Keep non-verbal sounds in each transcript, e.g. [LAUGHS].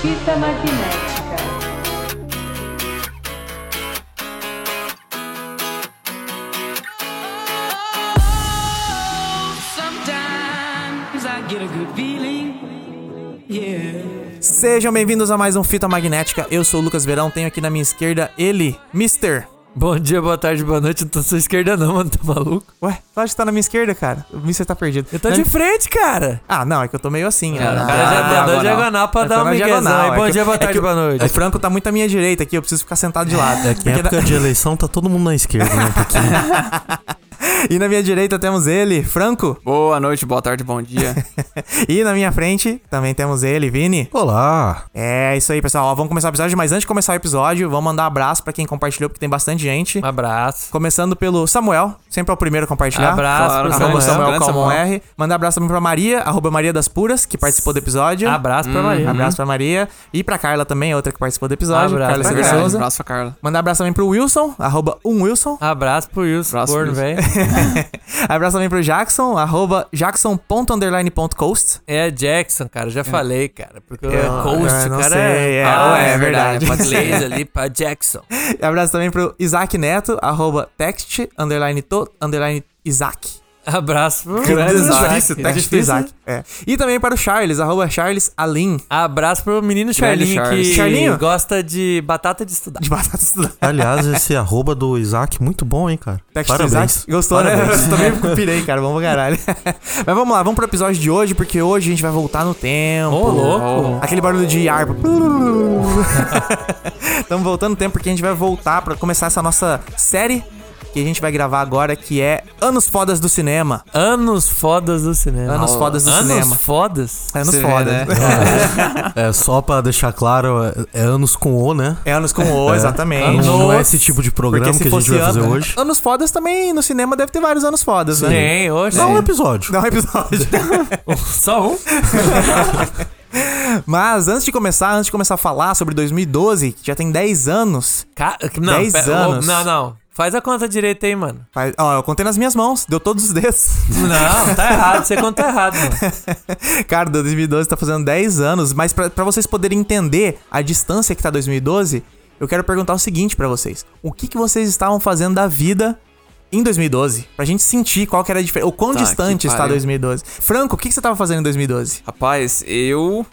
Fita magnética. Sometimes I get a good feeling. Yeah. Sejam bem-vindos a mais um Fita Magnética. Eu sou o Lucas Verão, tenho aqui na minha esquerda ele, Mister. Bom dia, boa tarde, boa noite. Não tô à sua esquerda, não, mano. Tá maluco? Ué, fala que tá na minha esquerda, cara. O Mister tá perdido. Eu tô Na- de frente, cara. Ah, não, é que eu tô meio assim. cara. O cara já Ah, andou agora- diagonal pra Eu dar tô um na miguezão. diagonal, aí. é Bom que- dia, boa é que tarde, o- boa noite. É, O Franco tá muito à minha direita aqui, eu preciso ficar sentado de lado. Em Porque época da- de eleição tá todo mundo na esquerda, [LAUGHS] né? Porque E na minha direita temos ele, Franco. Boa noite, boa tarde, bom dia. E na minha frente também temos ele, Vini. Olá! É isso aí, pessoal. Ó, vamos começar o episódio, mas antes de começar o episódio, vamos mandar um abraço pra quem compartilhou, porque tem bastante gente. Um abraço. Começando pelo Samuel, sempre é o primeiro a compartilhar. Abraço Claro, pro arroba Samuel. Samuel Grande Calmon Samuel. R. Mandar abraço também pra Maria, arroba Maria das Puras, que participou do episódio. Abraço pra Maria. Abraço pra Maria. E pra Carla também, outra que participou do episódio. [LAUGHS] Abraço Carla pra Silva Carla. Souza. Abraço pra Carla. Mandar abraço também pro Wilson, arroba um Wilson. Abraço pro Wilson, Abraço, corno, Wilson. velho. [LAUGHS] Abraço também pro Jackson, arroba jackson.underline.coast. É Jackson, cara, já falei, cara. Porque o é, Coast, não o cara sei, é, Ah, é verdade. Pra inglês ali, pra Jackson. [LAUGHS] Abraço também pro Isaac Neto, arroba text, underline to, underline Isaac. Abraço pro né? Difícil, text do Isaac. É. E também para o Charles, arroba Charles Alin. Ah, Abraço pro menino Charlinho, Charles. que Charlinho? gosta de batata de estudar. De batata estudada. Aliás, esse arroba do Isaac, muito bom, hein, cara? Text do Parabéns. Isaac. Gostou, Parabéns. né? Eu também pirei, cara. Vamos pra caralho. [LAUGHS] Mas vamos lá, vamos pro episódio de hoje, porque hoje a gente vai voltar no tempo. Ô, louco. Aquele barulho de [LAUGHS] harpa. Estamos voltando o tempo porque a gente vai voltar pra começar essa nossa série que a gente vai gravar agora, que é Anos Fodas do Cinema. Anos fodas do cinema. Anos fodas do Anos cinema. fodas? Anos Você vê, Fodas. né? É, só pra deixar claro, é- é anos com O, né? É [LAUGHS] Anos com O, exatamente. Anos. Não é esse tipo de programa que a gente vai fazer ano- hoje. Anos Fodas também, no cinema deve ter vários Anos Fodas, né? [LAUGHS] Tem, hoje. Dá um episódio. Dá um episódio. [LAUGHS] [LAUGHS] Só um? Mas antes de começar, antes de começar a falar sobre 2012, que já tem 10 anos. Ca- Não, Dez pera- anos. ô, Não, não. Faz a conta direita aí, mano. faz- Ó, eu contei nas minhas mãos, deu todos os dedos. Não, tá errado. Você conta errado, mano. [LAUGHS] Cara, 2012 tá fazendo 10 anos, mas pra pra vocês poderem entender a distância que tá 2012, eu quero perguntar o seguinte pra vocês. O que, que vocês estavam fazendo da vida em 2012? Pra gente sentir qual que era a diferença, o quão Tá, distante que está pariu. 2012. Franco, o que, que você tava fazendo em 2012? Rapaz, eu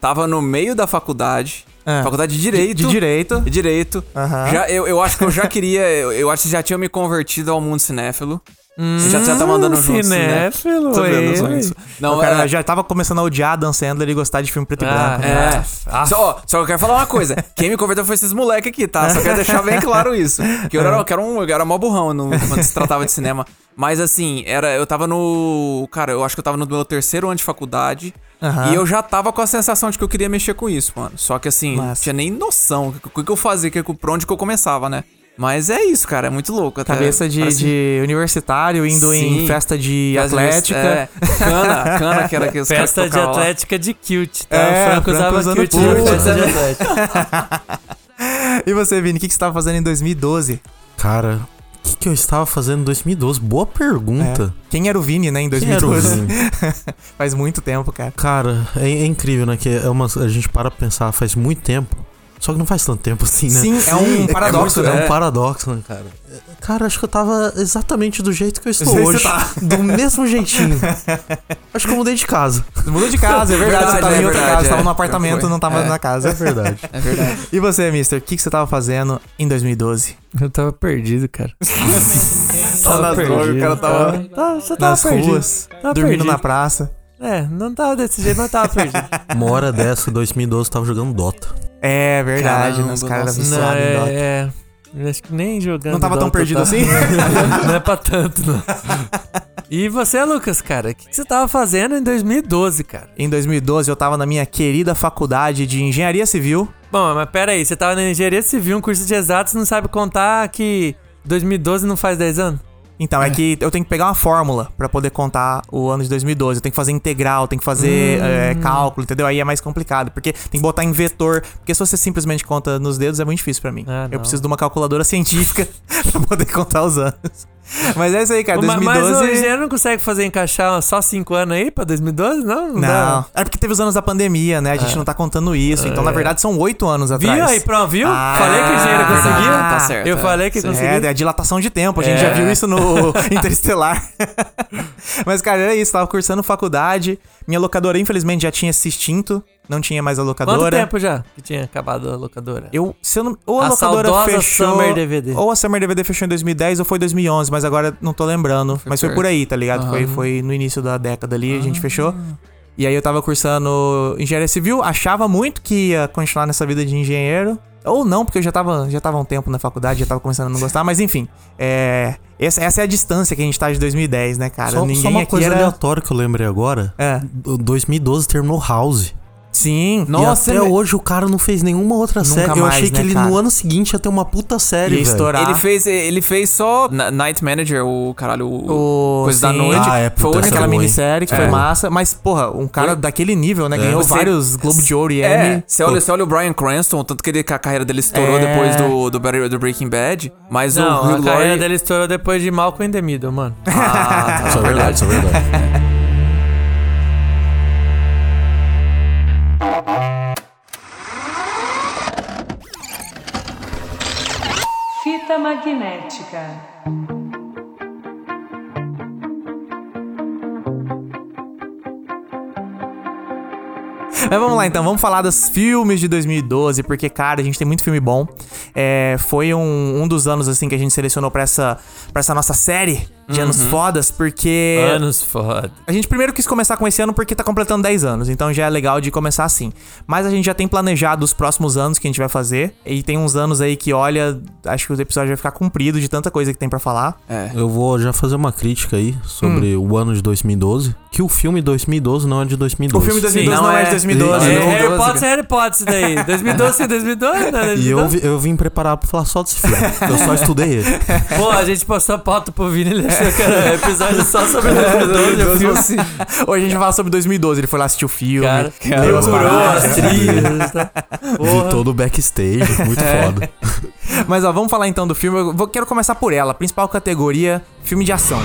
tava no meio da faculdade. Ah. Faculdade de Direito. De direito. de Direito. Aham. Já, eu, eu acho que eu já queria. Eu, eu acho que já tinha me convertido ao mundo cinéfilo. Hum, Você já, já tá mandando junto. ciné- Cinéfilo, Tô brincando, ei. não sou isso. O Não, cara é- já tava começando a odiar a Dan Sandler e gostar de filme preto e Ah, branco. né? É. Ah. Só, ó, só que eu quero falar uma coisa. Quem me converteu foi esses moleque aqui, tá? Só quero deixar bem claro isso. Que eu era, que era um, eu era mó burrão no, quando se tratava de cinema. Mas assim, era, eu tava no. Cara, eu acho que eu tava no meu terceiro ano de faculdade. Aham. E eu já tava com a sensação de que eu queria mexer com isso, mano. Só que assim, não Massa. tinha nem noção do que, do que eu fazia, que, pra onde que eu começava, né? Mas é isso, cara. É muito louco. até- Cabeça de, parece- de universitário indo em Sim. festa de parece- atlética. É, cana, cana que era que os caras Festa de tocavam lá. atlética de kilt, tá? É, o Franco Franco usando usava kilt na kilt. festa de atlética. [LAUGHS] E você, Vini, o que, que você tava fazendo em 2012? Cara, o que, que eu estava fazendo em 2012? Boa pergunta. É. Quem era o Vini, né, em Quem era o 2012? Vini? Faz muito tempo, cara. Cara, é, é incrível, né? Que é uma, a gente para pra pensar faz muito tempo. Só que não faz tanto tempo assim, né? Sim, é um paradoxo, é, né? muito- é um paradoxo, né, cara? É, Cara, acho que eu tava exatamente do jeito que eu estou Você hoje. tá. Do mesmo [LAUGHS] jeitinho. acho que eu mudei de casa. Mudou de casa, é verdade. você Verdade, tava é em outra verdade, casa, você é. tava num apartamento, Foi. não tava É. na casa. É verdade. É verdade. [LAUGHS] E você, mister, o que, que você tava fazendo em 2012? Eu tava perdido, cara. Só nas perdido. drogas, o cara tava- Tava- Você tava Nas perdido. ruas, Tava dormindo perdido. na praça. É, não tava desse jeito, mas tava perdido. Uma hora dessa, 2012, eu tava jogando Dota. [LAUGHS] É verdade, né? Os Caramba, caras nossa. não, viciados em Dota. é, é. Acho que nem jogando. Não tava tão Dota, perdido tá? assim? não é pra tanto, não. E você, Lucas, cara, o que, que você tava fazendo em 2012, cara? assim? Em 2012, eu tava na minha querida faculdade de Engenharia Civil. Bom, mas pera aí, você tava na engenharia civil, um curso de exatos, não sabe contar que 2012 não faz 10 anos? Então, é. que eu tenho que pegar uma fórmula pra poder contar o ano de 2012. Eu tenho que fazer integral, tenho que Hum. fazer é, cálculo, entendeu? Aí é mais complicado, porque tem que botar em vetor. Porque se você simplesmente conta nos dedos, é muito difícil pra mim. Ah, eu não. preciso de uma calculadora [LAUGHS] científica pra poder contar os [LAUGHS] anos. Mas é isso aí, cara. Ma- Mas é o 2012. engenheiro não consegue fazer encaixar só 5 anos aí pra 2012? Não, não. Não, dá. é porque teve os anos da pandemia, né? A gente não tá contando isso. Então, na verdade, são oito anos atrás. É. Viu aí, pronto, viu? Ah, falei que o engenheiro verdade, conseguiu. tá certo, Eu é. falei que Sim. conseguiu. É, é a dilatação de tempo, a gente É. já viu isso [LAUGHS] no Interestelar. [LAUGHS] Mas, cara, era isso, tava cursando faculdade. Minha locadora, infelizmente, já tinha se extinto. Não tinha mais a locadora. Quanto tempo já que tinha acabado a locadora? Eu, se eu não, ou a, A locadora saudosa fechou. Summer DVD. Ou a Summer DVD fechou em 2010 ou foi 2011, mas agora não tô lembrando. mas foi perto. por aí, tá ligado? Foi, foi no início da década ali, a gente fechou. E aí eu tava cursando engenharia civil, achava muito que ia continuar nessa vida de engenheiro. Ou não, porque eu já tava, já tava há um tempo na faculdade, já tava começando a não gostar, mas enfim. É, essa, essa é a distância que a gente tá de 2010, né, cara? Só, Ninguém só uma aqui coisa né? era. aleatória que eu lembrei agora. É. Do- 2012 terminou House. Sim. e até ele- hoje o cara não fez nenhuma outra né? Nunca série. eu mais, achei que né, ele cara? no ano seguinte ia ter uma puta série, ia velho. estourar. Ele fez, ele fez só Na- Night Manager, o caralho, o, O- Coisa da sim. Noite. Ah, foi é, puta, o único essa Aquela ruim. minissérie que É. foi massa, mas, porra, um cara Foi- É. daquele nível, né? Ganhou Você- vários Globo de Ouro e É, Emmy. você olha, Pô, você olha o Brian Cranston, o tanto que ele, que a carreira dele estourou É. depois do, do, Better- do Breaking Bad, mas Não, o a Hugh carreira Laurie... dele estourou depois de Malcolm in the Middle, mano. [LAUGHS] Isso é verdade, isso é verdade. [LAUGHS] Fita magnética. Mas vamos lá então, vamos falar dos filmes de 2012, porque, cara, a gente tem muito filme bom. É, foi um, um dos anos, assim, que a gente selecionou pra essa, pra essa nossa série de anos Uhum. fodas, porque. Anos foda. A gente primeiro quis começar com esse ano porque tá completando 10 anos, então já é legal de começar assim. Mas a gente já tem planejado os próximos anos que a gente vai fazer. E tem uns anos aí que, olha, acho que o episódio vai ficar comprido de tanta coisa que tem pra falar. Eu vou já fazer uma crítica aí sobre Hum. o ano de 2012. Que o filme 2012 não é de 2012. O filme 2012 não não, é, é. de 2012. É, Ele não- Harry 12, Potter é Harry Potter isso daí. 2012 sem 2012, né? E é eu, vi- eu vim preparar pra falar só desse filme. Eu só estudei [LAUGHS] ele. Pô, a gente postou a pauta pro Vini, ele achou que era um episódio só É, sobre 2012. o filme. Hoje a gente vai falar sobre 2012. Ele foi lá assistir o filme. um Cara, leu as procurou paradas. as trilhas, tá? Vi todo o backstage, muito É. foda. Mas ó, vamos falar então do filme. Eu vou- quero começar por ela. Principal categoria: filme de ação.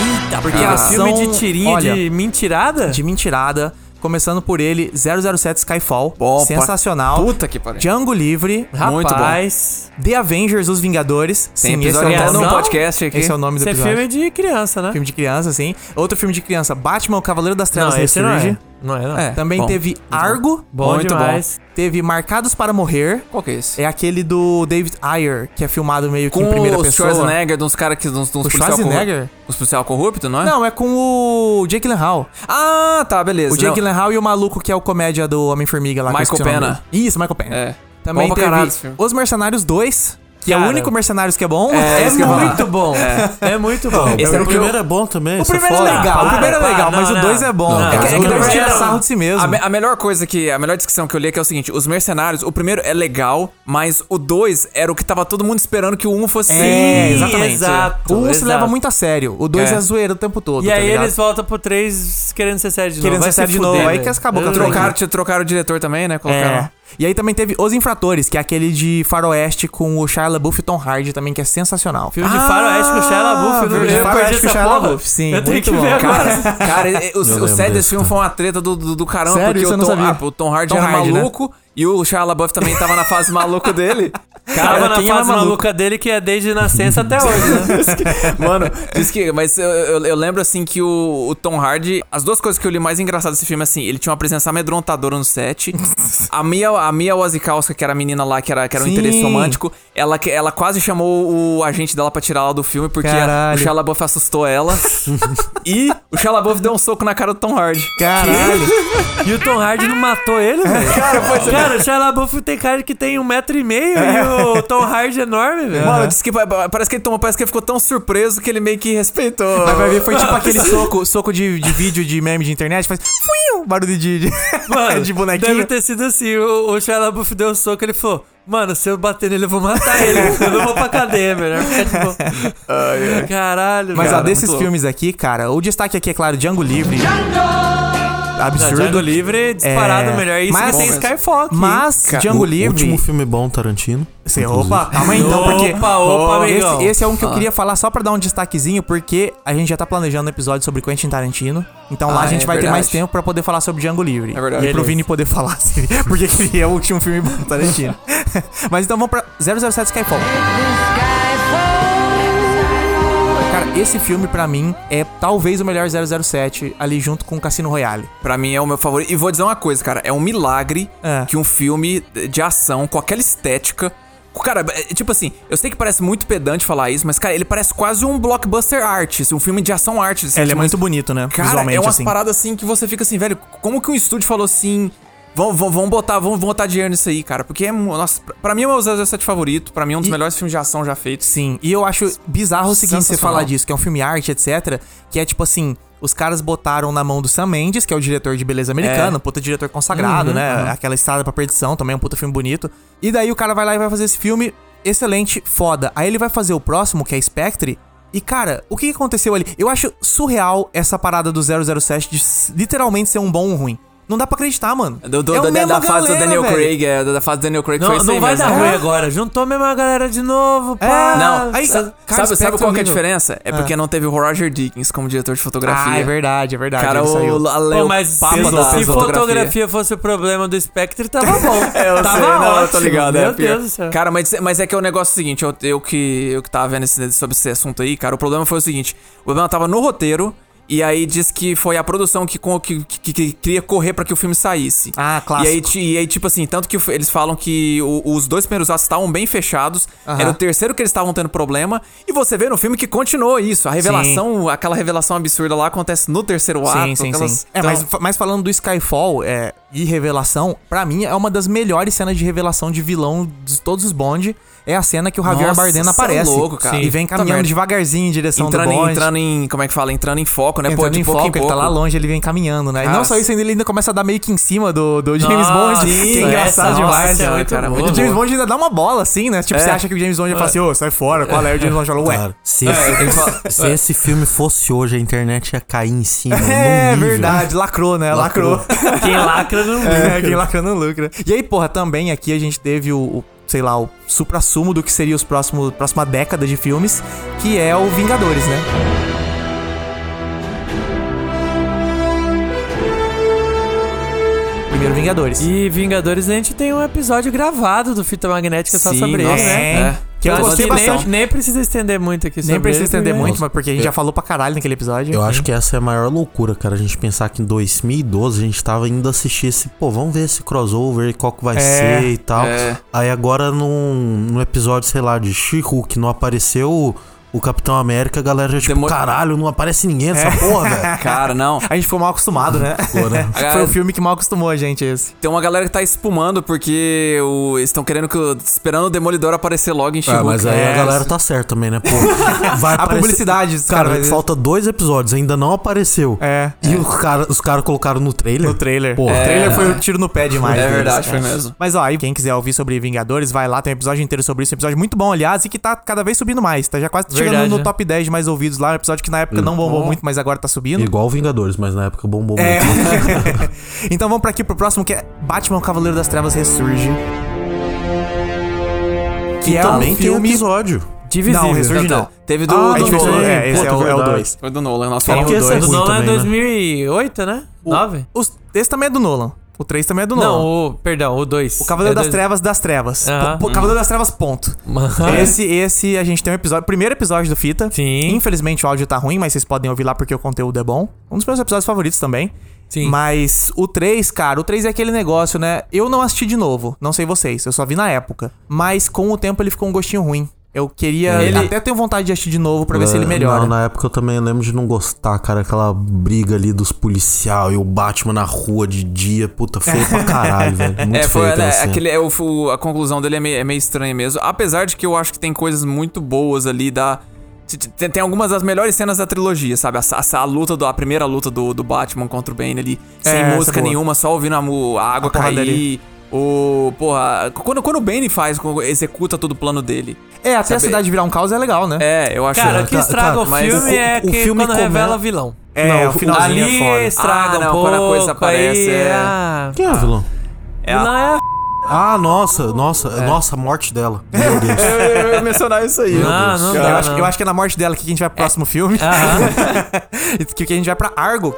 Eita, porque cara. é filme Ah, Ação, de tirinha, de olha, mentirada? De mentirada. Começando por ele: 007 Skyfall. Bom, sensacional. pra- Puta que pariu. Django Livre. Muito bom. Rapaz, The Avengers, Os Vingadores. Sim, esse Tem é, o episódio até nome, no não? podcast aqui. esse é o nome do esse é episódio. filme de criança, né? Filme de criança, sim. Outro filme de criança: Batman, O Cavaleiro das Não, Trevas esse não é. Ressurge. Não é, não. É. Também bom. teve Argo. Bom Muito bom. demais. Teve Marcados para Morrer. Qual que é esse? É aquele do David Ayer, que é filmado meio que com em primeira o pessoa. Schwarzenegger, né? de uns caras que... de Uns, de uns O policial corrupto- Schwarzenegger? Uns policial corrupto, não é? Não, é com o Jake Gyllenhaal. Ah, tá, beleza. O Jake Não, Gyllenhaal e o maluco que é o comédia do Homem-Formiga lá. que eu Michael esqueci o nome Pena. dele. Isso, Michael Pena. É. Também Bom pra teve caralho esse filme. Os Mercenários 2, que é Cara. o único Mercenários que é bom. É, isso que eu ia falar. Muito bom. É, muito bom. Esse é o porque primeiro é bom também. O primeiro é legal, Para, o primeiro é para, legal, não, mas não. o dois é bom. Não, é que, cara, é que o deve primeiro tirar é bom. sarro de si mesmo. A, me- a melhor coisa que. A melhor descrição que eu li é que é o seguinte: os mercenários, o primeiro é legal, mas o dois era o que tava todo mundo esperando que o um fosse. [LAUGHS] É, exatamente. exato, o um se exato. leva muito a sério, o dois É. é, zoeira o tempo todo. E tá aí ligado? eles voltam pro 3 querendo ser série de novo. Querendo Vai ser série de se fuder, novo, aí velho. que acabou com a Trocar- Trocaram, te- trocaram o diretor também, né? Colocaram. É. E aí também teve Os Infratores, que é aquele de faroeste com o Shia LaBeouf e Tom Hardy também, que é sensacional. Filme de faroeste com o Shia LaBeouf. eu não- filme de Eu perdi faroeste com o essa Shia porra. LaBeouf, sim, Eu tenho é muito que bom. ver agora. Cara, cara, e- o, o lembro sério desse desse filme foi uma treta do, do, do caramba, tá. Sério? porque Isso o eu não Tom, sabia. ah, o Tom Hardy Tom era Hardy, né? maluco e o Shia LaBeouf também tava na fase maluca dele. Tava na quem era fase maluco? maluca dele que é desde nascença até hoje, né? Mano, diz que. Mas eu, eu- eu lembro assim que o, o Tom Hardy. As duas coisas que eu li mais engraçadas desse filme, assim, ele tinha uma presença amedrontadora no set. A Mia, a Mia Wasikowska, que era a menina lá, que era, que era um Sim. interesse romântico, ela, que- ela quase chamou o agente dela pra tirar ela do filme, porque a, o Caralho. Shia LaBeouf assustou ela. [LAUGHS] e o Shia LaBeouf deu um soco na cara do Tom Hardy. Caralho. E o Tom Hardy não matou ele, [LAUGHS] velho. Cara, é. o Shia LaBeouf tem cara que tem um metro e meio e o Tom Hardy é enorme, velho. Mano, disse que pa- pa- parece que ele tomou, parece que ele ficou tão surpreso que ele meio que respeitou. Mas [LAUGHS] vai ver, foi tipo aquele soco, soco de, de vídeo de meme de internet, faz fuiu, barulho de, de, [LAUGHS] Mano, de bonequinho. Deve ter sido assim. O, o Shia LaBeouf deu um soco, ele falou: Mano, se eu bater nele, eu vou matar ele. [LAUGHS] eu não vou pra cadeia, é melhor ficar [LAUGHS] de boa. Caralho, Mas cara, ó, desses muito filmes aqui, cara, o destaque aqui é claro, Django Livre. louco. Absurdo. Django Livre, disparado É, melhor. Isso mas- mas, tem Skyfall aqui. Mas Django o Livre. último filme bom, Tarantino. Sim, inclusive. opa, calma aí então, Opa, porque. opa, amigão. Ah. esse, esse é um que eu queria falar só pra dar um destaquezinho, porque a gente já tá planejando um episódio sobre Quentin Tarantino. Então lá Ah, a gente é vai ter verdade. mais tempo pra poder falar sobre Django Livre. É verdade. E pro Beleza. Vini poder falar, [LAUGHS] assim, porque ele é o último filme bom do Tarantino. [LAUGHS] Mas então vamos pra 007 Skyfall. Cara, esse filme pra mim é talvez o melhor 007 ali junto com Cassino Royale. Pra mim é o meu favorito. E vou dizer uma coisa, cara. É um milagre É. que um filme de ação, com aquela estética. Cara, é, tipo assim, eu sei que parece muito pedante falar isso, mas, cara, ele parece quase um blockbuster art, assim, um filme de ação arte. assim, Ele é tipo, muito bonito, né? Cara, Visualmente, é umas assim. paradas assim que você fica assim, velho, como que um estúdio falou assim, vão, vão, vão botar, vão, vão botar dinheiro nisso aí, cara? Porque é, mu- nossa, pra- pra mim é o meu 007 favorito, pra mim é um dos E- melhores filmes de ação já feitos. Sim, e eu acho bizarro o seguinte você Sensacional. falar disso, que é um filme arte, etc. Que é tipo assim, os caras botaram na mão do Sam Mendes, que é o diretor de Beleza Americana, É. um puta diretor Uhum, consagrado, né? Aquela Estrada pra Perdição, também é um puta filme bonito. E daí o cara vai lá e vai fazer esse filme, excelente, foda. Aí ele vai fazer o próximo, que é Spectre. E cara, o que aconteceu ali? Eu acho surreal essa parada do 007 de s- literalmente ser um bom ou um ruim. Não dá pra acreditar, mano. Do, do- É o da, da- mesma da fase do galera, Daniel velho. Craig, é, da, da fase do Daniel Craig foi Não, isso não aí vai mesmo. dar É. [LAUGHS] ruim agora. Juntou a mesma galera de novo. Pá. É. Não, Aí, sa- cara, sabe, sabe Spectre qual que é horrível. a diferença? É porque não teve o Roger Dickens como diretor de fotografia. Ah, é verdade, é verdade. Cara, ele saiu. o, a Pô, Leo mas se, Papa se da fotografia. fotografia. fosse o problema do Spectre, tava bom. É, eu Tá tava sei, não, eu tô ótimo. ligado. Meu é pior. Deus do céu. Cara, mas, mas é que é o negócio seguinte, eu, eu, que, eu que tava vendo esse, sobre esse assunto aí, cara, o problema foi o seguinte, o problema tava no roteiro, e aí diz que foi a produção que, com- que, que, que queria correr pra que o filme saísse. Ah, E aí, clássico. ti- e aí, tipo assim, tanto que o fi- eles falam que o- os dois primeiros atos estavam bem fechados, Aham. era o terceiro que eles estavam tendo problema, e você vê no filme que continuou isso, a revelação, aquela revelação absurda lá acontece no terceiro ato. Sim, sim, aquelas- sim. É, mas, fa- mas falando do Skyfall é, e revelação, pra mim é uma das melhores cenas de revelação de vilão de todos os Bond. É a cena que o Javier Nossa, Bardem cê é aparece louco, cara. e vem Puta caminhando merda. devagarzinho em direção então, do entrando, em, Bond. entrando em, como é que fala? Entrando em foco, né? entrando de em pouco foco, ele tá lá longe, ele vem caminhando, né? E não Nossa. só isso, ainda ele ainda começa a dar meio que em cima do, do James Nossa, Bond. que é isso, engraçado essa, nossa, demais. essa é né, muito cara? boa. o James Bond ainda dá uma bola assim, né? Tipo, você acha que o James Bond ia falar assim, ô, sai fora, qual é? E o James Bond fala, ué. É, Cara, se, esse, se esse filme fosse hoje, a internet ia cair em [LAUGHS] cima. É num nível. verdade, lacrou, né? lacrou. Quem lacra não [LAUGHS] É, quem lacra não lucra. E aí, porra, também aqui a gente teve o, o, sei lá, o supra-sumo do que seria os próximos, próxima década de filmes, que é o Vingadores, né? Primeiro Vingadores. E Vingadores, a gente tem um episódio gravado do Fita Magnética só Sim, sobre nossa, ele, né? É. Que eu Então, gostei assim, nem- bastante. Nem precisa estender muito aqui sobre Nem precisa ele, estender porque- muito, mas porque a gente já falou pra caralho naquele episódio. Eu acho que essa é a maior loucura, cara. A gente pensar que em 2012 a gente tava indo assistir esse, pô, vamos ver esse crossover, qual que vai ser e tal. é. Aí agora num, num episódio, sei lá, de She-Hulk, não apareceu o, o Capitão América, a galera já tipo, Demor- caralho, não aparece ninguém É. nessa porra, [LAUGHS] velho. Cara, não. A gente ficou mal acostumado, né? Pô, né? Foi o filme que mal acostumou a gente, esse. Tem uma galera que tá espumando porque o- eles estão querendo que. o- esperando o Demolidor aparecer logo em Chihuahua. Ah, mas aí a galera tá certa também, né? Pô, vai Tipo, é, [LAUGHS] A aparecer- publicidade dos Cara, caras, mas- falta dois episódios, ainda não apareceu. É. E os caras os cara colocaram no trailer. No trailer. Pô, O trailer foi um tiro no pé demais. É deles, verdade, cara. foi mesmo. Mas ó, aí quem quiser ouvir sobre Vingadores, vai lá, tem um episódio inteiro sobre isso. Um episódio muito bom, aliás, e que tá cada vez subindo mais. Tá já quase Verdade, chegando no né? top 10 de mais ouvidos lá. Um episódio que na época não bombou muito, mas agora tá subindo. Igual Vingadores, mas na época bombou muito. É, [LAUGHS] então vamos pra aqui pro próximo que é Batman Cavaleiro das Trevas Ressurge. Que é Também um tem um filme... episódio. é Divisível. Não, Ressurge não. Teve do. Ah, do a gente fez- Nolan. é, esse Puta, é o- é o verdade. 2. Foi do Nolan. Nossa, Fala falamos que esse é O ruim Nolan é também, né? 2008, né? 9? Os, esse também é do Nolan. O 3 também é do Nolan. Não, o, perdão, o 2. O É Cavaleiro das Trevas das Trevas. Aham. Pô, pô, Cavaleiro das Trevas, ponto. Esse, esse a gente tem um episódio, primeiro episódio do Fita. Sim. Infelizmente o áudio tá ruim, mas vocês podem ouvir lá porque o conteúdo é bom. Um dos meus episódios favoritos também. Sim. Mas o 3, cara, o 3 é aquele negócio, né? Eu não assisti de novo, não sei vocês, eu só vi na época. Mas com o tempo ele ficou um gostinho ruim. Eu queria. Ele- Até tenho vontade de assistir de novo pra ver se ele É, melhora. Não, na época eu também lembro de não gostar, cara. Aquela briga ali dos policial e o Batman na rua de dia. Puta, [LAUGHS] feio pra caralho, velho. Muito É, foi, feio aquela né, cena. aquele, é, o, o- a conclusão dele é meio, é meio estranha mesmo. Apesar de que eu acho que tem coisas muito boas ali da. t- t- Tem, tem algumas das melhores cenas da trilogia, sabe? Essa, essa- a luta do, a primeira luta do, do Batman contra o Bane ali, sem essa é música boa. nenhuma, só ouvindo a, mu- a água porrada cair. ali. O. Porra, quando, quando o Bane faz, quando executa todo o plano dele. É, até a Saber- cidade virar um caos é legal, né? É, eu acho. Cara, o que tá, estraga tá, o mas filme o- é o que filme quando come- revela vilão. É, o finalzinho Ali é foda. estraga Ah, não, um pouco. quando a coisa aparece, aí, é. ah, Quem é o vilão? vilão é a Ah, nossa, nossa, É. nossa, a morte dela. Meu Deus. eu, eu ia mencionar isso aí. Não, Meu Deus. não Eu, dá, acho, não. eu acho que é na morte dela que a gente vai pro próximo filme. [LAUGHS] que que a gente vai pra Argo.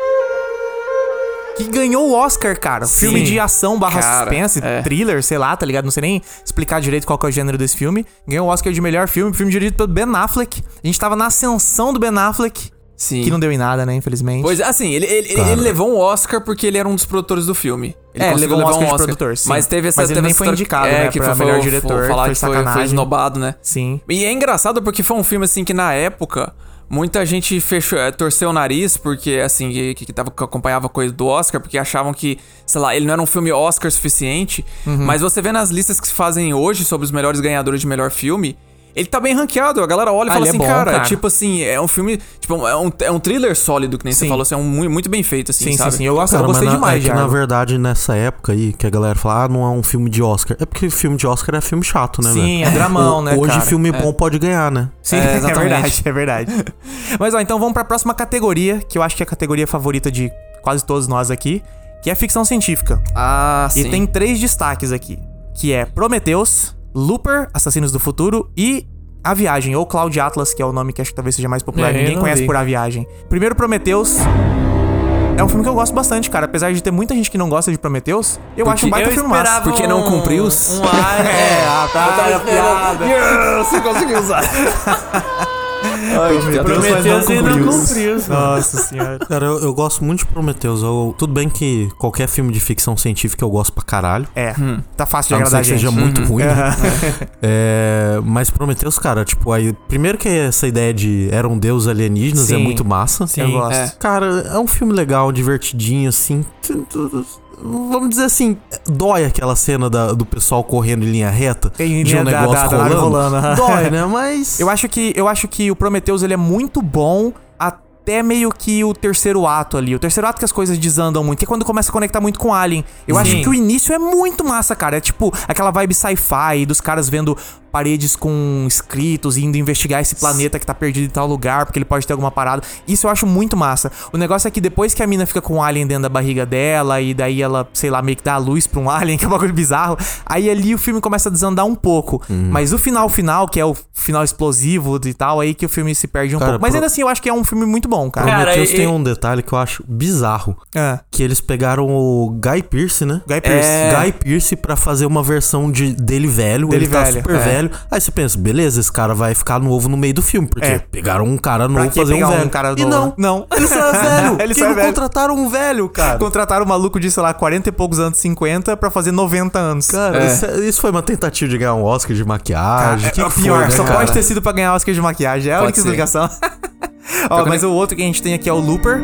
Que ganhou o Oscar, cara. Um Filme de ação barra Cara, suspense, é. thriller, sei lá, tá ligado? Não sei nem explicar direito qual que é o gênero desse filme. Ganhou o Oscar de melhor filme, um filme dirigido pelo Ben Affleck. A gente tava na ascensão do Ben Affleck, Sim. que não deu em nada, né, infelizmente. Pois é, assim, ele, ele, ele- ele levou um Oscar porque ele era um dos produtores do filme. Ele É, ele conseguiu levou um levar Oscar de produtor, sim. Mas teve essa Mas ele teve nem essa foi história- indicado, é, né, que pra foi, melhor foi- diretor, falar foi que foi, foi sacanagem. esnobado, né? Sim. E é engraçado porque foi um filme assim que na época muita gente fechou, eh, torceu o nariz porque assim que, que tava que acompanhava coisa do Oscar porque achavam que, sei lá, ele não era um filme Oscar suficiente. Uhum. Mas você vê nas listas que se fazem hoje sobre os melhores ganhadores de melhor filme, ele tá bem ranqueado. A galera olha e Ah, fala ele é assim, bom, cara, cara." tipo assim, é um filme, tipo, é um, é um thriller sólido que nem você Sim. falou, assim, é um mu- muito bem feito assim, sim, sim, sabe? sim. Eu, gosto, né? Cara, eu mas gostei na- demais, é que, de na Argo. verdade, nessa época aí, que a galera fala, ah, não é um filme de Oscar. É porque filme de Oscar é filme chato, né, Sim, velho? é dramão, né, Hoje cara? filme bom pode ganhar, né? Sim, É, [LAUGHS] é, exatamente. verdade, é verdade. Mas ó, então vamos pra próxima categoria, que eu acho que é a categoria favorita de quase todos nós aqui, que é ficção científica. Ah, sim. E tem três destaques aqui, que é Prometheus, Looper, Assassinos do Futuro e A Viagem, ou Cloud Atlas, que é o nome que acho que talvez seja mais popular, É, eu ninguém não conhece vi. por A Viagem. Primeiro Prometheus é um filme que eu gosto bastante, cara, apesar de ter muita gente que não gosta de Prometheus, eu acho um baita eu filme esperava massa. Porque não cumpriu os- [LAUGHS] Um, um ar, é, ah, tá, era piada. Você [LAUGHS] conseguiu usar. Prometeus e não cumpriu. Nossa senhora. Cara, eu, eu gosto muito de Prometheus. Eu- tudo bem que qualquer filme de ficção científica eu gosto pra caralho. É, Hum. tá fácil de A não ser agradar a que gente. Uhum. seja muito ruim. né? [LAUGHS] É, mas Prometheus, cara, tipo, aí. Primeiro que essa ideia de era um deus alienígenas é Sim. muito massa. Sim, eu gosto. é. Cara, é um filme legal, divertidinho, assim. Vamos dizer assim, dói aquela cena da- do pessoal correndo em linha reta. Tem de um linha da- negócio da- da nave rolando. rolando, aham. [LAUGHS] Dói, né? Mas. Eu acho que eu acho que o Prometheus ele é muito bom até meio que o terceiro ato ali. O terceiro ato que as coisas desandam muito, que é quando começa a conectar muito com Alien. Eu acho que o início é muito massa, cara. É tipo aquela vibe sci-fi dos caras vendo paredes com escritos e indo investigar esse planeta que tá perdido em tal lugar, porque ele pode ter alguma parada. Isso eu acho muito massa. O negócio é que depois que a mina fica com o alien dentro da barriga dela e daí ela, sei lá, meio que dá a luz pra um [LAUGHS] alien, que é um bagulho bizarro, aí ali o filme começa a desandar um pouco. Uhum. Mas o final final, que é o final explosivo e tal, aí que o filme se perde um Cara, pouco. Mas pro- ainda assim, eu acho que é um filme muito bom, cara. Cara, Prometheus e- tem um detalhe que eu acho bizarro. um Ah. Que eles pegaram o Guy Pearce, né? Guy Pearce. Guy Pearce pra fazer uma versão de, dele velho. Dele ele tá velho, super é. velho. Aí você pensa, beleza, esse cara vai ficar novo no meio do filme. Porque É. pegaram um cara novo Pra pra que fazer um pegar um velho. cara e novo, não. né? Não. Ele [LAUGHS] só é Ele velho. Por que só é não velho. contrataram um velho, [LAUGHS] cara. Contrataram um maluco de, sei lá, 40 e poucos anos, 50, pra fazer 90 anos. Cara, isso, é, isso foi uma tentativa de ganhar um Oscar de maquiagem. É, que é que foi, pior, né, só cara? pode ter sido pra ganhar Oscar de maquiagem. É a Pode única ser. explicação. [LAUGHS] Ó, mas o outro que a gente tem aqui é o Looper.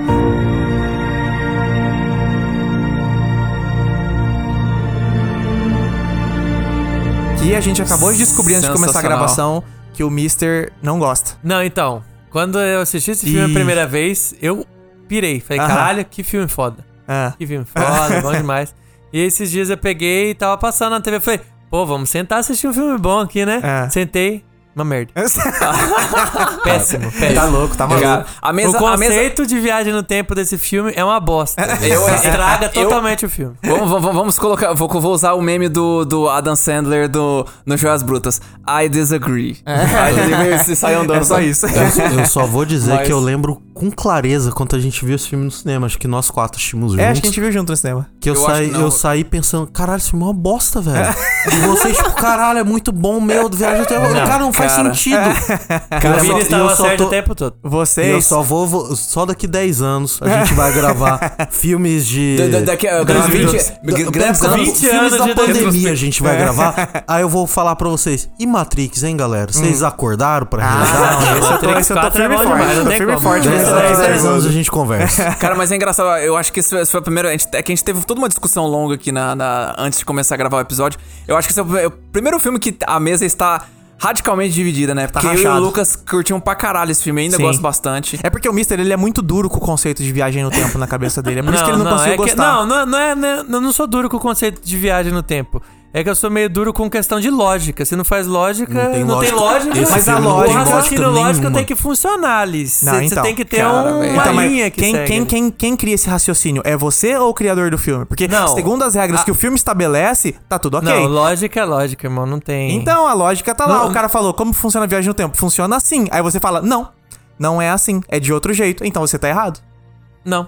Que a gente acabou de descobrir antes de começar a Sensacional. gravação que o Mister não gosta. Não, então, quando eu assisti esse filme Ih. a primeira vez, eu pirei. Falei, Aham. caralho, que filme foda. Ah. Que filme foda, [LAUGHS] bom demais. E esses dias eu peguei e tava passando na TV. Falei, pô, vamos sentar e assistir um filme bom aqui, né? É. Sentei, uma merda. [LAUGHS] Péssimo, péssimo. tá louco, tá maluco. Cara, A mesa, o a mesa conceito de viagem no tempo desse filme é uma bosta. Eu- Estraga eu- totalmente o filme. Vamos, vamos, vamos colocar. Vou, vou usar o meme do, do Adam Sandler do, no Joias Brutas. I disagree. Aí ele meio se sai andando. É só sabe? isso. Eu, eu só vou dizer Mas- que eu lembro com clareza quando a gente viu esse filme no cinema. Acho que nós quatro assistimos juntos. É, acho que a gente viu junto no cinema. Que eu, Eu saí, acho que não. eu saí pensando, caralho, esse filme é uma bosta, velho. e vocês, tipo, caralho, é muito bom, meu, viagem até Cara, não faz cara. sentido. o eu Vini só- eu estava só certo tô- o tempo todo. E Vocês. eu só vou, vou- Só daqui 10 anos a gente vai gravar filmes de. Da- da- daqui a- Grandes 20 anos. grandes Da- da- anos. filmes 20 anos da de pandemia retrospectiva. a gente vai gravar. Aí eu vou falar pra vocês. E Matrix, hein, galera? Vocês acordaram pra realizar? não, esse eu tô, esse eu tô firme Matrix e 4 é bom demais, forte. não Tô tem firme e como. forte. Dez- nesse- Daqui [LAUGHS] dez- a nesse 10 negócio. anos a gente conversa. [LAUGHS] Cara, mas é engraçado, eu acho que esse foi a primeira. a gente- É que a gente teve toda uma discussão longa aqui na, na- antes de começar a gravar o episódio. Eu acho que esse é o, é o primeiro filme que a mesa está radicalmente dividida, né? Porque eu e o rachado. Lucas curtiam pra caralho esse filme, ainda Sim. gosto bastante. É porque o Mister, ele é muito duro com o conceito de viagem no tempo na cabeça dele. É por isso que ele não, conseguiu é que- gostar. não, não, é- não é, né, eu não sou duro com o conceito de viagem no tempo. É que eu sou meio duro com questão de lógica. Se não faz lógica, não tem lógica. Esse mas a filme não lógica, tem o raciocínio lógica lógico nenhuma. tem que funcionar ali. Você Não, então, tem que ter cara, uma velho. Então, mas linha que quem, segue. quem, quem, quem cria esse raciocínio? É você ou o criador do filme? Porque, Não. segundo as regras que o filme estabelece, tá tudo ok. Não, lógica é lógica, irmão. Não tem. Então a lógica tá lá. Não- o cara falou, como funciona a viagem no tempo? Funciona assim. Aí você fala, não, não é assim, é de outro jeito. Então você tá errado. Não.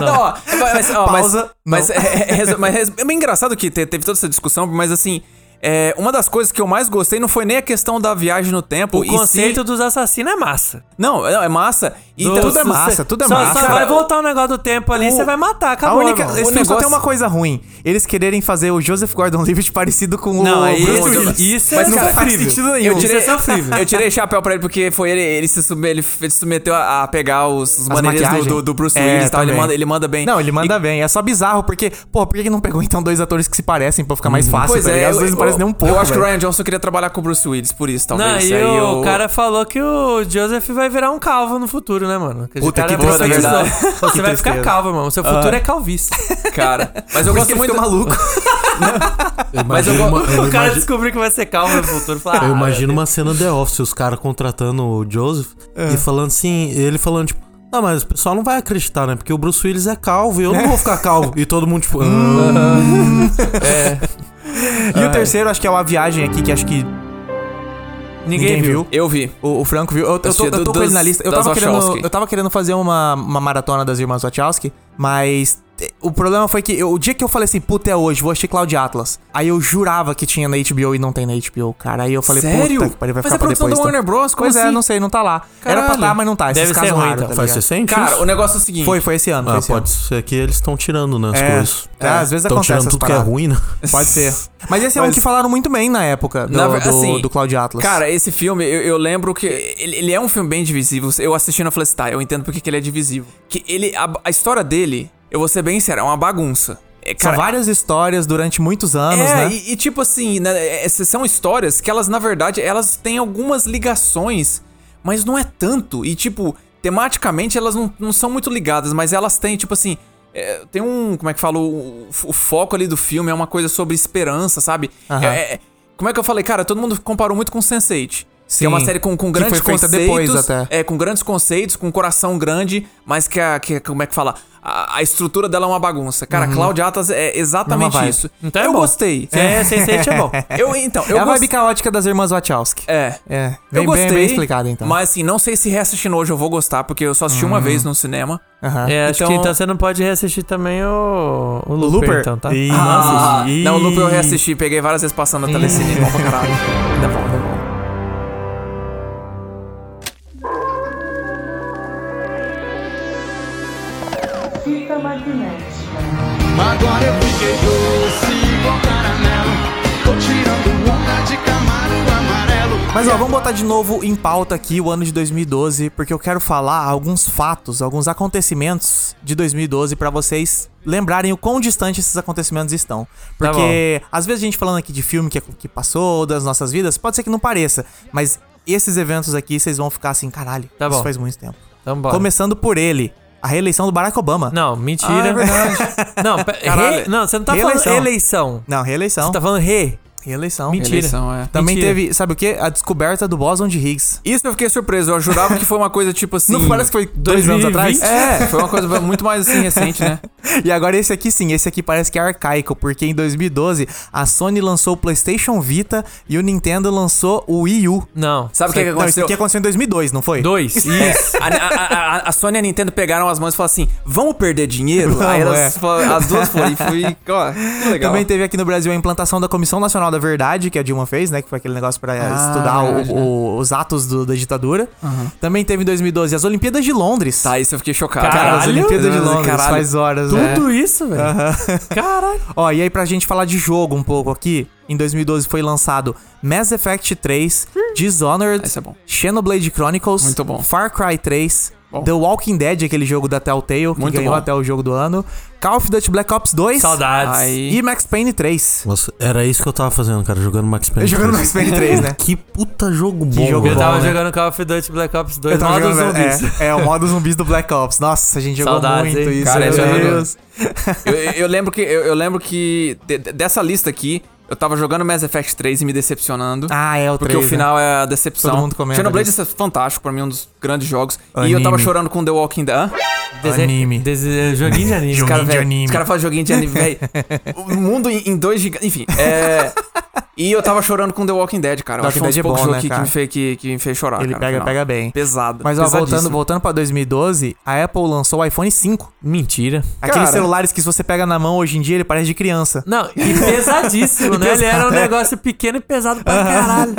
Não, ó, mas, [LAUGHS] ó, mas- Pausa, Mas, não. é, é- é- mas é bem engraçado que te- teve toda essa discussão, mas assim, é, uma das coisas que eu mais gostei não foi nem a questão da viagem no tempo. O e conceito sim- dos assassinos é massa. Não, é- é massa. E Do- tanto- tudo é massa, tudo é só, massa. Só vai Cara, voltar o negócio do tempo ali, o- você vai matar. A Acabou, única. irmão. Esse é um o filme só tem negócio- uma coisa ruim. Eles quererem fazer o Joseph Gordon Levitt [LAUGHS] parecido com Não, o é aí- Bruce isso- Willis. isso é Mas um é não faz sofrível. sentido nenhum. Eu tirei, Isso é [LAUGHS] sofrível. eu tirei chapéu pra ele porque foi ele, ele se sub- ele, ele se submeteu a, a pegar os, os As maneiras do, maquiagens. do- do Bruce É, Willis e tal. Ele também. manda, ele manda bem. Não, ele manda bem. É só bizarro, porque, pô, por que que não pegou então dois atores que se parecem pra ficar mais fácil? Pois tá é, ligado? Às eu- vezes não parece eu- nem um pouco. Eu acho que o velho. Ryan Johnson queria trabalhar com o Bruce Willis, por isso, talvez. Não, e Aí o eu- cara falou que o Joseph vai virar um calvo no futuro, né, mano? Que esse Puta, cara que vai tristeza. precisar- [LAUGHS] Você Que vai ficar tristeza. calvo, mano. Seu futuro é calvície. [LAUGHS] [LAUGHS] Cara. Mas eu Por isso gosto que ele muito. fica maluco. Eu imagino, eu go- uma, eu o cara imagi- descobriu que vai ser calvo no futuro. Fala, eu ah, imagino né? uma cena The Office, os caras contratando o Joseph e É. falando assim, ele falando tipo, ah, mas o pessoal não vai acreditar, né? Porque o Bruce Willis é calvo e eu não vou ficar calvo. E todo [LAUGHS] mundo tipo, Hum, "Ah." E o terceiro, acho que é uma viagem aqui que acho que Ninguém, ninguém viu. Eu vi. O, o Franco viu. Eu, eu tô, Assistia eu tô do- com ele na das- lista. Eu das tava, querendo, Wachowski. eu tava querendo fazer uma, uma maratona das irmãs Wachowski, mas te- o problema foi que eu- o dia que eu falei assim, puta, é hoje, vou assistir Cloud Atlas. Aí eu jurava que tinha na HBO e não tem na HBO, cara. Aí eu falei, Sério? puta, que pariu, vai Mas ficar pra é produção depois. da então. Warner Bros, como Pois é, assim? não sei, não tá lá. Era pra Caralho. estar, mas não tá. Esses Deve ser casos ruim, raros, então. tá Faz ligado? 60? Cara, o negócio é o seguinte. Foi, foi esse ano. foi Ah, esse ano. pode ser que eles estão tirando, né? As É. coisas. É, às vezes Estão acontece tirando essas tudo que paradas. é [LAUGHS] ruim, né? Pode ser. Mas esse é um Mas- que falaram muito bem na época do, Na ver- do, assim, do Cloud Atlas. Cara, esse filme, eu, eu lembro que. Ele, ele é um filme bem divisivo. Eu assistindo, eu falei assim, tá, eu entendo porque que ele é divisivo. Que ele. A, a história dele, eu vou ser bem sincero, é uma bagunça. É, são cara, várias histórias durante muitos anos, é, né? e, e tipo assim, né, essas são histórias que elas, na verdade, elas têm algumas ligações, mas não é tanto. E, tipo, tematicamente elas não, não são muito ligadas, mas elas têm, tipo assim. é, tem um. Como é que fala? O, o foco ali do filme é uma coisa sobre esperança, sabe? Aham. É- é- como é que eu falei? Cara, todo mundo comparou muito com Sense8. que Sim, é uma série com, com que grandes foi feita conceitos. depois até. É, com grandes conceitos, com um coração grande, mas que a. que- como é que fala? A, a estrutura dela é uma bagunça. Cara, Cláudia Atlas é exatamente Uhum. vibe. isso. Então é eu bom. gostei. É, Sense8 é bom. Eu, então, eu é a vibe gostei. caótica das irmãs Wachowski. É. É, Eu bem- bem- gostei. bem explicado, então. Uhum. Mas assim, não sei se reassistindo hoje eu vou gostar, porque eu só assisti uma vez no cinema. Aham. [LAUGHS] É, acho Então- que então você não pode reassistir também o, o Looper, Looper? então, tá? Ih, Ah, ih. não, o Loop eu reassisti, peguei várias vezes passando na telecine. [LAUGHS] Bom pra caralho. Tá bom, tá bom. Fita magnética. Agora eu fiquei doce igual caramelo Tô tirando onda de Camaro amarelo Mas ó, vamos botar de novo em pauta aqui o ano de 2012, porque eu quero falar alguns fatos, alguns acontecimentos de 2012 pra vocês lembrarem o quão distante esses acontecimentos estão. Tá Porque às vezes a gente falando aqui de filme que, que passou, das nossas vidas, pode ser que não pareça, mas esses eventos aqui vocês vão ficar assim, caralho, Tá isso bom. faz muito tempo. Então bora. Começando por ele, a reeleição do Barack Obama. Não, mentira. Ah, é [LAUGHS] não, pe- Caralho. re- não, você não tá Reeleição. falando eleição. Não, reeleição. Você tá falando re. Reeleição. Mentira. Eleição, é. Também Mentira. teve, sabe o quê? A descoberta do bóson de Higgs. Isso eu fiquei surpreso. Eu jurava que foi uma coisa tipo assim. Não parece que foi dois anos atrás? É, foi uma coisa muito mais assim recente, né? E agora esse aqui sim, esse aqui parece que é arcaico, porque em 2012 a Sony lançou o PlayStation Vita e o Nintendo lançou o Wii U. Não. Sabe o que, que Não, isso aconteceu? aqui aconteceu em 2002, não foi? Dois. Isso. A, a, a- a Sony e a Nintendo pegaram as mãos e falaram assim: vamos perder dinheiro? Aí Vamos, elas, é. falaram- as duas foram e foi. Ó, que legal. Também teve aqui no Brasil a implantação da Comissão Nacional da Verdade, que a Dilma fez, né? Que foi aquele negócio pra Ah, estudar o- né? o- os atos do- da ditadura. Também teve em 2012 as Olimpíadas de Londres. Tá, isso eu fiquei chocado. Cara, as Caralho. Olimpíadas de Londres Caralho. faz horas, né? Tudo isso, velho. Caralho. [LAUGHS] Ó, e aí pra gente falar de jogo um pouco aqui, Em 2012 foi lançado Mass Effect 3, Dishonored, Esse é bom. Xenoblade Chronicles, Muito bom. Far Cry 3, Bom. The Walking Dead, aquele jogo da Telltale, que Muito ganhou bom. até o jogo do ano, Call of Duty Black Ops 2 Saudades. Aí- e Max Payne 3. Nossa, era isso que eu tava fazendo, cara, jogando Max Payne. Jogando 3. Max Payne 3, [LAUGHS] né? Que puta jogo bom, jogo velho. Eu tava bom, né? jogando Call of Duty Black Ops 2 Eu tava modo jogando, zumbis. é, é, o modo zumbis do Black Ops. Nossa, a gente jogou Saudades, muito hein? isso. Cara, meu esse é um jogo- Deus. eu, eu lembro que, eu, eu lembro que de- de- dessa lista aqui, eu tava jogando Mass Effect 3 e me decepcionando. Ah, é o 3, Porque o né? final é a decepção. Todo mundo comenta Xenoblade disso. é fantástico, pra mim, um dos grandes jogos. E eu Anime. tava chorando com The Walking Dead. Hã? Dese- Anime. dese- é, Joguinho de anime. Joguinho Cara, de velho, anime. Os caras fazem joguinho de [LAUGHS] anime, velho. O mundo em, em dois gigantes. Enfim, é. e eu tava chorando com The Walking Dead, cara. The Eu acho que foi um Walking dos Dead é poucos bom, jogos né, que, que cara? me fez, que, que me fez chorar. Ele cara, pega, no final. pega bem. Pesado. Mas ó, voltando, pesadíssimo. voltando pra 2012, a Apple lançou o iPhone 5. Mentira. Aqueles Cara. celulares que se você pega na mão hoje em dia, ele parece de criança. Não, [LAUGHS] e pesadíssimo, né? Ele era um negócio pequeno e pesado pra caralho.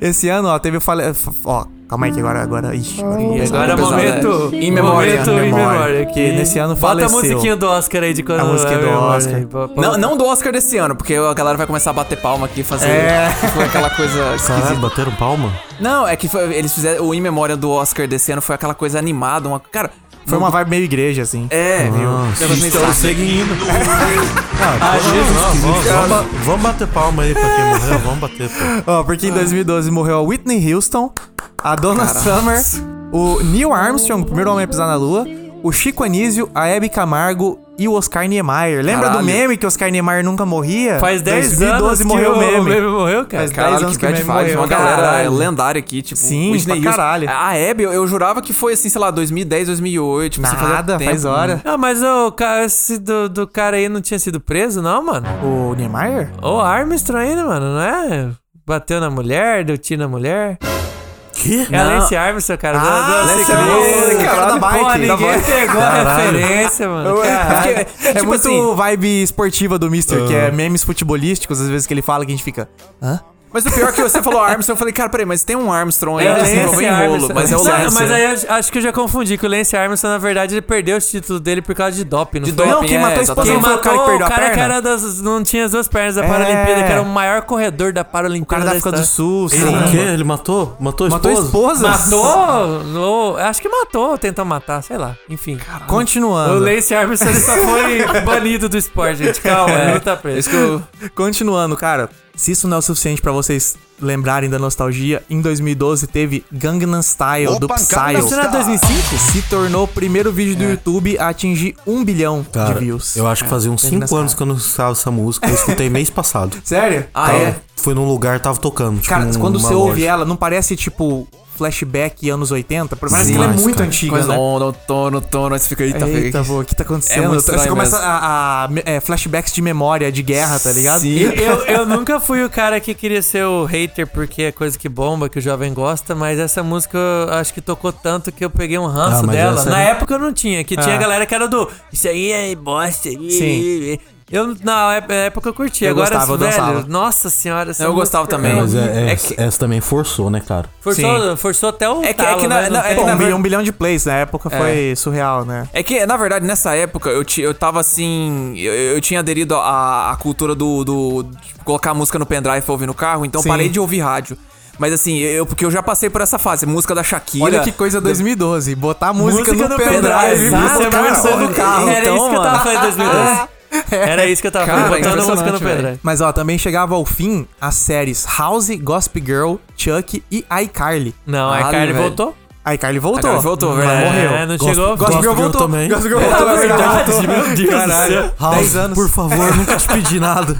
Esse ano, ó, teve o fale... Ó, calma aí que agora... agora... Ixi, agora E agora é Pesado, momento. é. Em memória. Momento Em em memória. memória. Que Que nesse ano Bota a faleceu. musiquinha do Oscar aí de quando A musiquinha do é memória Oscar. aí, pô- pô- Não, não do Oscar desse ano, porque a galera vai começar a bater palma aqui, fazer É. foi [LAUGHS] aquela coisa esquisita. Caralho, bateram palma? Não, é que foi- eles fizeram. O In Memória do Oscar desse ano foi aquela coisa animada. Uma, cara, Foi uma vibe meio igreja, assim. É, viu? Nossa. Negócio meio fraco. seguindo. Ah, Jesus, vamos, vamos, vamos bater palma aí pra quem morreu, vamos bater, pô. Ó, porque em 2012 morreu a Whitney Houston, a Donna Summer, o Neil Armstrong, o primeiro homem a pisar na lua, o Chico Anísio, a Hebe Camargo e o Oscar Niemeyer. Lembra do Caralho. meme que o Oscar Niemeyer nunca morria? Faz 10 anos que morreu o o meme. meme morreu, cara. Faz 10 É, Caralho, anos que, que o bad meme vibes. morreu. Uma galera Caralho. lendária aqui, tipo. Sim, Whitney pra Houston. caralho. A Hebe, eu, eu jurava que foi assim, sei lá, 2010, 2008. tipo, assim, Nada, tempo. faz hora. Ah, mas o cara, esse do, do cara aí não tinha sido preso, não, mano? O Niemeyer? O Armstrong ainda, mano, não é? Bateu na mulher, deu tiro na mulher. Que? É a Lance Armstrong, cara. do- Ah, do- Lance do- Armstrong, do- cara, da bike, Porra, da ninguém bike. pegou a Caralho. referência, mano. Porque, Caralho. é, É tipo muito assim, vibe esportiva do Mister, que é memes futebolísticos, às vezes que ele fala que a gente fica. Hã? mas o pior é que você falou Armstrong, eu falei, cara, peraí, mas tem um Armstrong aí, É o assim, Lance envolveu em rolo, Armstrong. mas é o Não, Lance. Mas aí eu acho que eu já confundi, que o Lance Armstrong, na verdade, ele perdeu o título dele por causa de doping. Não De foi? doping, Não, quem é, matou a exatamente. esposa Quem não foi matou o cara que perdeu a que perna? era das, não tinha as duas pernas da É. Paralimpíada, que era o maior corredor da Paralimpíada. O cara tá da África do história. Sul, sim. Ele, o quê? Ele matou? Matou a Matou a esposa? esposa? Matou? No, acho que matou, tentou matar, sei lá. Enfim. O Continuando. Lance Armstrong só [LAUGHS] foi banido do esporte, gente. Calma, É, É, ele não tá preso. Isso que eu- Continuando, cara. Se isso não é o suficiente pra vocês lembrarem da nostalgia, em 2012 teve Gangnam Style do Opa, Psy. Gangnam é Será 2005? Se tornou o primeiro vídeo do YouTube a atingir um bilhão Cara, de views. eu acho que fazia uns 5 nessa anos que eu não escutava essa música. Eu escutei mês passado. Sério? Então, Ah, é? Foi num lugar, tava tocando. Tipo, Cara, quando numa você loja. ouve ela, não parece tipo flashback anos 80? Parece Sim. que ela é Mas, muito cara, antiga, Mas né? não, tono, tono, aí você fica, eita, Eita, fica- pô, o que tá acontecendo? É muito você estranho começa mesmo. a, a- é, flashbacks de memória, de guerra, tá ligado? Sim. Eu, eu- eu nunca fui o cara que queria ser o hater porque é coisa que bomba, que o jovem gosta, mas essa música eu acho que tocou tanto que eu peguei um ranço Ah, mas dela. essa- Na época eu não tinha, que tinha Ah. galera que era do isso aí é bosta. Sim. Eu, na ép- época eu curti, Eu agora gostava, eu velho, dançava. nossa senhora. essa Eu gostava música- É, também. mas é- é- É que- essa também forçou, né, cara? Forçou, forçou até o É que- é talo, que na- né? Não na- é tem- que Pô, na um, ver- bilhão de plays na época foi surreal, né? É que, na verdade, nessa época, eu, ti- eu tava assim. Eu, eu tinha aderido à, à cultura do, do- de colocar a música no pendrive pra ouvir no carro, então Sim. parei de ouvir rádio. Mas assim, eu, porque eu já passei por essa fase. Música da Shakira. Olha que coisa 2012, botar a música, Música no pendrive tá e exato, botar mano. a música no carro. Era então, isso que eu tava mano. falando em [LAUGHS] 2012. [LAUGHS] Era isso que eu tava Cara, falando, botando a música no impressionante, pendrive. velho. É, Mas ó, também chegava ao fim as séries House, Gossip Girl, Chuck e iCarly. Ah, Não, a Caralho, Carly velho. voltou. iCarly voltou. Agora voltou, mas velho. morreu. É, não chegou. Gossip Girl voltou. também. Gossip Girl voltou, é verdade. meu Deus Caralho. House, 10 anos. [LAUGHS] por favor, nunca te pedi nada.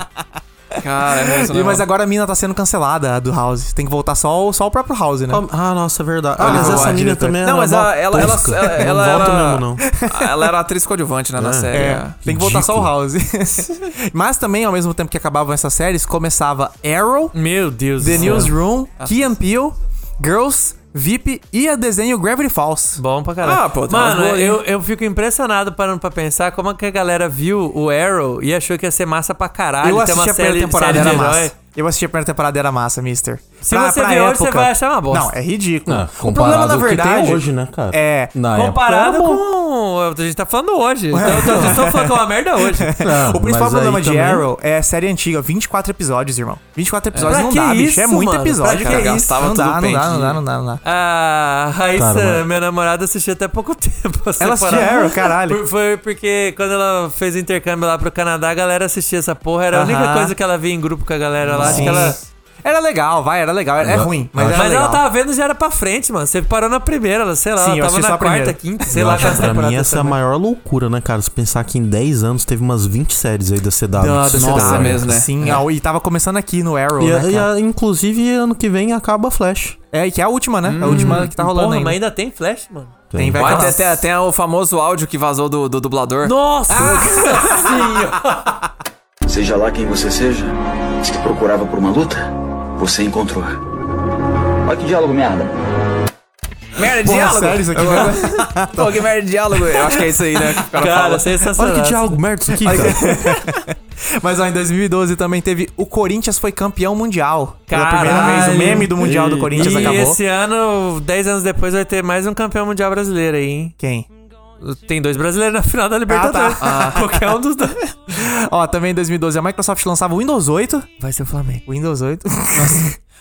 Cara, é isso, E, né, mas mano? agora a mina tá sendo cancelada a do House. Tem que voltar só o, só o próprio House, né? Ah, nossa, é verdade. Ah, Olha, mas boa, essa mina diretor. também Não, mas era a- mó ela- ela- tosca. [LAUGHS] ela- ela Não volta era- mesmo, [LAUGHS] não. Ela era atriz coadjuvante né, na É. série. É, é. tem que voltar só o Ridículo. House. [LAUGHS] Mas também, ao mesmo tempo que acabavam essas séries, começava Arrow, Meu Deus The do céu. Newsroom, Key and Peele, Girls, VIP e a desenho Gravity Falls. Bom pra caralho. Ah, pô, tá Mano, boa, hein? eu, eu fico impressionado parando pra pensar como é que a galera viu o Arrow e achou que ia ser massa pra caralho. Eu ter assisti uma a primeira série- temporada, série de era herói. massa. Eu assisti a primeira temporada e era massa, Mister. Se você ver hoje, você vai achar uma bosta. Não, é ridículo. Ah, o problema, comparado na ao que tem verdade. hoje, né, cara? É. Na Comparado época era bom. com. A gente tá falando hoje. [LAUGHS] Eu tô- eu tô falando que é uma merda hoje. Ah, O principal mas aí problema de também- Arrow é a série antiga, 24 episódios, irmão. 24 episódios Pra não que dá, bicho. É isso, muito mano? episódio, Pra que cara. isso? Não Tudo dá, não bem dá, não que- dá, não dá, não dá. A Ah, Raíssa, Cara, mas- minha namorada, assistiu até pouco [LAUGHS] tempo. a Ela assistia temporada. Arrow, caralho. Por- foi porque quando ela fez o intercâmbio lá pro Canadá, a galera assistia essa porra. Era a única Aham. coisa que ela via em grupo com a galera lá. Acho Sim. que ela... Era legal, vai, era legal. É Aham. ruim, mas era Mas legal. ela tava vendo já era pra frente, mano. Você parou na primeira, ela- sei lá, Sim, eu ela tava assisti só na a quarta, primeira. quinta, sei Eu lá acho quantas que pra mim temporadas essa é a também. maior loucura, né, cara? Se pensar que em 10 anos teve umas 27 aí da CW. Da- da Nossa, CW. cara. mesmo, né? Sim, a- e tava começando aqui no Arrow, tá- E, né, a- e a- cara? inclusive, ano que vem acaba a Flash. É, e que é a última, né? a última que tá rolando Porra, ainda. mas ainda tem flash, mano. Tem, vai Vai, acabar. tem, tem- tem o famoso áudio que vazou do, do dublador. Nossa Ah, senhora! Seja lá quem você seja, se procurava por uma luta, você encontrou. Olha que diálogo merda. Merda de Porra, diálogo! sério isso aqui, Pô, que merda de diálogo! Eu acho que é [LAUGHS] isso aí, né? que o cara Cara, fala. sensacional. Olha [LAUGHS] que diálogo merda isso aqui, cara. Mas ó, em 2012 também teve o Corinthians foi campeão mundial. Pela primeira Caralho. vez, o meme do Mundial do Corinthians E acabou. esse ano, 10 anos depois, vai ter mais um campeão mundial brasileiro aí, hein? Quem? Tem dois brasileiros na final da Ah, tá. Libertadores. [LAUGHS] Qualquer um dos dois. [LAUGHS] Ó, também em 2012 a Microsoft lançava o Windows 8. Vai ser o Flamengo. Windows 8.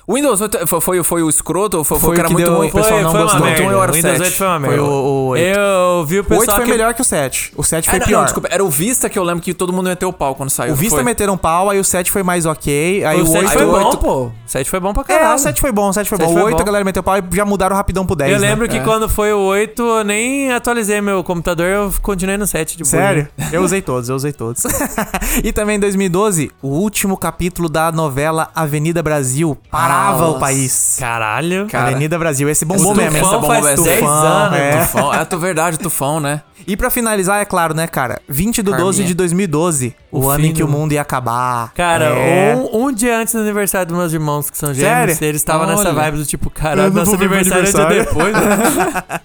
O Windows 8 foi, foi, foi o escroto ou foi, foi Foi o o que era que muito deu- ruim? o pessoal não foi gostou. Uma merda. Então eu era o o Windows 7. 8 foi uma merda. Foi o- o oito. Eu vi o O pessoal 8 foi que... melhor que o 7. O 7 foi Ah, não, pior. não, desculpa, era o Vista que eu lembro que todo mundo meteu o pau quando saiu. O Vista foi. meteram um pau, aí o 7 foi mais ok. Aí O o, 7 8 foi o bom, oito- pô. O 7 foi bom pra caralho. É, o 7 foi bom, o 7 foi Sete bom. foi O 8 bom. a galera meteu pau e já mudaram rapidão pro 10. Eu lembro né? que quando foi o 8, eu nem atualizei meu computador, eu continuei no 7 de boa. né? Sério? [LAUGHS] Eu usei todos, eu usei todos. [LAUGHS] e também em 2012, o último capítulo da novela Avenida Brasil parava Nossa. o país. Caralho. Cara, Avenida Brasil, esse bombou o mesmo. Tufão essa bombou faz mesmo. 10 Tufão, anos, é. Tufão. É, tu verdade, Tufão, né? E pra finalizar, é claro, né, cara? 20 de Carminha. 12 de 2012, o, O ano fim em que do- o mundo ia acabar. Cara, é. um, um dia antes do aniversário dos meus irmãos, que são gêmeos, Sério? eles estavam nessa Olha. vibe do tipo, Eu caralho, não nosso vou ver meu aniversário é dia depois. aniversário. [LAUGHS] né?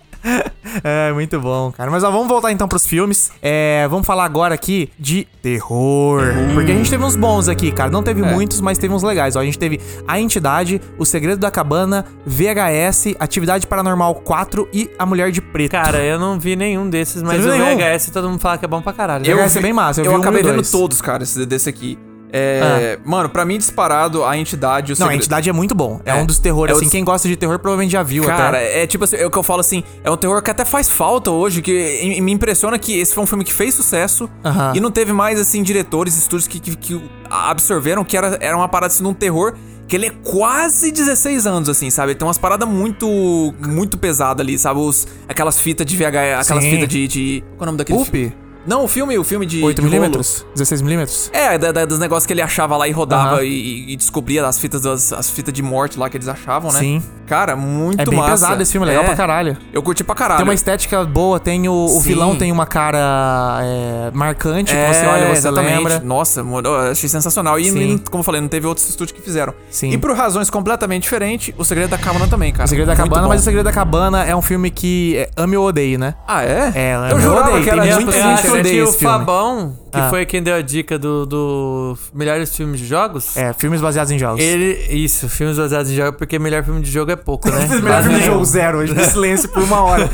É, muito bom, cara. Mas ó, vamos voltar então pros filmes. É, vamos falar agora aqui de terror. Porque a gente teve uns bons aqui, cara. Não teve muitos, mas teve uns legais. Ó, a gente teve A Entidade, O Segredo da Cabana, VHS, Atividade Paranormal 4 e A Mulher de Preto. Cara, eu não vi nenhum desses, mas viu o nenhum? VHS todo mundo fala que é bom pra caralho. Eu- né? VHS é bem massa, eu vi um e acabei dois. Ah. vendo todos, cara, esse, desse aqui. É, Mano, pra mim, disparado, a entidade... O Não, a segredo- entidade é muito bom. É, É. um dos terrores, É o assim. des- Quem gosta de terror provavelmente já viu Cara, até. é tipo assim, é o que eu falo assim, é um terror que até faz falta hoje, que e- e me impressiona que esse foi um filme que fez sucesso Aham. e não teve mais, assim, diretores, estúdios que, que, que absorveram que era, era uma parada assim de um terror que ele é quase 16 anos, assim, sabe? Ele Tem umas paradas muito, muito pesadas ali, sabe? Os, aquelas fitas de VH, aquelas Sim. fitas de, de- Qual é o nome daquele Up? filme? Não, o filme, o filme de... 8mm? 16mm? É, da- da- dos negócios que ele achava lá e rodava Aham. e, e descobria as fitas, das, as fitas de morte lá que eles achavam, né? Sim. Cara, muito É bem massa. pesado esse filme, legal É. pra caralho. Eu curti pra caralho. Tem uma estética boa, tem o, o Sim. vilão tem uma cara é, marcante É, que você olha, você exatamente. lembra. Nossa, mano, eu achei sensacional. E, Sim. não- como eu falei, não teve outros estúdios que fizeram. Sim. E por razões completamente diferentes, o Segredo da Cabana também, cara. O Segredo da Muito Cabana, bom. mas o Segredo da Cabana é um filme que é, ame ou odeie, né? Ah, é? É, eu eu jurava odeio, que tem era muita tipo eu gente assim, acho odeia que o esse filme. Fabão, que Ah. foi quem deu a dica do, do melhores filmes de jogos, É, filmes baseados em jogos. ele. Isso, filmes baseados em jogos, porque melhor filme de jogo é pouco, [LAUGHS] né? Mas, zero, hoje de silêncio por uma [LAUGHS] hora.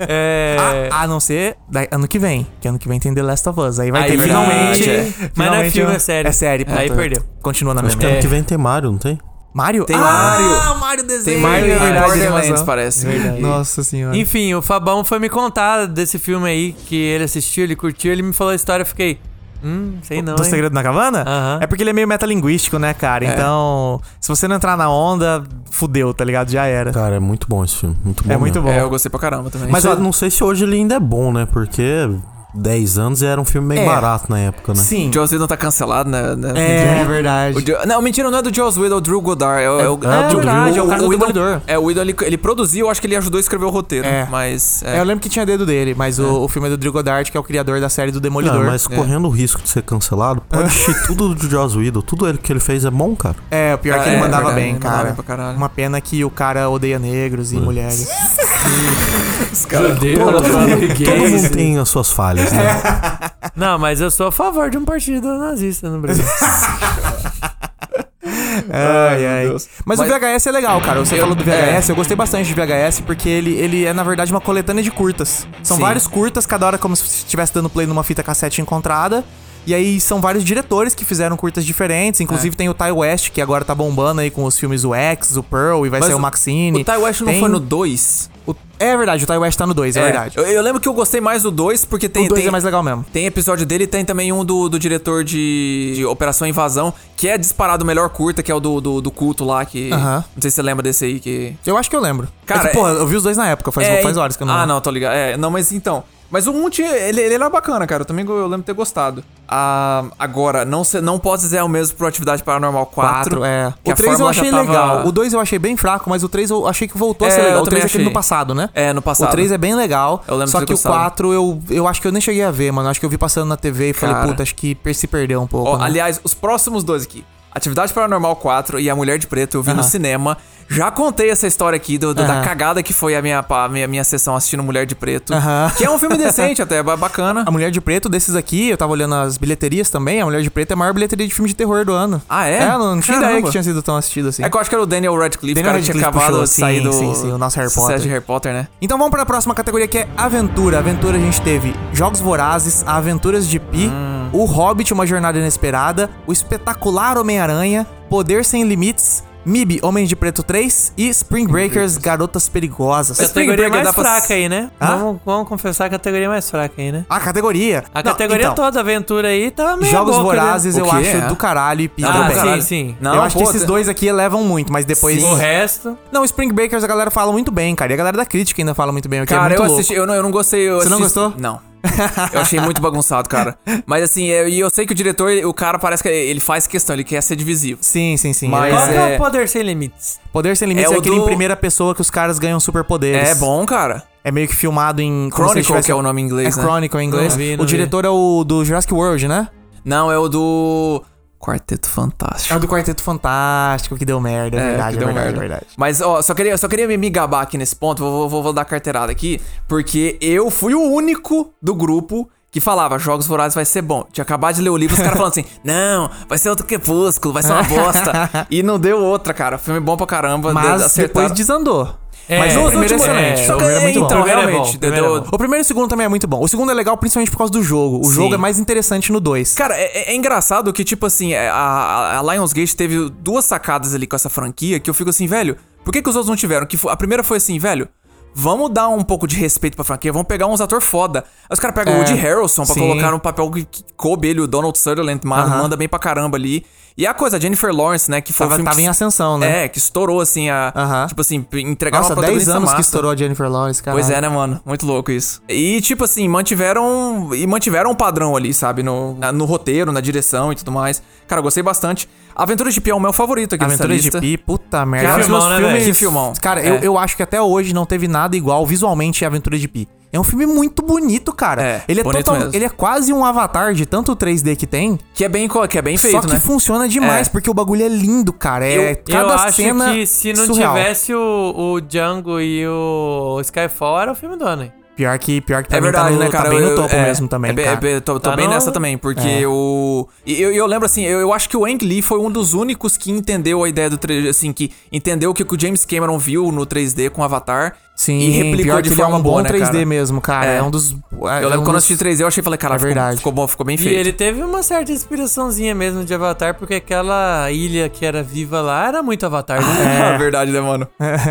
É. A não ser da- ano que vem, que ano que vem tem The Last of Us. Aí vai Aí, ter verdade, finalmente. é. Mas não é filme, é série. É série, Aí puta. perdeu. Continua na Acho que é mesma. ano que vem tem Mario, não tem? Mario? é. Tem ah, Mario. Mario desenho. Tem Mario e Verdade, Borderlands, animação. parece. Nossa senhora. Enfim, o Fabão foi me contar desse filme aí, que ele assistiu, ele curtiu, ele me falou a história, eu fiquei. Hum, sei não. Do hein?" Segredo na Cabana? Aham. É porque ele é meio metalinguístico, né, cara? Então, se você não entrar na onda, fudeu, tá ligado? Já era. Cara, é muito bom esse filme. Muito bom. É muito mesmo. bom. É, eu gostei pra caramba também. Mas Isso- eu não sei se hoje ele ainda é bom, né? Porque 10 anos era um filme meio É. barato na época, né? Sim. o Joss Whedon tá cancelado, né? né? É, O verdade. Jo- Não, mentira, não é do Joss Whedon, é o Drew Goddard. É, o- é o, é Drew- verdade, é o cara do Whedon- Demolidor. É, o Whedon, ele, ele produziu, acho que ele ajudou a escrever o roteiro. É. Mas... É, eu lembro que tinha dedo dele, mas o, o filme é do Drew Goddard, que é o criador da série do Ah, Demolidor. mas correndo o risco de ser cancelado, pode [LAUGHS] assistir tudo do Joss Whedon. Tudo ele que ele fez é bom, cara. É, o pior é que É, ele é mandava verdade, bem, ele mandava cara. bem pra caralho. Uma pena que o cara odeia negros e mulheres. É [LAUGHS] Todo mundo tem as suas [LAUGHS] falhas, né? [LAUGHS] Não, mas eu sou a favor de um partido nazista no Brasil. Ai, ai. Deus. Mas, o Mas- VHS é legal, cara. Você Eu- é. falou do VHS, eu gostei bastante de VHS, porque ele, ele é, na verdade, uma coletânea de curtas. São Sim. vários curtas, cada hora é como se estivesse dando play numa fita cassete encontrada. E aí são vários diretores que fizeram curtas diferentes. Inclusive É. tem o Ty West, que agora tá bombando aí com os filmes o X, o Pearl, e vai Mas ser o o- Maxine. O Ty West não Tem foi no 2? o- É verdade, o Ty West tá no 2, é, verdade. Eu, eu lembro que eu gostei mais do 2, porque tem. o 2 tem- é mais legal mesmo. Tem episódio dele e tem também um do, do diretor de, de Operação Invasão, que é disparado o melhor curta, que é o do, do, do culto lá, que. Aham. Não sei se você lembra desse aí que. Eu acho que eu lembro. é Cara, que, porra, é- eu vi os dois na época, faz, É, faz horas que eu não Ah, não, tô ligado. É, não, mas então. Mas o Munch, ele, ele era bacana, cara. Eu também go- eu lembro de ter gostado. Ah, agora, não, se- não posso dizer é o mesmo pro Atividade Paranormal 4. Quatro, é. que O a 3 eu fórmula já achei tava- legal. O 2 eu achei bem fraco, mas o 3 eu achei que voltou a ser É, legal. eu O 3 é também aquele no achei. passado, né? É, no passado. O 3 é bem legal. Eu lembro só de que ter o gostado. 4 eu, eu acho que eu nem cheguei a ver, mano. Acho que eu vi passando na TV e falei, Cara. puta, acho que per- se perdeu um pouco. Ó, né? aliás, os próximos dois aqui. Atividade Paranormal 4 e A Mulher de Preto eu vi no cinema. Já contei essa história aqui do, do- da Aham. cagada que foi a minha, a minha, minha sessão assistindo Mulher de Preto. Aham. Que é um filme decente até, ba- bacana. [LAUGHS] A Mulher de Preto, desses aqui, eu tava olhando as bilheterias também. A Mulher de Preto é a maior bilheteria de filme de terror do ano. Ah, É, é? eu não tinha Caramba. ideia que tinha sido tão assistido assim. É que eu acho que era o Daniel Radcliffe, Daniel cara, que Radcliffe tinha acabado de puxou, sair sim, do sim, sim, o nosso Harry sucesso Potter. de Harry Potter, né? Então vamos pra próxima categoria que é aventura. Aventura a gente teve Jogos Vorazes, Aventuras de Pi, Hum. O Hobbit, Uma Jornada Inesperada, O Espetacular Homem-Aranha, Poder Sem Limites, MIB, Homem de Preto 3 e Spring Breakers, Garotas Perigosas. Spring categoria Breaker mais dá pra- fraca aí, né? Hã? Vamos, vamos confessar a categoria mais fraca aí, né? A categoria. A Não, categoria então, toda, a aventura aí, tá meio Jogos boca, né? Vorazes O eu quê? acho É? do caralho e Pi Ah, também. sim, sim. eu Não, acho pô, que esses tá- dois aqui elevam muito, mas depois. O resto... Não, Spring Breakers a galera fala muito bem, cara. E a galera da crítica ainda fala muito bem. o que é Cara, muito eu louco. assisti, eu não, eu não gostei. eu Você não assisti- gostou? [LAUGHS] Não. Eu achei muito bagunçado, cara. Mas assim, eu- e eu, sei que o diretor, o cara parece que ele faz questão, ele quer ser divisivo. Sim, sim, sim. Mas eu- Qual que é é- o Poder Sem Limites? Poder Sem Limites é, É o aquele do- em primeira pessoa que os caras ganham superpoderes. É bom, cara. É meio que filmado em... como Chronicle, se tivesse- que é o nome em inglês, É né? Chronicle em inglês. Não vi, não o vi. diretor é o do Jurassic World, né? Não, é o do. Quarteto É o Fantástico. do Quarteto Fantástico, que deu merda. É, verdade, que é deu verdade, merda. é verdade. Mas, ó, só queria, só queria me- me gabar aqui nesse ponto, vou, vou- vou, vou dar carteirada aqui, porque eu fui o único do grupo que falava, Jogos Vorazes vai ser bom. Tinha acabado de ler o livro, os caras falando assim, [LAUGHS] não, vai ser outro crepúsculo, vai ser [LAUGHS] uma bosta. e não deu outra, cara. Filme bom pra caramba, Mas acertaram. depois desandou. É, Mas o o primeiro primeiro é é excelente. excelente. o primeiro é muito então, bom. primeiro é bom, realmente, deu- primeiro é deu- O primeiro e o segundo também é muito bom. O segundo é legal principalmente por causa do jogo. O Sim. jogo é mais interessante no 2. Cara, é, é- é engraçado que, tipo assim, a- a, a Lionsgate teve duas sacadas ali com essa franquia que eu fico assim, velho, por que, que os outros não tiveram? Que fo- a primeira foi assim, velho. Vamos dar um pouco de respeito pra franquia, vamos pegar uns ator foda. Aí os caras pegam o Woody Harrelson pra É, sim. colocar um papel que, que coube ele, o Donald Sutherland ma- manda bem pra caramba ali. E a coisa, a Jennifer Lawrence, né, que foi o Tava- filme que tava em es- ascensão, né? É, que estourou assim a, Aham. tipo assim, entregar Nossa, uma 10 protagonista anos que massa. estourou a Jennifer Lawrence, cara. Pois é, né, mano? Muito louco isso. E, tipo assim, mantiveram. E mantiveram um padrão ali, sabe? No, na- no roteiro, na direção e tudo mais. Cara, eu gostei bastante. Aventuras de Pi é o meu favorito aqui nessa Aventuras de lista. Pi, puta merda. Que É um dos meus filmão, né, velho? Que filmão. Cara, É. eu, eu acho que até hoje não teve nada igual visualmente a Aventura de Pi. É um filme muito bonito, cara. É, ele, é bonito total, mesmo. ele é quase um avatar de tanto 3D que tem. Que é bem, co- que é bem feito, só que né? funciona demais, É. porque o bagulho é lindo, cara. É eu cada acho cena que se não surreal. tivesse o, o Django e o Skyfall, era o filme do ano, hein? Pior que, pior que É também verdade, tá, no, né, tá cara? bem Eu- no eu- topo é, mesmo também, é, bem- cara. é bem- tô, tô Tá bem no- nessa também, porque É. eu, e eu... Eu lembro, assim, eu, eu acho que o Ang Lee foi um dos únicos que entendeu a ideia do 3D, assim, que entendeu o que o James Cameron viu no 3D com Avatar Sim, e replicou pior de que ele é forma um bom boa, né, 3D cara? mesmo, cara. É, É. um dos... é um Eu lembro quando eu dos- assisti 3D, eu achei, falei, cara, É ficou, verdade. ficou bom, ficou bem E feito. ele teve uma certa inspiraçãozinha mesmo de Avatar, porque aquela ilha que era viva lá era muito Avatar. Ah, né? [LAUGHS] É verdade, [LAUGHS] né, mano?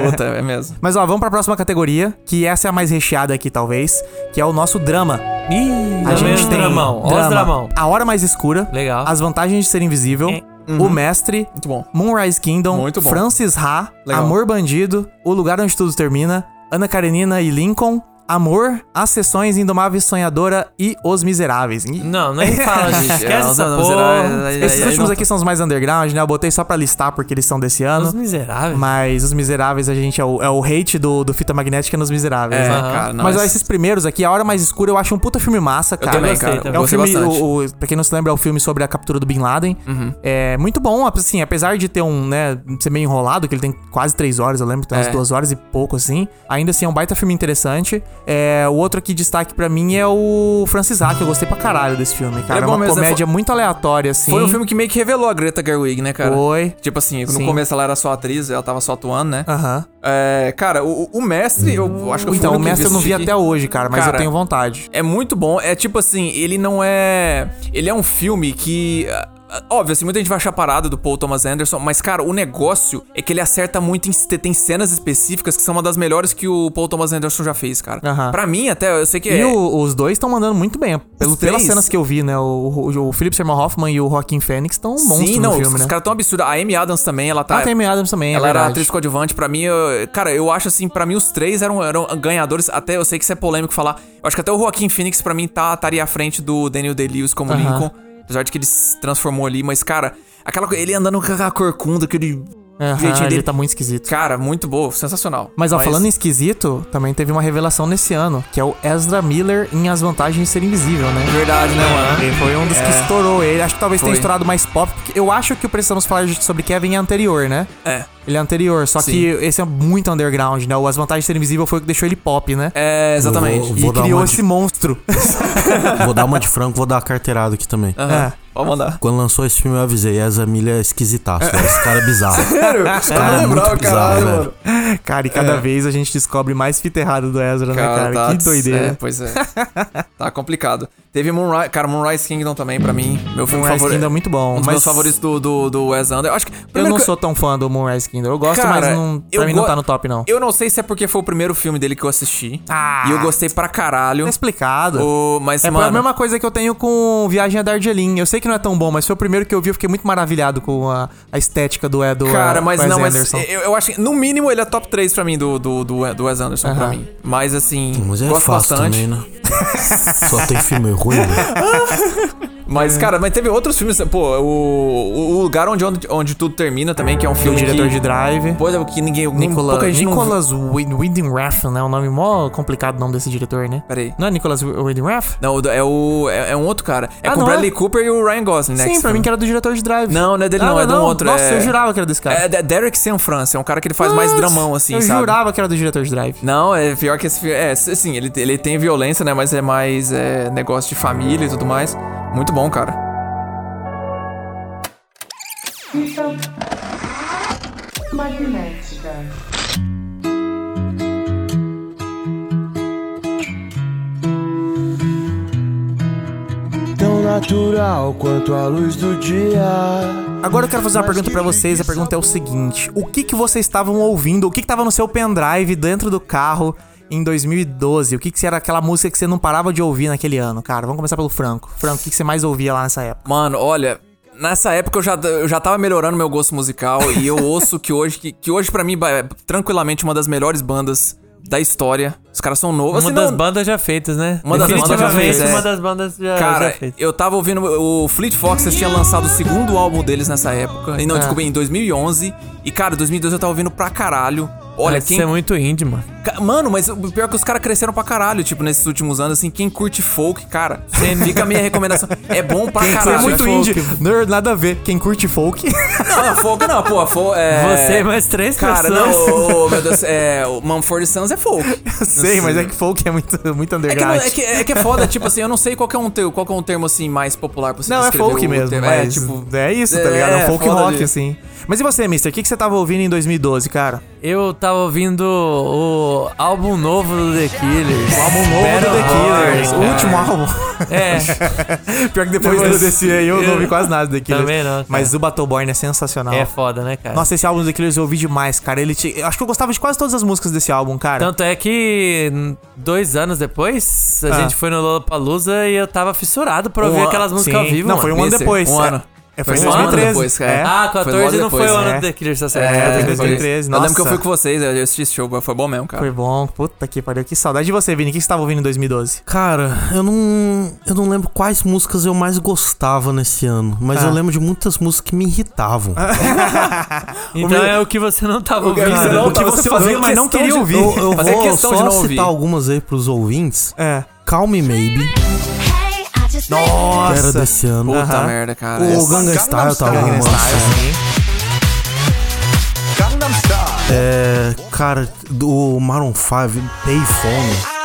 Puta, é mesmo. Mas ó, vamos pra próxima categoria, que essa é a mais recheada aqui, talvez, que é o nosso drama. Ih, tá A gente tem dramão. Ó os drama, dramão. A Hora Mais Escura. Legal. As Vantagens de Ser Invisível. É. O Mestre. Muito bom. Moonrise Kingdom. Muito bom. Francis Ha. Legal. Amor Bandido. O Lugar Onde Tudo Termina. Ana Karenina e Lincoln. Amor. As Sessões Indomáveis Sonhadora. E Os Miseráveis. Ih. Não, nem [LAUGHS] fala disso. Esquece Não, essa não, não, será- porra. aí- Esses aí últimos não- aqui são os mais underground, né? Eu botei só pra listar porque eles são desse Os ano. miseráveis. Mas Os Miseráveis, a gente é o, é o hate do, do Fita Magnética nos Miseráveis. É, né? cara, não, Mas ó, esse- esses primeiros aqui, A Hora Mais Escura, eu acho um puta filme massa, cara. também, gostei cara. também. É um Gostei filme, bastante. Uhum. o, o, pra quem não se lembra, é o filme sobre a captura do Bin Laden. É muito bom, assim, apesar de ter um, né, de ser meio enrolado, que ele tem quase três horas, eu lembro, tem umas É. duas horas e pouco, assim. Ainda assim, é um baita filme interessante. É, o outro aqui destaque pra mim é o Francis Ha, que eu gostei pra caralho desse filme, cara. É É bom uma mesmo, né? comédia muito aleatória, assim. Foi um filme que meio que revelou a Greta Gerwig, né, cara? Foi. Tipo assim, no Sim. começo ela era só atriz, ela tava só atuando, né? Aham. É, cara, o, o Mestre, eu acho que foi Então, o único que mestre eu não vi assisti. até hoje, cara, mas Cara, eu tenho vontade. É muito bom. É tipo assim, ele não é. Ele é um filme que. ah, ah, Óbvio, assim, muita gente vai achar parado do Paul Thomas Anderson, mas, cara, o negócio é que ele acerta muito em. c- Tem cenas específicas que são uma das melhores que o Paul Thomas Anderson já fez, cara. Aham. Pra mim, até, eu sei que E é. o- os dois estão mandando muito bem. Pelo, pelas três? cenas que eu vi, né? O, o, o Philip Seymour Hoffman e o Joaquim Fênix estão monstros Sim, no não, filme, os né? caras tão absurdos. A Amy Adams também, ela tá. Ah, tem Amy Adams também, é Ela era verdade. atriz coadjuvante, pra mim, eu- cara, eu acho assim, pra mim os três eram, eram ganhadores, até eu sei que isso é polêmico falar. Eu acho que até o Joaquim Phoenix, pra mim, tá, estaria à frente do Daniel Day-Lewis como Aham. Lincoln, apesar de que ele se transformou ali, mas, cara, aquela co- ele andando com a corcunda, aquele Aham, jeitinho ele dele. tá muito esquisito. Cara, muito boa, sensacional. Mas ó, falando em esquisito, também teve uma revelação nesse ano, que é o Ezra Miller em As Vantagens de Ser Invisível, né? Verdade, né, mano? Ele foi um dos que estourou ele. Acho que talvez tenha Foi. estourado mais pop. Porque eu acho que o Precisamos Falar sobre Kevin é anterior, né? É. Ele é anterior, só Sim. que esse é muito underground, né? O As Vantagens de Ser Invisível foi o que deixou ele pop, né? É, exatamente. Eu E vou dar criou uma de- esse monstro. Vou dar uma de franco, vou dar uma carteirada aqui também. Ah. Aham. Pode mandar. Quando lançou esse filme, eu avisei. Essa milha é esquisitaço, velho. Esse cara é bizarro. [LAUGHS] Esse Tá cara é muito bizarro, velho. Cara, e cada vez a gente descobre mais fita errada do Ezra, né, cara? que É, doideira. pois é. [LAUGHS] tá complicado. Teve Moonrise. Cara, Moonrise Kingdom também, pra mim. Meu filme Moonrise favorito. Kingdom é muito bom, Um dos mas- meus favoritos do, do, do Wes Anderson. Acho que. Eu primeiro não que- sou tão fã do Moonrise Kingdom. Eu gosto, Cara, mas não, pra eu mim não go- tá no top, não. Eu não sei se é porque foi o primeiro filme dele que eu assisti. Ah. E eu gostei pra caralho. Tá explicado. O- mas, É mano. a mesma coisa que eu tenho com Viagem a Darjeeling. Eu sei que não é tão bom, mas foi o primeiro que eu vi. Eu fiquei muito maravilhado com a, a estética do, do Cara, uh, mas Wes não, mas é, Anderson. eu, eu acho que no mínimo ele é top 3 pra mim do, do, do, do Wes Anderson, pra Aham. mim. Mas assim, Mas é gosto fácil bastante. também, né? Só tem filme ruim, né? velho. É. Mas, cara, mas teve outros filmes. Pô, o, o Lugar onde, onde, Onde Tudo Termina também, que é um o filme. diretor que, de Drive. Pois é, que ninguém. Nicolas, pouca gente não- Nicolas Win- Winding Refn, né? O nome mó complicado o nome desse diretor, né? Peraí. Não é Nicolas Wi- Winding Refn? Não, é o. É, é um outro cara. É Ah, com o não Bradley é? Cooper e o Ryan Gosling, né? Sim, esse pra mim filme. que era do diretor de Drive. Não, não é dele, Ah, não, é de um outro, Nossa, é- eu jurava que era desse cara. É da- Derek San Francisco, é um cara que ele faz mais Nossa, dramão, assim, eu sabe? jurava que era do diretor de Drive. Não, é pior que esse filme. É, assim, ele, ele tem violência, né? Mas é mais é, negócio de família e tudo mais. Muito bom, cara. Fita magnética. tão natural quanto a luz do dia. Agora eu quero fazer uma pergunta pra vocês. A pergunta é o seguinte: o que que vocês estavam ouvindo? O que que tava no seu pendrive dentro do carro em 2012? O que que era aquela música que você não parava de ouvir naquele ano, cara? Vamos começar pelo Franco. Franco, o que que você mais ouvia lá nessa época? Mano, olha. Nessa época eu já, eu já tava melhorando meu gosto musical e eu ouço que hoje, que, que hoje para mim é tranquilamente uma das melhores bandas da história. Os caras são novos. Uma assim, das não- bandas já feitas, né? Uma das bandas já Definitivamente feitas, é. uma das bandas já, já Cara, feitas. eu tava ouvindo. O Fleet Foxes tinha lançado o segundo álbum deles nessa época. É. E não, desculpa, em 2011. E, cara, 2012 eu tava ouvindo pra caralho. Olha, Isso quem. é muito indie, mano. Ca- Mano, mas o pior é que os caras cresceram pra caralho, tipo, nesses últimos anos, assim, quem curte folk, cara, [LAUGHS] fica a minha recomendação. É bom pra caralho. indie. Nerd, nada a ver. Quem curte folk. [LAUGHS] Não, folk não, pô, folk é... Você e mais três Cara, pessoas. não, ô, meu Deus, é, o Mumford Sons [LAUGHS] é folk. Sei, mas é que folk é muito, muito É que, não- underground. é, que, é que é foda, tipo assim, eu não sei qual que é um, termo, qual que é um termo, assim, mais popular pra você Não, é descrever folk o mesmo. termo. tipo, mas é, isso, tá ligado? É um folk foda rock, de- assim. Mas e você, mister? O que, que você tava ouvindo em 2012, cara? Eu tava ouvindo o álbum novo do The Killers. O álbum novo Better do né? The Heart, Killers. o cara. último álbum. É, Pior que depois Depois- do desse aí eu não ouvi quase nada do The Killers. assim, Também não, cara. Mas o Battleborn é sensacional. é foda, né, cara? Nossa, esse álbum do The Killers eu ouvi demais, cara. Ele te- eu acho que eu gostava de quase todas as músicas desse álbum, cara. Tanto é que hum, dois anos depois, a Ah. gente foi no Lollapalooza e eu tava fissurado pra ouvir Um- aquelas músicas ao Sim. vivo, Não, mano. foi um ano Mister, depois. um ano. É, foi em um ano 2013. depois, cara. É. Ah, Foi 14 não logo foi o depois, ano né? do The Killers, tá certo. É, É, foi em foi- 2013, Eu lembro que eu nossa. fui com vocês, eu assisti esse show, foi bom mesmo, cara. Foi bom. Puta que pariu. Que saudade de você, Vini. O que você tava ouvindo em 2012? Cara, eu não. Eu não lembro quais músicas eu mais gostava nesse ano. Mas Ah. eu lembro de muitas músicas que me irritavam. Então é o que você não tava que ouvindo. você não O que tava- você- você fazia ouviu, mas não Questão queria de- ouvir. Eu, eu Fazia vou questão de não só ouvir. citar algumas aí pros ouvintes. É. Calm Me Maybe, que era Nossa. desse ano. Puta Aham. merda, cara. O Essa- Gangnam Style eu tava Gangnam arrumando. Style, é sim. É, cara, do Maroon 5, Payphone.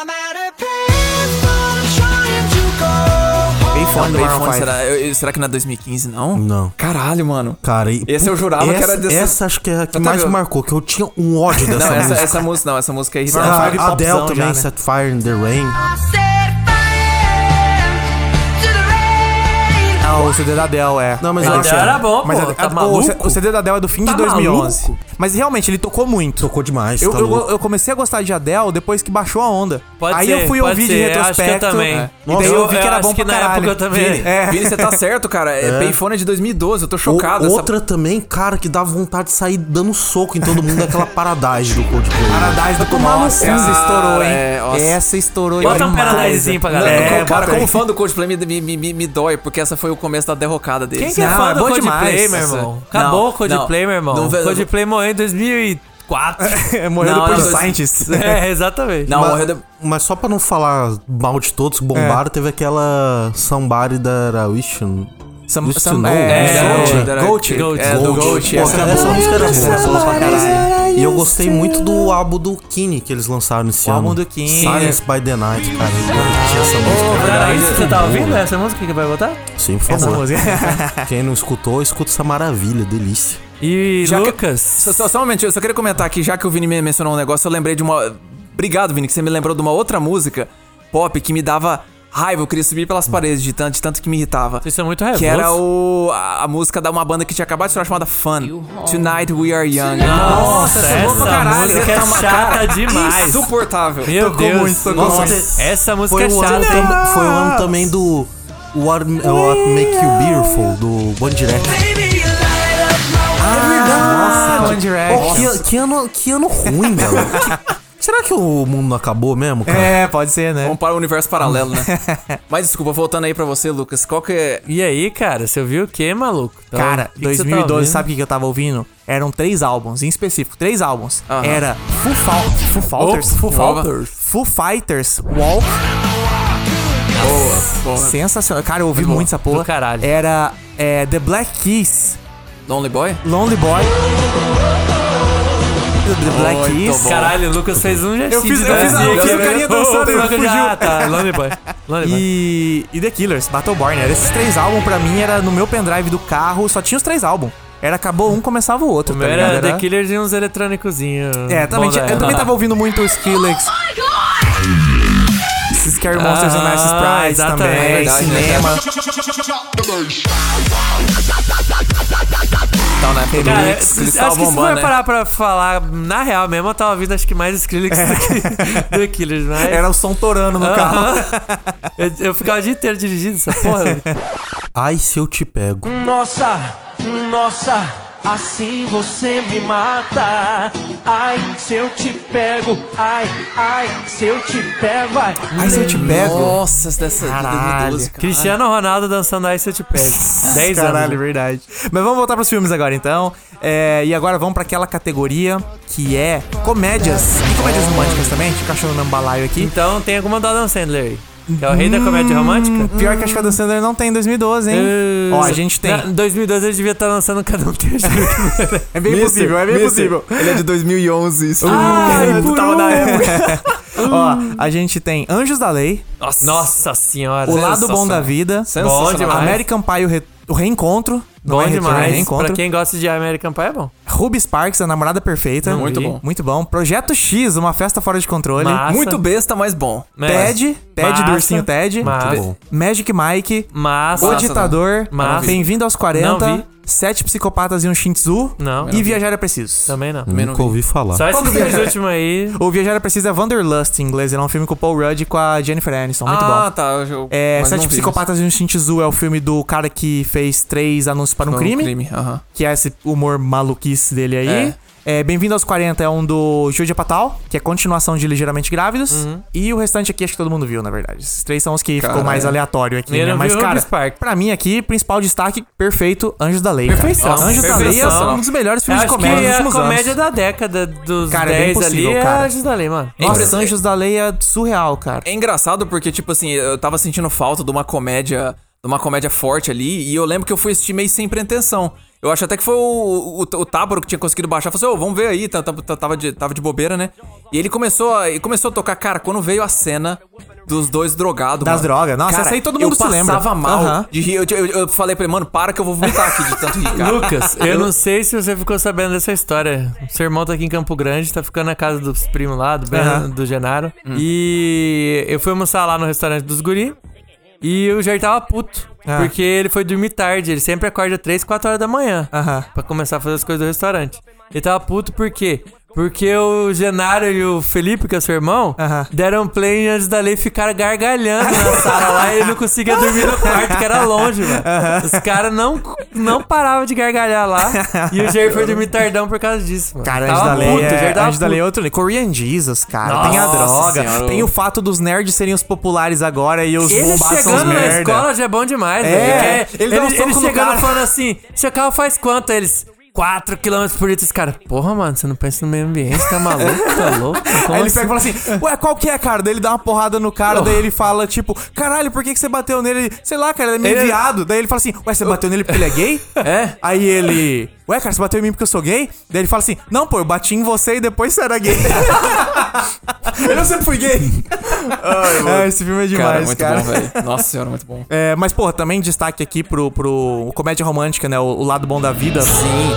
iPhone do também Maroon faz. 5, será, eu- eu- será que não é 2015, não? Não. Caralho, mano. Cara, e- Esse eu jurava que essa, era dessa- Essa acho que é a que Eu mais me também- marcou, que eu tinha um ódio dessa não, essa, música. essa música não, essa música é irritante. Ah, Five a Adele popzão também, já, né? Set Fire in the Rain. Ah, o CD da Adele, é. Não, mas É eu do acho- CD. era bom, Mas pô, a- tá a- o, C- maluco? o CD da Adele é do fim Tá de 2011. maluco? Mas realmente, ele tocou muito. Tocou demais, Eu, tá eu, louco. eu comecei a gostar de Adele depois que baixou a onda. Pode Aí ser, eu fui pode ouvir de ser, acho que eu retrospecto. também. é. E Nossa, daí eu vi eu- que eu era acho bom que pra na caralho. época eu também. Vini, é. Vini, você tá certo, cara. É, Payphone é de 2012, eu tô O- chocado. essa- outra também, cara, que dá vontade de sair dando soco em todo mundo, é aquela Paradise [LAUGHS] do Coldplay. Paradise do Coldplay. Nossa, essa cara, estourou, hein? é, nossa. essa estourou Bota um demais. Paradisezinho pra Não, galera. É, co- cara, bota aí. como fã do Coldplay me, me, me- me, me dói, porque essa foi o começo da derrocada deles. Quem que é Não, fã é do bom Coldplay, demais. meu irmão? Não, Acabou o não. Coldplay, meu irmão. Não, velho, Coldplay morreu em [LAUGHS] 2004. Morreu Não, depois não, do dois- Scientist. [LAUGHS] é, exatamente. Não, Mas, morreu de- mas só pra não falar mal de todos que bombaram, É. teve aquela Somebody da Arawishan. Some- Isso some- não, é, isso Gold, não. da- Gold, Gold, É, do Gold. Gold. né? Pô, essa cara, é essa boa. música era Essa boa. é boa pra caralho. E eu gostei muito do álbum do Kini que eles lançaram esse O ano. álbum do Keane. Silence by the Night, cara. Eu curti essa música. Era isso que você tá ouvindo? Essa música que vai botar? Sim, por Essa favor. é. música. é. Quem não escutou, escuta essa maravilha, delícia. [LAUGHS] E Já que- Lucas. Só, só, só um momentinho, eu só queria comentar aqui, já que o Vini me mencionou um negócio, eu lembrei de uma. Obrigado, Vini, que você me lembrou de uma outra música pop que me dava raiva. Eu queria subir pelas paredes de tanto, de tanto que me irritava. Vocês são muito raivosos. Que era o, a, a música da uma banda que tinha acabado de estourar chamada Fun. Tonight We Are Young. Nossa, é essa, boa pra caralho, música essa é tá uma chata demais. Insuportável. Meu Tocou Deus. muito, tocou Nossa, muito. essa música Foi é o, ano chata. tam- foi o ano também do What, é What Make You Beautiful, do One Direction. Nossa, É One Pô, Direction. que, que ano, que ano [LAUGHS] ruim, velho. Que- será que o mundo não acabou mesmo, cara? É, pode ser, né? Vamos para o universo paralelo, [LAUGHS] né? Mas desculpa, voltando aí pra você, Lucas, qual que é. E aí, cara, você ouviu o que, maluco? Então, Cara, o que que você tá 2012, ouvindo? sabe o que que eu tava ouvindo? Eram três álbuns, em específico, três álbuns. Aham. Era Foo, Fal Foo Fighters, Ops, Foo nova. Fighters, Foo Fighters, Walk, Porra, sensacional. Cara, eu ouvi muito essa porra. Do caralho. Era é, The Black Keys, Lonely Boy? Lonely Boy. The Black Muito Keys. é bom. Caralho, o Lucas fez um gestinho. Eu fiz- de eu fiz a- dancinha eu fiz aqui, o carinha né? dançando, Ô, ele Lucas, fugiu. Ah, tá, Lonely Boy. Lonely Boy. E, e The Killers, Battleborn. Era esses três álbuns pra mim, era no meu pendrive do carro, só tinha os três álbuns. Era acabou um, começava o outro. O tá meu ligado? era The Killers e uns eletrônicozinhos. É, também Bom tinha- né? da eu também época. tava ouvindo muito os Skrillex. Esses Scary Monsters and Nice Ah, Sprites exatamente, também, é verdade, cinema. Então, né? Porque Cara, eles- eles acho que estavam se for bombando, né? parar pra falar, na real mesmo, eu tava ouvindo acho que mais Skrillex do que [LAUGHS] do Killers, mas... É. Era o som torando no carro. Aham. eu, eu ficava o dia inteiro dirigindo essa [LAUGHS] porra. né? Ai, se eu te pego. Nossa, nossa, assim você me mata. Ai, se eu te pego, ai, ai, se eu te pego, ai. Aí se eu te pego. Nossa, dessa de Caralho. 2012, cara. Cristiano Ronaldo dançando aí se eu te pego. 10 Caralho, anos. verdade. Mas vamos voltar pros filmes agora, então. É, e agora vamos pra aquela categoria que é comédias. E comédias românticas também, tipo cachorro no balaio aqui. Então tem alguma do Adam Sandler aí. Que é o rei da comédia romântica? Pior que acho que Hum, a Dan Sandler não tem em 2012, hein? Eh, Ó, a gente tem. na- Em 2012 ele devia estar lançando cada um [LAUGHS] terço. É bem possível, é bem possível. Ele é de 2011, isso. Ah, [LAUGHS] é Ele tava na época. Ó, a gente tem Anjos da Lei, Nossa, Nossa senhora. O Lado Bom da Sensacional. Vida, Sensacional. Bom demais. American Pie, o, re- o Reencontro. não Bom é retorno, é demais. reencontro. Pra quem gosta de American Pie é bom. Ruby Sparks, A Namorada Perfeita. Muito vi. bom. Muito bom. Projeto X, Uma Festa Fora de Controle. Massa. Muito besta, mas bom. Ted, Ted Massa. do Ursinho Ted. Massa. Muito bom. Magic Mike. Massa. O Massa, Ditador. não. Massa. Bem-vindo aos Não 40. vi. Sete Psicopatas e um Shih Tzu. Não. E Viajar é Preciso. Também não. Também não Nunca vi. ouvi falar. Só esses dois últimos aí. é? O Viajar é Preciso é Wanderlust em inglês. Ele é um filme com o Paul Rudd e com a Jennifer Aniston. Muito ah, bom. tá. eu- É, mas Sete não vi. Psicopatas e um Shih Tzu é o filme do cara que fez três anúncios para um Não, crime. é aham. que é esse humor maluquice dele aí. É. Bem-vindo aos 40 é um do Julia Patal, que é continuação de Ligeiramente Grávidos. Uhum. E o restante aqui acho que todo mundo viu, na verdade. Esses três são os que ficou Cara, mais é. aleatório aqui, Eu né? não Mas, vi o cara, Ruby Spark. pra mim aqui, principal destaque, perfeito, Anjos da Lei. cara. Perfeição. Nossa, Anjos da Lei Perfeição. é um dos melhores Eu filmes acho de comédia que dos é a últimos anos. comédia da década dos Cara, é bem 10 possível, ali é cara. a Anjos da Lei, mano. Nossa, Impressionante. Anjos da Lei é surreal, cara. É engraçado porque, tipo assim, eu tava sentindo falta de uma comédia, de uma comédia forte ali, e eu lembro que eu fui assistir meio sem pretensão. Eu acho até que foi o, o, o Táboro que tinha conseguido baixar. Falei assim, ô, vamos ver aí, tá- tá- tá- tava, de, tava de bobeira, né? E ele começou a, ele começou a tocar, cara, quando veio a cena dos dois drogados. Das mano. drogas. Nossa, Cara, essa aí todo mundo eu se lembra. passava mal Aham. de rir. Eu, eu- eu falei pra ele, mano, para que eu vou vomitar aqui de tanto rir, cara. Lucas, eu não sei se você ficou sabendo dessa história. Seu irmão tá aqui em Campo Grande, tá ficando na casa dos primos lá, do, Ben, Aham. Hum. do Genaro. E eu fui almoçar lá no restaurante dos guri. E o Jair tava puto. Ah. Porque ele foi dormir tarde. Ele sempre acorda 3, 4 horas da manhã. Aham. Pra começar a fazer as coisas do restaurante. Ele tava puto por quê? Porque o Genaro e o Felipe, que é seu irmão, Aham. deram play antes da lei ficar [LAUGHS] gargalhando na sala lá e ele não conseguia dormir no quarto, que era longe, velho. Os caras não, não paravam de gargalhar lá e o Jair foi dormir tardão por causa disso, mano. Cara, Tava Anjo da Lei puto, o é, Jair tava Anjo da Lei é puto. outro nível. Korean Jesus, cara. tem a Nossa droga. Senhora. Tem o fato dos nerds serem os populares agora e os Ele bombados são os chegando na merda. escola já é bom demais, É, velho. Porque ele dá um soco no chegando cara. [LAUGHS] falando assim, seu carro faz quanto? Eles... 4 km por litro, os caras, porra, mano, você não pensa no meio ambiente, tá maluco, tá louco? Como Aí ele assim? pega e fala assim, ué, qual que é, cara? Daí ele dá uma porrada no cara, daí ele fala, tipo, caralho, por que, que você bateu nele? Ele, Sei lá, cara, ele é meio Ele- viado. Daí ele fala assim, ué, você bateu nele porque ele [LAUGHS] é gay? É? Aí ele, ué, cara, você bateu em mim porque eu sou gay? Daí ele fala assim, não, pô, eu bati em você e depois você era [LAUGHS] gay. eu sempre fui gay. Ah, esse filme é Cara, demais, muito cara. bom, velho. Nossa senhora, muito bom. É, mas, porra, também destaque aqui pro, pro comédia romântica, né? O, o lado bom da vida. Sim.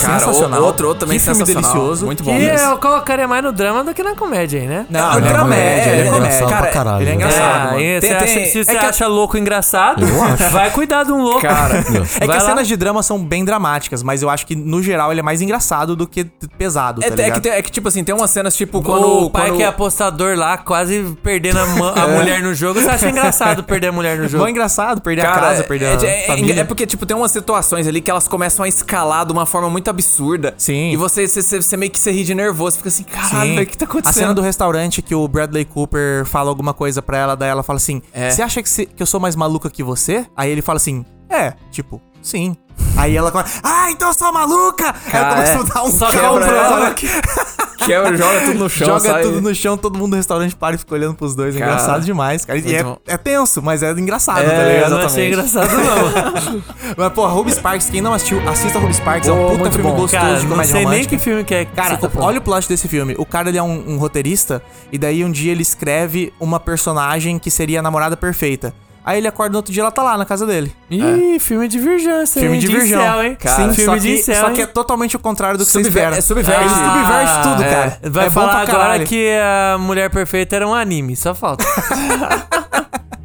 Cara, Sensacional. o- outro, outro também Que filme sensacional. delicioso. Muito bom [LAUGHS] Que mesmo. eu colocaria mais no drama do que na comédia, aí, né? Não, ele é comédia, ele é engraçado pra caralho. Ele é É, engraçado, mano. Tem- aí você tem- acha- se é você que- acha louco engraçado, [LAUGHS] vai cuidar de um louco. [LAUGHS] Cara, É que Vai as lá. cenas de drama são bem dramáticas, mas eu acho que, no geral, ele é mais engraçado do que t- pesado, tá é, é que, ligado? tem- é que, tipo assim, tem umas cenas, tipo, quando... Quando o pai quando- que é apostador lá, quase perdendo a, ma- a mulher no jogo, você acha engraçado perder a mulher no Mó jogo. é engraçado perder Cara, a casa, perder é, a é- é- família. é porque, tipo, tem umas situações ali que elas começam a escalar de uma forma muito absurda. Sim. E você, você, você- você meio que se ri de nervoso, fica assim, caralho, Sim. velho, o que tá acontecendo? A cena do restaurante que o Bradley Cooper fala alguma coisa pra ela, daí ela fala assim: É. Você acha que, se- que eu sou mais maluca que você? Aí ele fala assim: É, tipo, sim. Aí ela começa, ah, então eu sou maluca! Cara, Aí é. eu começo a dar um Só caldo quebra pra ela. [LAUGHS] ela. Quebra, joga tudo no chão, Joga sai. tudo no chão, todo mundo no restaurante para e fica olhando pros dois. É Cara, engraçado demais, cara. E muito é, bom. é tenso, mas é engraçado, É, tá Eu ligado? não achei engraçado, não. Mas, pô, Ruby Sparks, quem não assistiu, assista Ruby Sparks. é Pô, um puta muito filme bom. gostoso Cara, de não comédia sei nem romântica. que filme que é. que Cara, você tá falando. olha o plot desse filme. O cara ele é um, um roteirista, e daí um dia ele escreve uma personagem que seria a namorada perfeita. Aí ele acorda no outro dia ela tá lá na casa dele. Ih, filme de virgância, Filme hein? de virgão. incel, hein? Cara, Sim, Sim, só filme de que, incel, só hein? que é totalmente o contrário do que você Subver- espera. é subverte. Ele subverte tudo, Ah, cara. é. Vai É bom falar pra agora caralho. que a Mulher Perfeita era um anime, [LAUGHS] só falta.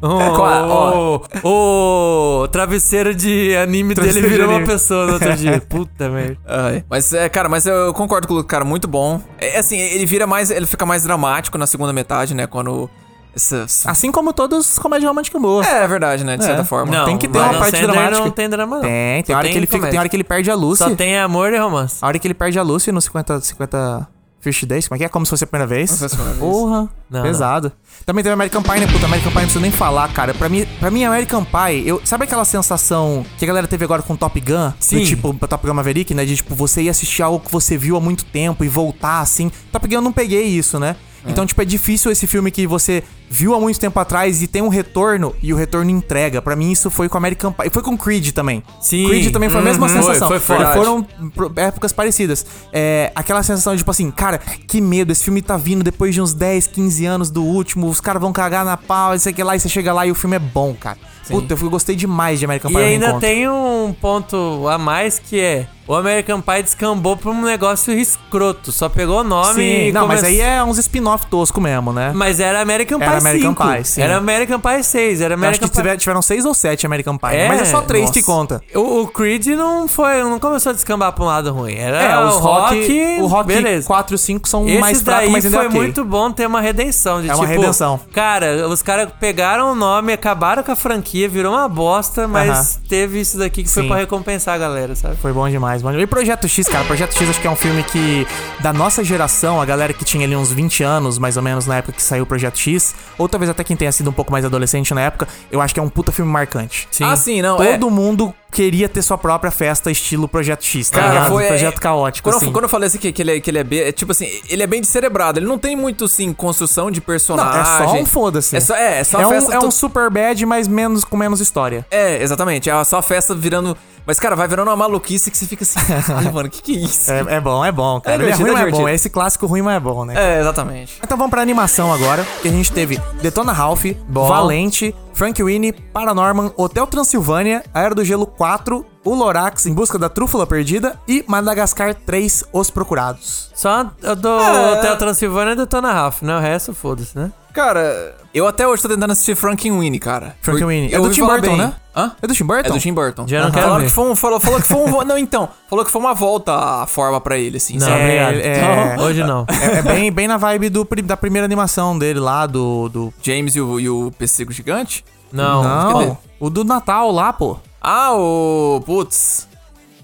É qual- O o- o travesseiro de anime Travesseiro dele de virou uma anime. pessoa no [LAUGHS] outro dia. Puta merda. Ai, Mas, é, cara, mas eu concordo com o Lucas, cara, muito bom. É assim, ele vira mais. Ele fica mais dramático na segunda metade, né? Quando. Essa, essa- Assim como todas as comédias românticas boas. É, é verdade, né? De certa forma. tem que ter mas uma não, parte Sandler dramática. Não tem drama, não. Tem, tem Só hora, que ele fica, comédia. tem hora que ele perde a Lucy. Só tem amor e romance. A hora que ele perde a Lucy no 50, 50 First Days, como é que é? Como se fosse a primeira vez. se fosse a primeira vez. Porra, Não, pesado. Também teve American Pie, né? Puta, American Pie não preciso nem falar, cara. Pra mim, pra mim American Pie, eu, sabe aquela sensação que a galera teve agora com Top Gun? Sim. Do tipo, Top Gun Maverick, né? De tipo, você ir assistir algo que você viu há muito tempo e voltar assim. Top Gun eu não peguei isso, né? Então, tipo, é difícil esse filme que você viu há muito tempo atrás e tem um retorno e o retorno entrega. Pra mim, isso foi com American Pie. Foi com Creed também. Sim. Creed também foi a mesma Uhum. sensação. Foi, foi forte. Eles foram pro- épocas parecidas. É, aquela sensação de, tipo assim, cara, que medo, esse filme tá vindo depois de uns 10, 15 anos do último, os caras vão cagar na pau, isso aqui lá, e você chega lá e o filme é bom, cara. Puta, eu fui- gostei demais de American E Pie ainda Reencontro. tem um ponto a mais que é o American Pie descambou pra um negócio escroto. Só pegou o nome Sim, e não, mas aí começou- é uns spin-off tosco mesmo, né? Mas era American Era Pie American 5. Pie, sim. Era American Pie 6, Eu era acho American que Pie... tiver- tiveram seis ou sete American Pie, né? É, mas é só três nossa. que conta. O, o Creed não foi, não começou a descambar pra um lado ruim. Era É, o os rock, rock, o rock beleza. 4 e 5 são Esse mais fracos, daí mas ainda foi é ok. muito bom ter uma redenção. De, É uma tipo, redenção. Cara, os caras pegaram o nome, acabaram com a franquia, virou uma bosta, mas teve isso daqui que foi Sim. pra recompensar a galera, sabe? Foi bom demais, mano. E Projeto X, cara, Projeto X acho que é um filme que, da nossa geração, a galera que tinha ali uns 20 anos, mais ou menos, na época que saiu o Projeto X, ou talvez até quem tenha sido um pouco mais adolescente na época, eu acho que é um puta filme marcante. Ah, sim, não, Todo é. mundo queria ter sua própria festa, estilo Projeto X, tá Cara, ligado? foi- é, projeto caótico, Quando, eu- assim. quando eu falei assim que, que ele, é- que ele é bem. É, tipo assim, ele é bem descerebrado. Ele não tem muito, assim, construção de Não, personagem. é só um foda-se. É só, é, é só É a um, festa. é um tu- super bad, mas menos, com menos história. é, exatamente. É só a festa virando. Mas, cara, vai virando uma maluquice que você fica [LAUGHS] assim, caralho, mano, que que é isso? É, é bom, é bom, cara. É Ele é divertido, ruim, mas é é bom. divertido. É esse clássico ruim, mas é bom, né? É, exatamente. Então vamos pra animação agora, que a gente teve Detona Ralph, Valente, Frank Winnie, Paranorman, Hotel Transilvânia, A Era do Gelo 4, O Lorax em Busca da Trúfula Perdida e Madagascar 3, Os Procurados. Só a do É. Hotel Transilvânia e do Tona Ralph, né? O resto, foda-se, né? Cara, eu até hoje tô tentando assistir Frankenweenie, cara. Frank Por- Winnie. eu É do ouvi Tim falar Burton, bem. né? Hã? É do Tim Burton? É do Tim Burton. Já não Ah, quero falaram ver. que foi um, falou, falou que foi um. Não, então. Falou que foi uma volta a forma pra ele, assim. Não, sabe? obrigado. é- Não, hoje não. É, é bem, bem na vibe do, pri- da primeira animação dele lá, do... do... James e o, e o Pessego Gigante? Não. Não, o do Natal lá, pô. Ah, o. Putz.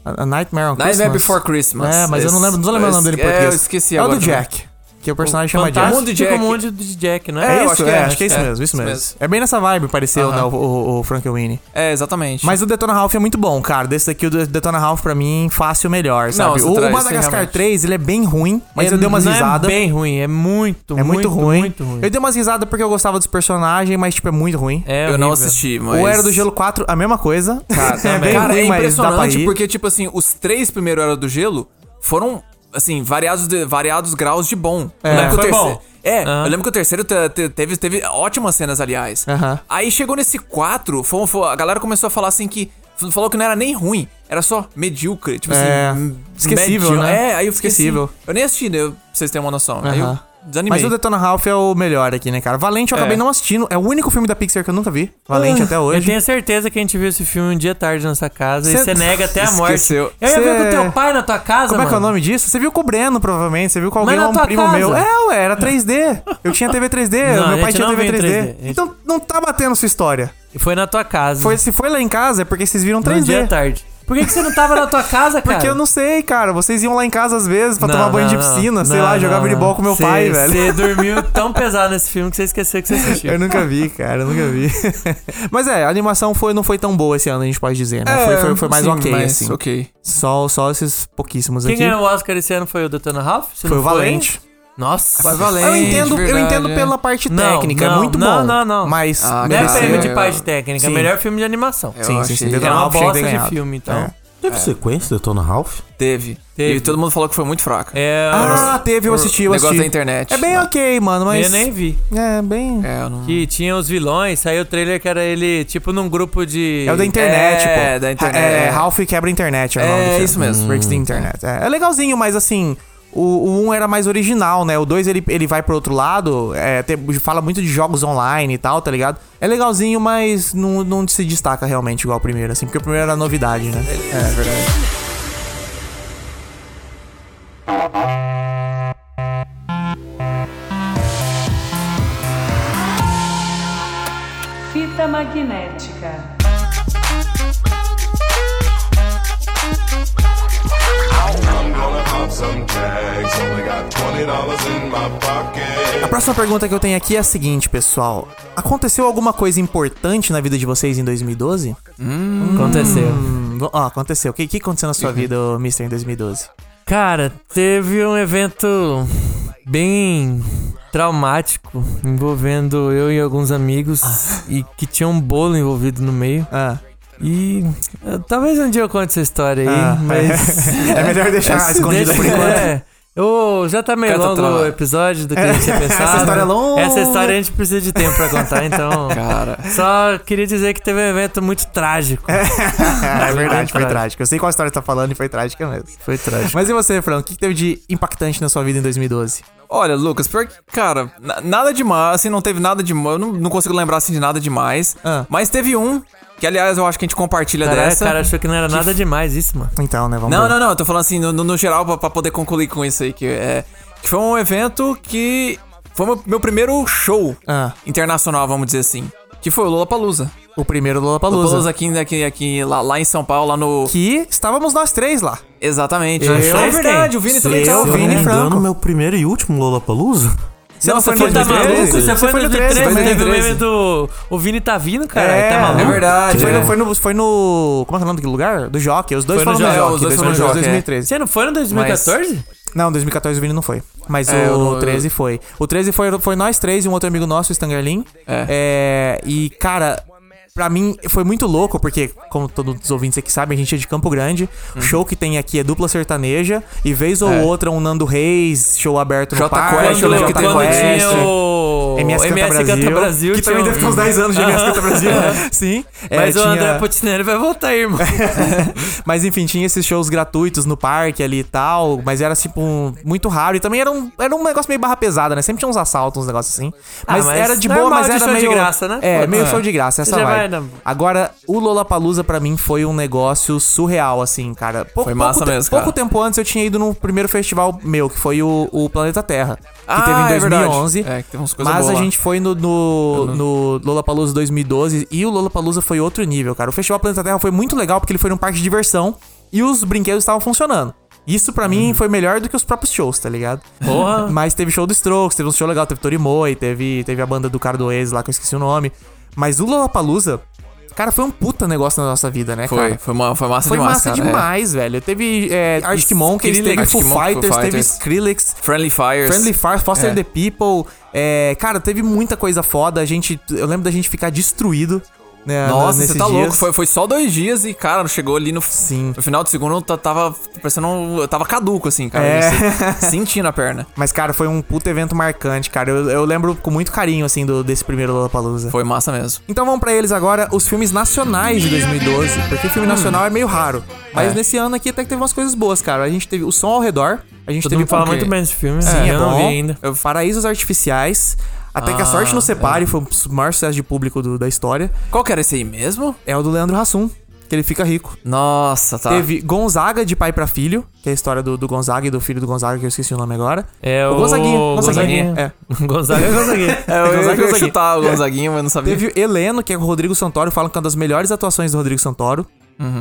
A a Nightmare on Christmas. Nightmare Before Christmas. É, mas eu não lembro, não tô lembrando o nome dele em É, português. eu esqueci é agora. o do Jack, que é o personagem chama Jack. Fantástico Mundo de Jack. Mundo de Jack, né? É, eu isso, acho que é, é, acho que é isso é, mesmo, isso isso mesmo. mesmo. É bem nessa vibe, pareceu, né, o, o, o Frank Winnie. É, exatamente. Mas o Detona Ralph é muito bom, cara. Desse daqui, o De- Detona Ralph, pra mim, fácil melhor, sabe? isso o, o tra- isso Madagascar realmente. 3, ele é bem ruim, mas eu dei umas não risadas. É bem ruim, é muito, É muito, ruim. Muito ruim. Eu dei umas risadas porque eu gostava dos personagens, mas, tipo, é muito ruim. É eu não horrível. assisti, mas. O Era do [LAUGHS] Gelo 4, a mesma coisa. é bem Cara, é ruim, mas dá pra impressionante rir. porque, tipo assim, os três primeiros Era do Gelo foram, assim, variados, de- variados graus de bom. Eu lembro que o foi terceiro- bom. É, Aham. eu lembro que o terceiro te- te- teve, teve ótimas cenas, aliás. Aham. Aí chegou nesse quatro, foi- foi- a galera começou a falar assim que. Falou que não era nem ruim, era só medíocre. Tipo assim, É, m- esquecível, médio. né? É, aí eu fiquei assim, Esquecível. eu nem assisti, né? Pra vocês terem uma noção. Aí eu Aham. desanimei. Mas o Detona Ralph é o melhor aqui, né, cara? Valente eu acabei não assistindo. É o único filme da Pixar que eu nunca vi. Valente até Eu hoje. tenho certeza que a gente viu esse filme um dia tarde nessa casa e Cê- você nega até a morte. Esqueceu. Eu ia Cê- ver com teu pai na tua casa, Como é que é o mano. nome disso? Você viu com o Breno, provavelmente. Você viu com alguém, Mas na um tua primo casa. meu. É, ué, era 3D. Eu tinha TV 3D, Não, meu a pai gente tinha não TV viu em 3D. 3D. Então não tá batendo sua história. E foi na tua casa. Foi, se foi lá em casa é porque vocês viram num dia 3D. tarde. Por que, que você não tava na tua casa, cara? Porque eu não sei, cara. Vocês iam lá em casa às vezes pra Não, tomar banho de não, não. piscina, sei Não, lá, não, jogar não. videobol com meu Cê- pai, velho. Você dormiu tão pesado nesse filme que você esqueceu que você assistiu. Eu nunca vi, cara, eu nunca vi. [LAUGHS] mas é, a animação foi, não foi tão boa esse ano, a gente pode dizer, É, né? foi, foi, foi mais É, Sim, ok, mas assim. Ok. Só, só esses pouquíssimos Quem aqui. ganhou o Oscar esse ano foi o Detona Ralph? Se Foi o não Valente. Nossa. Foi Valente. eu entendo, eu verdade, entendo é. pela parte Não, técnica, é não, muito não, bom. não, não. Mas Ah, Não é mereceu. prêmio de Eu- parte técnica, é Sim. melhor filme de animação. Sim, sim, sim. achei- Detona É uma Ralph tinha que ter bosta de ganhado. filme, então. É. Teve sequência do Tona Ralph? Teve. Teve. E todo mundo falou que foi muito fraca. É, Ah, teve, eu assisti, eu negócio assisti. da internet. É bem Não. ok, mano, mas... eu nem vi. É, bem... É, eu não. Que tinha os vilões, saiu o trailer que era ele, tipo, num grupo de. É o da internet, É, pô. da internet. É, é, Ralph quebra a internet, é o É, nome do filme. isso mesmo. Breaks the Internet. É, é legalzinho, mas assim. O 1 um era mais original, né? O 2 ele, ele vai pro outro lado, é, tem- fala muito de jogos online e tal, tá ligado? É legalzinho, mas não, não se destaca realmente igual o primeiro, assim, porque o primeiro era novidade, né? Fita magnética. A próxima pergunta que eu tenho aqui é a seguinte, pessoal: Aconteceu alguma coisa importante na vida de vocês em 2012? Aconteceu. Hum, vo- ó, aconteceu. O que, que aconteceu na sua vida, ô, Mister, em 2012? Cara, teve um evento bem traumático envolvendo eu e alguns amigos e que tinha um bolo envolvido no meio. Ah, E eh, talvez um dia eu conte essa história aí, Ah, [LAUGHS] mas. é melhor deixar escondido por enquanto. É. Ô, já tá meio Cata longo trava. o episódio do que a gente tinha pensado. Essa história é longa. Essa história a gente precisa de tempo pra contar, então. Cara. Só queria dizer que teve um evento muito trágico. É verdade, foi Trágico. trágico. Eu sei qual história você tá falando e foi trágica mesmo. Foi trágico. Mas e você, Fran? O que que teve de impactante na sua vida em 2012? Olha, Lucas, pior que, cara, na- nada demais, assim, não teve nada demais, eu não, não consigo lembrar, assim, de nada demais, Ah. mas teve um, que, aliás, eu acho que a gente compartilha Caralho, o dessa. né? cara achou que não era nada demais isso, mano. Então, né? Vamos Não, ver. não, não, eu tô falando assim, no, no- no geral, pra, pra poder concluir com isso aí, que é... Que foi um evento que foi meu, meu primeiro show Ah. internacional, vamos dizer assim, que foi o Lollapalooza. O primeiro Lollapalooza. Lollapalooza aqui, aqui, aqui lá, lá em São Paulo, lá no... Que estávamos nós três lá. Exatamente. Eu- é verdade, o Vini também Eu- Se tava. eu não Vini me engano, Franco. meu primeiro e último Lollapalooza. Você não, Nossa, foi em você tá 2013? maluco? Você foi em 2013, foi em teve o 2013. meme do. O Vini tá vindo, cara. É, tá maluco? é verdade, Foi, é. no, foi, no, foi no. Como é que é o nome daquele lugar? Do Jockey. Os dois Foi no foram no Jockey, Jockey. os dois foram 2012, no Jockey, é. 2013. Você não foi no 2014? Não, 2014 o Vini não foi. Mas É, eu o não- 13 foi. O 13 foi, foi nós três e um outro amigo nosso, o Stangerlin. É. E, cara, pra mim foi muito louco, porque, como todos os ouvintes aqui sabem, a gente é de Campo Grande. Hum. O show que tem aqui é dupla sertaneja. E vez ou outra, um Nando Reis, show aberto no Jota parque. É. Quest, eu lembro Jota que teve quando Quest. tinha o MS Canta Brasil, Brasil, que tinha também um- deve [LAUGHS] ter uns 10 anos de MS Canta [LAUGHS] Brasil. Sim. É, Mas o tinha- André Putinelli vai voltar aí, irmão. [LAUGHS] Mas enfim, tinha esses shows gratuitos no parque ali e tal, mas era tipo um- muito raro. E também era um, era um negócio meio barra pesada, né? Sempre tinha uns assaltos, uns negócios assim. Mas, mas era de normal boa, mas de era show de meio. graça, né? É, Foda-se. meio É. show de graça, essa Já vai. vai na- Agora, o Lollapalooza pra mim foi um negócio surreal, assim, cara. Pouco, Foi massa pouco, te- mesmo, cara. Pouco tempo antes eu tinha ido no primeiro festival meu, que foi o, o Planeta Terra. Que Ah, teve em é verdade. 2011. É, que teve umas coisas mas boas a lá. gente foi no, no, no Lollapalooza 2012 e o Lollapalooza foi outro nível, cara. O Festival Planeta Terra foi muito legal porque ele foi num parque de diversão e os brinquedos estavam funcionando. Isso pra mim Uhum. foi melhor do que os próprios shows, tá ligado? Porra. [LAUGHS] Mas teve show do Strokes, teve um show legal, teve Torimoi, teve, teve a banda do cara do ex lá que eu esqueci o nome. Mas o Lollapalooza, cara, foi um puta negócio na nossa vida, né, Foi, cara? foi, uma, foi massa Foi demais, massa cara, é. demais, velho. Teve é, Arctic Monkeys, teve Skrillex, Foo Arctic Monkeys, Foo Fighters, teve Fighters. Skrillex, Friendly Fires. Friendly Fire, Foster É. the People. É, cara, teve muita coisa foda. A gente, eu lembro da gente ficar destruído. Né, Nossa, nesses você tá dias. louco. Foi, foi só dois dias e, cara, chegou ali no, Sim. no final do segundo, eu t- tava parecendo. um- Eu tava caduco, assim, cara. É. Você- sentindo a perna. Mas, cara, foi um puta evento marcante, cara. Eu, eu lembro com muito carinho, assim, do, desse primeiro Lollapalooza. Foi massa mesmo. Então vamos pra eles agora, os filmes nacionais de 2012, porque filme nacional é meio raro. Mas É. nesse ano aqui até que teve umas coisas boas, cara. A gente teve o som ao redor, a gente Todo teve mundo fala com- muito bem desse filme. Sim, é, eu não bom. vi ainda. Eu- Paraísos Artificiais. Até que a sorte não separe, foi um o maior sucesso de público do- da história. Qual que era esse aí mesmo? É o do Leandro Hassum, que ele fica rico. Nossa, tá. Teve Gonzaga de pai pra filho, que é a história do, do Gonzaga e do filho do Gonzaga, que eu esqueci o nome agora. É o. Gonzaguinha, Gonzaguinha, Gonzaguinha. é. Gonzaga é [LAUGHS] Gonzaguinha. É, eu, Gonzaga, eu ia Gonzaguinha. chutar o Gonzaguinho, mas não sabia. Teve Heleno, que é o Rodrigo Santoro, falam que é uma das melhores atuações do Rodrigo Santoro.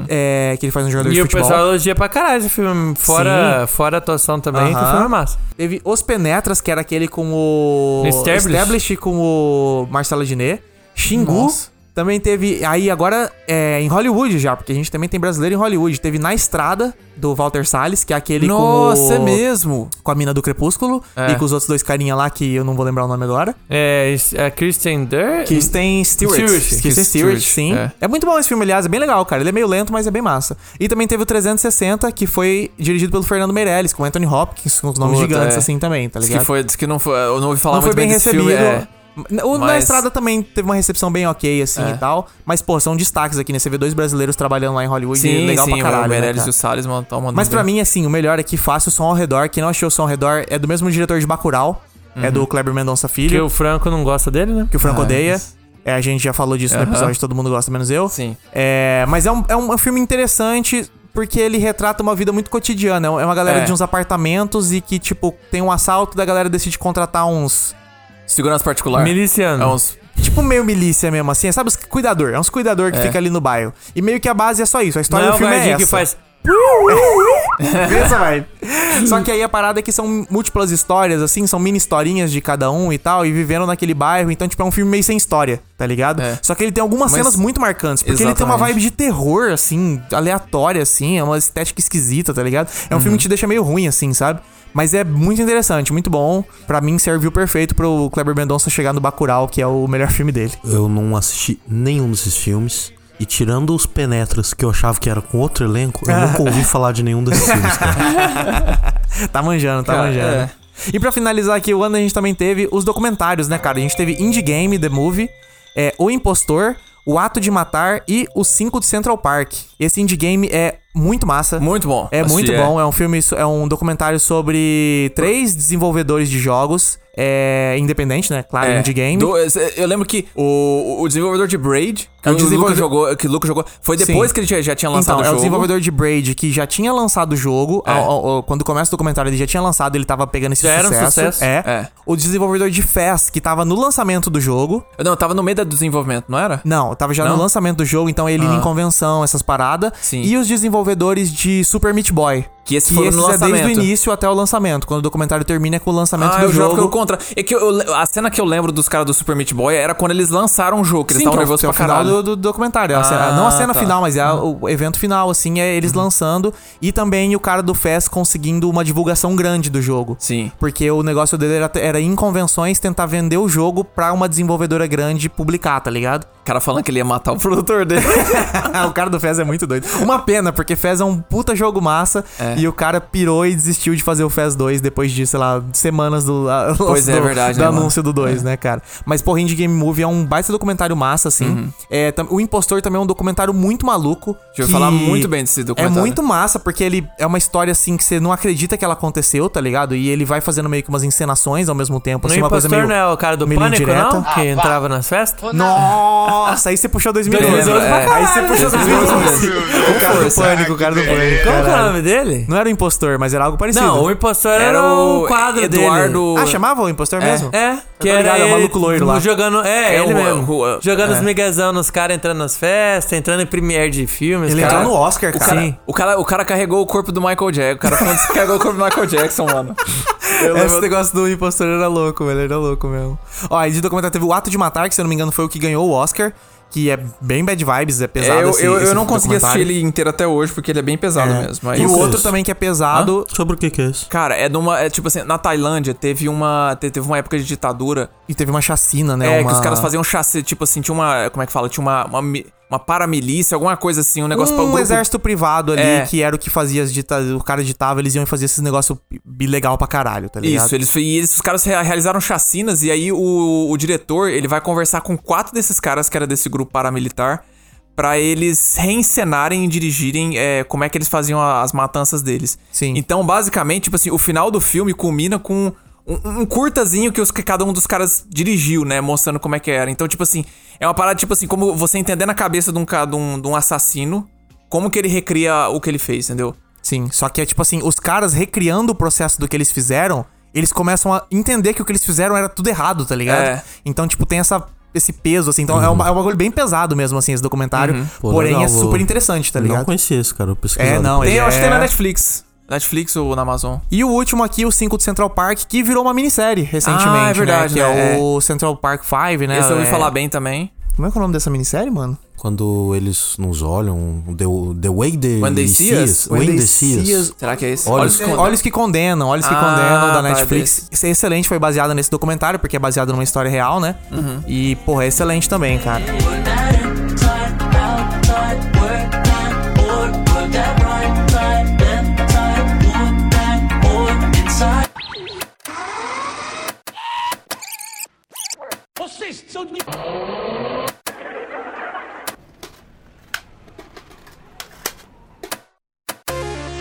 É, que ele faz um jogador Uhum. E de o futebol. pessoal elogia pra caralho esse filme. Fora, fora a atuação também, que o Aham. filme é massa. Teve Os Penetras, que era aquele com o. Established. com o Marcelo Diné. Xingu. Também teve. Aí agora é em Hollywood já, porque a gente também tem brasileiro em Hollywood. Teve Na Estrada, do Walter Salles, que é aquele com. Nossa, o- é mesmo. Com a mina do Crepúsculo. É. E com os outros dois carinha lá, que eu não vou lembrar o nome agora. É, isso- é Christian Durr. Que tem Stewart. Stewart. Que tem Stewart, Hum. Stewart, sim. É. é. muito bom esse filme, aliás. É bem legal, cara. Ele é meio lento, mas é bem massa. E também teve o 360, que foi dirigido pelo Fernando Meirelles, com Anthony Hopkins, com os nomes Puta, gigantes, é. assim, também, tá Diz que ligado? foi, diz que não foi. Eu não ouvi falar não foi muito bem desse recebido. filme. é. O Na Mas- Estrada também teve uma recepção bem ok, assim, É. e tal. Mas, pô, são destaques aqui, né? Você vê dois brasileiros trabalhando lá em Hollywood, Sim, legal sim, pra caralho, o né, Meirelles cara? e o Salles mandam mandando Mas pra bem. mim, assim, o melhor é que faça o som ao redor. Quem não achou o som ao redor é do mesmo diretor de Bacurau. É do Kleber Mendonça Que Filho, o Franco não gosta dele, né? que o Franco Ah, odeia. isso. É, a gente já falou disso no Aham. episódio Todo Mundo Gosta Menos Eu. Sim. É, mas é um, é um filme interessante porque ele retrata uma vida muito cotidiana. É uma galera É. de uns apartamentos e que, tipo, tem um assalto da galera decide contratar uns. Segurança particular. Miliciano. É uns. Tipo, meio milícia mesmo assim. Sabe, os cuidador. É uns cuidador que fica ali no bairro. E meio que a base é só isso. A história Não é do o filme é guardinha essa. que faz. Pensa, vai. Só que aí a parada é que são múltiplas histórias, assim, são mini historinhas de cada um e tal, e viveram naquele bairro. Então, tipo, é um filme meio sem história, tá ligado? É. Só que ele tem algumas Mas- cenas muito marcantes, porque ele tem uma Exatamente. vibe de terror, assim, aleatória, assim, é uma estética esquisita, tá ligado? É um Uhum. filme que te deixa meio ruim, assim, sabe? Mas é muito interessante, muito bom. Pra mim, serviu perfeito pro Kleber Mendonça chegar no Bacurau, que é o melhor filme dele. Eu não assisti nenhum desses filmes. E tirando os penetras que eu achava que era com outro elenco, eu [LAUGHS] nunca ouvi falar de nenhum desses filmes, cara. Tá manjando, tá Cara, manjando. é. E pra finalizar aqui o ano, a gente também teve os documentários, né, cara? A gente teve Indie Game, The Movie, é, O Impostor, O Ato de Matar e Os Cinco de Central Park. Esse Indie Game é muito massa. Muito bom. Assim, É Assisti, muito bom, é um filme, so- é um documentário sobre três desenvolvedores de jogos, é, independente, né? Claro, É. indie game. Do- eu lembro que o, o desenvolvedor de Braid, que É o o, desenvolvedor- Luca jogou, que o Luca jogou, foi depois Sim. que ele já, já tinha Então, é lançado o o jogo. desenvolvedor de Braid que já tinha lançado o jogo. É. ao- ao- ao- quando começa o documentário, ele já tinha lançado, ele tava pegando esse Já era um sucesso. sucesso. É. É. O desenvolvedor de Fast, que tava no lançamento do jogo. Não, tava no meio do desenvolvimento, não era? Não, tava já no Não? Ah. lançamento do jogo, então ele ia em convenção, essas paradas. Sim. E os desenvolvedores de Super Meat Boy. Que esses que foram no é desde o lançamento. início até o lançamento. Quando o documentário termina é com o lançamento Ah, do eu jogo jogo. pelo contra. É que eu- eu- a cena que eu lembro dos caras do Super Meat Boy era quando eles lançaram o jogo, que Sim, eles que estavam é o- nervosos que é pra o final caralho. do, do documentário. é a cena- Ah, não a cena tá. Uhum. final, mas é a- o evento final, assim, é eles lançando. E também o cara do Fest conseguindo uma divulgação grande do jogo. Sim. Porque o negócio dele era, era ir em convenções tentar vender o jogo pra uma desenvolvedora grande publicar, tá ligado? O cara falando que ele ia matar o produtor dele. [LAUGHS] o cara do Fez é muito doido. Uma pena, porque Fez é um puta jogo massa É. e o cara pirou e desistiu de fazer o Fez 2 depois de, sei lá, semanas do, a- Pois [LAUGHS] é, do- verdade, do né, anúncio do 2, né, cara? Mas, porra, Indie Game Movie é um baita documentário massa, assim. Uhum. É, tam- o Impostor também é um documentário muito maluco. Deixa eu que falar muito bem desse documentário. É muito massa, porque ele é uma história, assim, que você não acredita que ela aconteceu, tá ligado? E ele vai fazendo meio que umas encenações ao mesmo tempo, No assim, uma coisa impostor meio... não é o cara do meio pânico, indireta. Ah, não? Que entrava nas festas? Nossa, aí você puxou 2012. 2012 pra É, [LAUGHS] aí você puxou [LAUGHS] 2012. Com força. Pânico, o cara do pânico. Como que é o caralho. nome dele? Não era o impostor, mas era algo parecido. Não, o impostor era, o quadro dele. Eduardo... Ah, chamava o impostor mesmo? É, tô que era ligado, é o ele maluco loiro lá. Jogando, é, É ele o- mesmo. o- é. jogando os miguezão nos caras, entrando nas festas, entrando em premiere de filmes. Ele é- cara. entrou no Oscar, O cara. cara, Sim. o, cara, o cara carregou o corpo do Michael Jackson. O cara falando que carregou o corpo do Michael [LAUGHS] Jackson, mano. É Eu Esse lembro- negócio do impostor era louco, velho. Era louco mesmo. Ó, aí de documentário teve o Ato de Matar, que se eu não me engano foi o que ganhou o Oscar. Que é bem bad vibes, é pesado É, eu, esse- eu, eu esse não consegui assistir documentário. ele inteiro até hoje, porque ele é bem pesado É. mesmo. Mas E o Isso. outro também que é pesado. Sobre o que que é isso? Cara, é numa. É, tipo assim, na Tailândia teve uma. te- Teve uma época de ditadura. E teve uma chacina, né? É, uma- que os caras faziam chassi, tipo assim, tinha uma. Como é que fala? Tinha uma. Uma, mi- uma paramilícia, alguma coisa assim, um negócio pra um grupo- exército privado ali, É. que era o que fazia as dita... O cara ditava, eles iam fazer esses negócios ilegal pra caralho, tá ligado? Isso, eles, fe- e eles, os caras rea- realizaram chacinas e aí o, o diretor, ele vai conversar com quatro desses caras que era desse grupo paramilitar pra eles reencenarem e dirigirem é, como é que eles faziam a- as matanças deles. Sim. Então, basicamente, tipo assim, o final do filme culmina com um, um curtazinho que, os, que cada um dos caras dirigiu, né? Mostrando como é que era. Então, tipo assim, é uma parada, tipo assim, como você entender na cabeça de um, ca- de um, de um assassino, como que ele recria o que ele fez, entendeu? Sim, só que é tipo assim, os caras recriando o processo do que eles fizeram, eles começam a entender que o que eles fizeram era tudo errado, tá ligado? É. Então, tipo, tem essa, esse peso, assim. Então, é, uma- é um bagulho bem pesado mesmo, assim, esse documentário. Uhum. Uhum. Pô, porém, legal, é vou- super interessante, tá Não ligado? conhecia esse cara, eu pesquisava É, não, Tem, depois. ele eu acho que tem é- na Netflix. Netflix ou na Amazon? E o último aqui, o 5 de Central Park, que virou uma minissérie recentemente, Ah, é verdade, né? Que né? é o Central Park 5, né? Esse eu ouvi É- falar bem também. Como é que é o nome dessa minissérie, mano? Quando eles nos olham, the, the way they, When they see us? When, they, see us. Será que é esse? Olha, Olha, os esconde- Olhos que Condenam, Olhos que Ah, Condenam da tá, Netflix. Esse é excelente, foi baseado nesse documentário, porque é baseado numa história real, né? Uhum. E, porra, é excelente também, cara.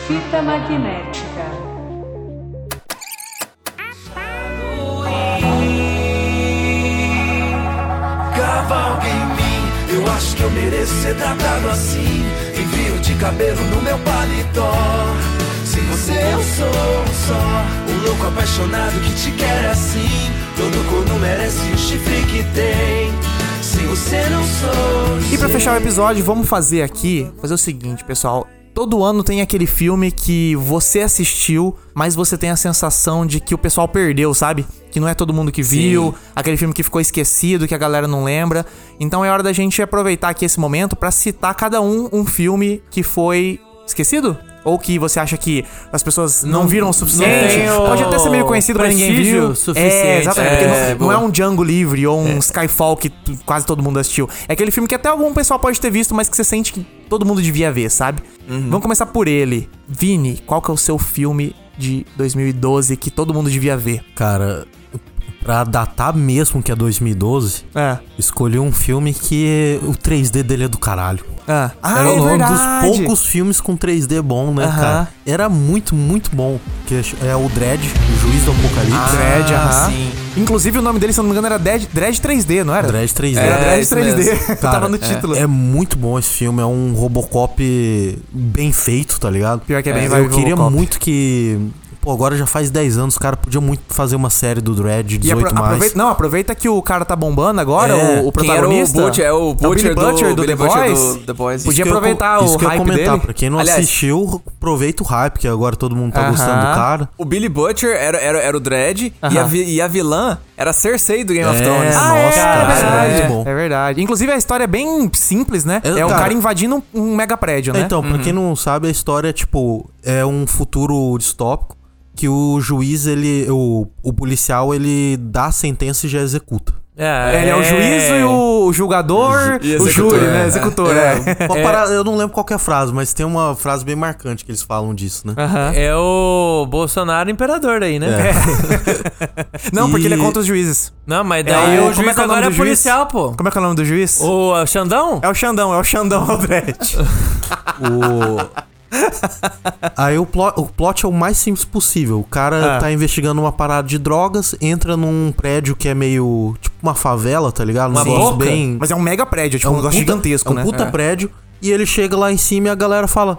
Fita magnética. Cavalga em mim, eu acho que eu mereço ser tratado assim. Envio de cabelo no meu paletó. Se você eu sou só, um louco apaixonado que te quer assim. Todo corno merece o chifre que tem. Se você não sou. E pra fechar o episódio, vamos fazer aqui, fazer o seguinte, pessoal. Todo ano tem aquele filme que você assistiu, mas você tem a sensação de que o pessoal perdeu, sabe? Que não é todo mundo que viu, aquele filme que ficou esquecido, que a galera não lembra. Então é hora da gente aproveitar aqui esse momento pra citar cada um um filme que foi esquecido? Ou que você acha que as pessoas não, viram o suficiente? tem o Pode até ser meio conhecido pra ninguém prestígio viu. suficiente. É, exatamente. porque É, não- não, boa. É. é um Django Livre ou um Skyfall que tu- quase todo mundo assistiu. É aquele filme que até algum pessoal pode ter visto, mas que você sente que todo mundo devia ver, sabe? Uhum. Vamos começar por ele. Vini, qual que é o seu filme de 2012 que todo mundo devia ver? Cara, pra datar mesmo que é 2012, É. escolhi um filme que o 3D dele é do caralho. Ah, ah Era é um verdade. dos poucos filmes com 3D bom, né, Aham. cara? Era muito, muito bom. Que é o Dredd, o Juiz do Apocalipse. Ah, Dredd, aham. sim. Inclusive o nome dele, se eu não me engano, era Dredd, Dredd 3D, não era? Dredd 3D. Era É, Dredd É isso 3D. mesmo. Eu Cara, [LAUGHS] Tava no título. É muito bom esse filme, é um Robocop bem feito, tá ligado? Pior que é bem Eu vibe queria Robocop. muito que Pô, agora já faz 10 anos, cara, podia muito fazer uma série do Dredd, E 18 apro- mais. aproveita, não, aproveita que o cara tá bombando agora, É. o, o Quem era o protagonista. Butcher? É Billy o Butcher do- Butcher do Billy The Butcher Boys. do The Boys. Podia que eu ia aproveitar com- o que eu ia hype comentar, dele. pra quem não Aliás- assistiu, aproveita o hype, que agora todo mundo tá gostando do Aham. cara. O Billy Butcher era, era, era o Dredd e, a, vi- e a vilã era a Cersei do Game of É, Thrones. Ah, é, nossa, é cara, verdade. é muito bom. É verdade. Inclusive, a história é bem simples, né? Eu- é o cara- cara invadindo um, um mega prédio, né? Então, pra quem não sabe, a história é tipo. É um futuro distópico que o juiz, ele. O, o policial, ele dá a sentença e [LAUGHS] já executa. É, Ele é, o juízo e o julgador, o E executor, júri, né? é. Executor, é. [LAUGHS] Uma parada- eu não lembro qual que é a frase, mas tem uma frase bem marcante que eles falam disso, né? É o Bolsonaro imperador daí, né? É. Não, porque ele é E- contra os juízes. [LAUGHS] Não, mas daí É, o como juiz é que é o nome agora é do juiz? policial, pô. Como é que é o nome do juiz? O é o Xandão? É o Xandão, é o Xandão [LAUGHS] Aldrete. O... Aí o, plo- o plot é o mais simples possível. O cara Ah. tá investigando uma parada de drogas, entra num prédio que é meio. tipo uma favela, tá ligado? Um Uma negócio boca? bem. Mas é um mega prédio, tipo, um negócio puta- gigantesco, é um né? puta prédio. E ele chega lá em cima e a galera fala: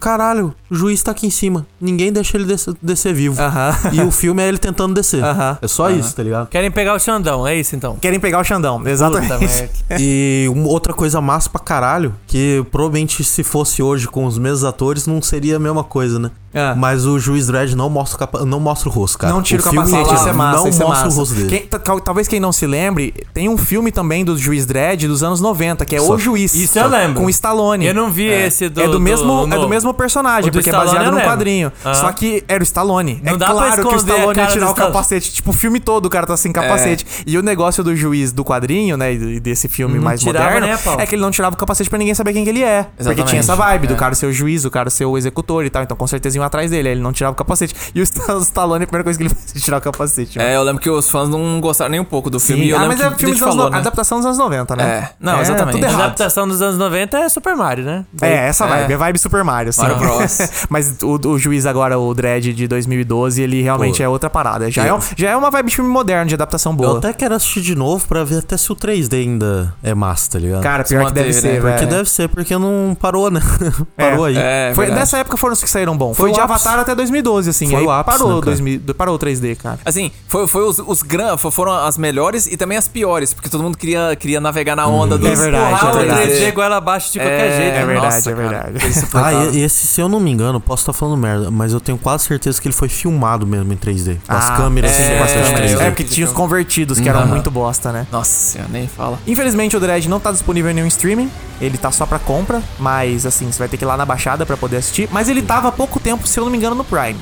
Caralho, o juiz tá aqui em cima. Ninguém deixa ele descer, descer vivo. Aham. E o filme é ele tentando descer. Aham. É só isso, tá ligado? Querem pegar o Xandão, é isso então. Querem pegar o Xandão, Puta exatamente. merda. E uma outra coisa massa pra caralho, que provavelmente se fosse hoje com os mesmos atores, não seria a mesma coisa, né? Ah. Mas o juiz Dredd não mostra o, capa- não mostra o rosto, cara. Não tira o filme capacete, fala, isso é massa, Não isso é mostra massa. o rosto dele. Quem- ta- cal- talvez quem não se lembre, tem um filme também do Juiz Dredd dos anos 90, que é Só- O Juiz. Isso eu lembro. Com o Stallone. Eu não vi esse do- É do do- mesmo, é no- do mesmo personagem, O do porque é Stallone baseado eu num lembro. quadrinho. Aham. Só que era o Stallone. Não é dá pra claro que o esconder a Stallone ia cara tirar do o capacete. Tipo, o filme todo o cara tá É. sem capacete. E o negócio do Juiz do quadrinho, né, e e desse filme mais tirava, moderno, né, Paulo? é que ele não tirava o capacete pra ninguém saber quem que ele é. Porque Exatamente. É. tinha essa vibe do cara ser o juiz, o cara ser o executor e tal. Então, com certeza iam atrás dele. Aí ele não tirava o capacete. E o Sta- [LAUGHS] o Stallone, a primeira coisa que ele fez é tirar o capacete. mano. É, eu lembro que os fãs não gostaram nem um pouco do filme. e eu ah, lembro mas é que filme a dos gente anos falou, no- né? adaptação dos anos 90, né? É. Não, exatamente. tudo A errado. adaptação dos anos 90 é Super Mario, né? É, essa vibe, É. é. vibe Super Mario, assim. Mario Bros. [LAUGHS] Mas o, o juiz agora, o Dredd de 2012, ele realmente Pô. é outra parada. Já é, um- já é uma vibe de filme moderno, de adaptação Eu boa. até quero assistir de novo pra ver até se o 3D ainda é massa, tá ligado? Cara, pior que manteve, deve né? ser, que velho. deve ser porque não parou, né? [LAUGHS] parou aí. É, Foi, verdade. nessa época foram os que saíram bom. Foi Foi, o de ápice. Avatar até 2012, assim. Foi aí o ápice, né, parou, cara? 2000, parou o 3D, cara. Assim, foi, foi os, os gran, fo- foram as melhores e também as piores, porque todo mundo queria, queria navegar na onda dos... Uhum. É verdade, Ah, Ah, o o verdade. 3D 3D igual ela abaixo de qualquer É, jeito. É né? verdade, nossa, é cara. verdade. Ah, e- esse, se eu não me engano, posso estar falando merda, mas eu tenho quase certeza que ele foi filmado mesmo em 3D. Com as Ah, câmeras é, com bastante é, 3D. É, porque tinha os convertidos, que eram muito bosta, né? Nossa, eu nem fala. Infelizmente o Dredd não tá disponível em nenhum streaming, ele tá só pra compra, mas assim, você vai ter que ir lá na Baixada pra poder assistir. Mas ele tava há pouco tempo, se eu não me engano, no Prime.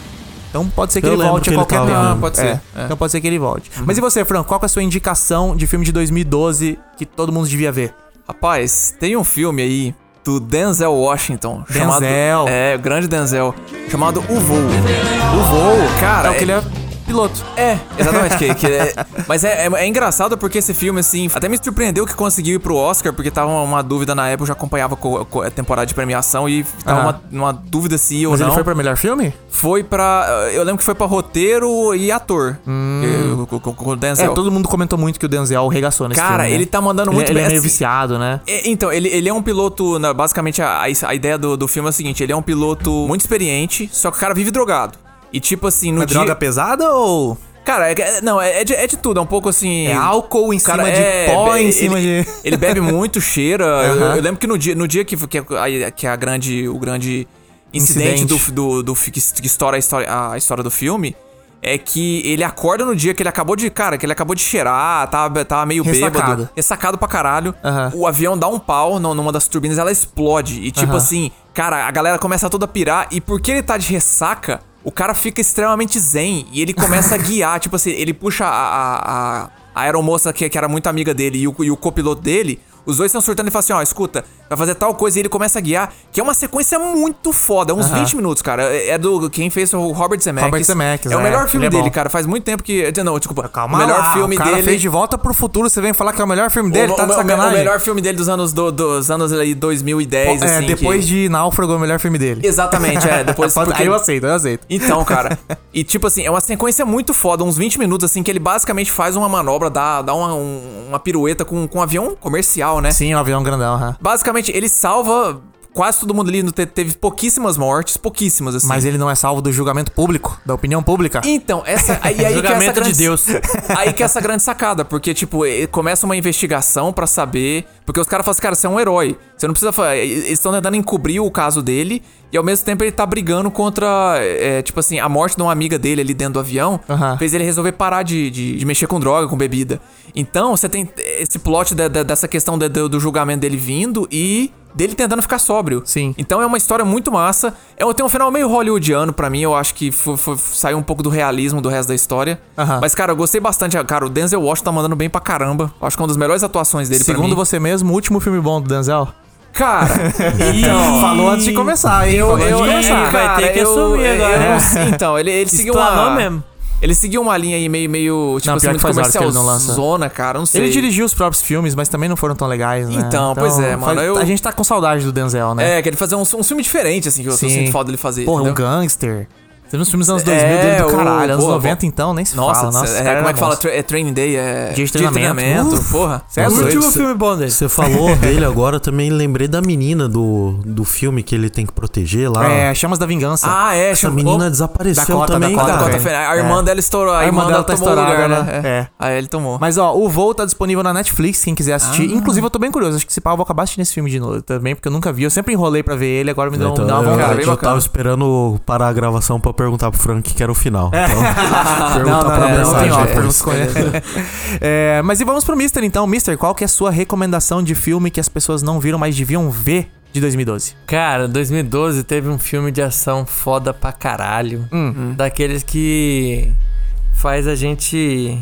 Então pode ser que Eu ele lembro volte que a ele qualquer tava tempo. mesmo. Ah, pode É, ser, é. Então pode ser que ele volte. Mas e você, Fran, qual que é a sua indicação de filme de 2012 que todo mundo devia ver? Rapaz, tem um filme aí do Denzel Washington. Chamado, Denzel. é, o grande Denzel. Chamado O Voo. O Voo, cara... É o que ele é piloto. É, exatamente. que, que é- mas é, é, é engraçado porque esse filme, assim, até me surpreendeu que conseguiu ir pro Oscar, porque tava uma, uma dúvida na época, eu já acompanhava co- co- a temporada de premiação e tava Aham. uma, uma dúvida se ia ou Mas não. ele foi pra melhor filme? Foi pra. Eu lembro que foi pra roteiro e ator. Eu- Com com- com o Hum. É, Denzel. todo mundo comentou muito que o Denzel regaçou nesse Cara, filme. né? ele tá mandando muito ele, bem, Ele é meio assim. viciado, né? É, Então, ele, ele é um piloto. né, basicamente, a, a- a ideia do, do filme é o seguinte: ele é um piloto muito experiente, só que o cara vive drogado. E tipo assim, no Mas dia. droga pesada ou... Cara, é- é- não, é, é de, é de tudo, é um pouco assim. É álcool em cara, cima é, de pó, em ele- cima de... [LAUGHS] Ele bebe muito, cheira. Eu- Aham. Eu, lembro que no dia, no dia que, que, a, que a grande, o grande incidente, Incidente. do, do, do fi- que, que estoura a história, a história do filme é que ele acorda no dia que ele acabou de. Cara, que ele acabou de cheirar, tava, tava meio bêbado. Ressacado. Ressacado É pra caralho. Aham. O avião dá um pau nu- numa das turbinas, ela explode. E tipo Aham. assim, cara, a galera começa toda a pirar. E porque ele tá de ressaca, o cara fica extremamente zen. E ele [LAUGHS] começa a guiar. Tipo assim, ele puxa a, a, a, a aeromoça que, que era muito amiga dele e o, e o copiloto dele. Os dois estão surtando e falam assim: ó, escuta, vai fazer tal coisa e ele começa a guiar, que é uma sequência muito foda, é uns 20 minutos, cara. É é do quem fez foi o Robert Zemeckis. Robert Zemeckis, é o é, melhor filme ele é dele, bom. cara. Faz muito tempo que, não, desculpa. Calma o melhor lá, filme o cara dele fez de volta pro futuro, você vem falar que é o melhor filme dele, o, tá o- de o- sacanagem. o melhor filme dele dos anos do- dos anos ali 2010, é, assim. depois que- de Náufrago é o melhor filme dele. Exatamente, é. Depois Pode- [LAUGHS] porque- Aí eu aceito, aí eu aceito. Então, [LAUGHS] cara. e tipo assim, é uma sequência muito foda, uns 20 minutos, assim, que ele basicamente faz uma manobra, dá, dá uma, um- uma pirueta com, com um avião comercial, né? Sim, o avião grandão, aham. Basicamente, ele salva quase todo mundo ali no te- teve pouquíssimas mortes, pouquíssimas, assim. Mas ele não é salvo do julgamento público, da opinião pública. Então, [LAUGHS] essa. Aí, aí que é essa Julgamento grande, de Deus. [LAUGHS] Aí que é essa grande sacada, porque, tipo, eh, começa uma investigação pra saber. Porque os caras falam assim, cara, você é um herói. Você não precisa falar. eh, Eles estão tentando encobrir o caso dele. E ao mesmo tempo ele tá brigando contra, eh, tipo assim, a morte de uma amiga dele ali dentro do avião. Aham. Fez ele resolver parar de, de, de mexer com droga, com bebida. Então, você tem esse plot da- da- dessa questão da- do, do julgamento dele vindo e. Dele tentando ficar sóbrio. Sim. Então é uma história muito massa. É, tem um final meio hollywoodiano pra mim. Eu acho que fo- fo- saiu um pouco do realismo do resto da história. Aham. Mas, cara, eu gostei bastante. Cara, o Denzel Washington tá mandando bem pra caramba. Eu Acho que é uma das melhores atuações dele pra Segundo mim. você mesmo, o último filme bom do Denzel. [LAUGHS] Cara, Então, Falou antes de começar, hein? Falou antes de eu, começar. Vai ter que assumir agora, eu né? não sei, então, [LAUGHS] ele, ele seguiu uma... Explanou mesmo. Ele seguiu uma linha aí meio, meio tipo Não, assim, pior que muito faz horas que ele não lança. comercialzona, cara, não sei. Ele dirigiu os próprios filmes, mas também não foram tão legais, né? Então, pois é, mano, eu- A gente tá com saudade do Denzel, né? É, quer ele fazer um, um filme diferente, assim, que eu, eu sinto falta dele fazer. Porra, um entendeu? gangster. Teve uns filmes dos anos 2000 É, dele do o- caralho. anos pô, 90, então, nem se Nossa, fala. Nossa, esse é, cara como era é que fala? monstro. Tra- é Training Day, é... Dia de treinamento. Uf. porra. Cê é O Nossa, último esse- filme bom dele. Você falou dele agora, eu também lembrei da menina do, do filme que ele tem que proteger lá. É, Chamas da Vingança. Ah, é, Essa chama- menina Ô, desapareceu Dakota, também, Dakota, cara. Dakota velho. Fanning. A É. irmã dela estourou, a irmã, dela, tá tomou o lugar, estourada, né? né? É. Aí ele tomou. Mas ó, o Voo tá disponível na Netflix, quem quiser assistir. Inclusive, eu tô bem curioso. Acho que esse pau eu vou acabar assistindo esse filme de novo também, porque eu nunca vi. Eu sempre enrolei pra ver ele, agora me deu, um Então, me deu uma eu, vontade. cara, bem eu bacana. tava esperando parar a gravação pra perguntar pro Frank que era o final. Então, perguntar não, pra não, não, mensagem tem hora, depois. [LAUGHS] É, mas e vamos pro Mister então. Mister, qual que é a sua recomendação de filme que as pessoas não viram, mas deviam ver de 2012? Cara, 2012 teve um filme de ação foda pra caralho. Hum. Daqueles que faz a gente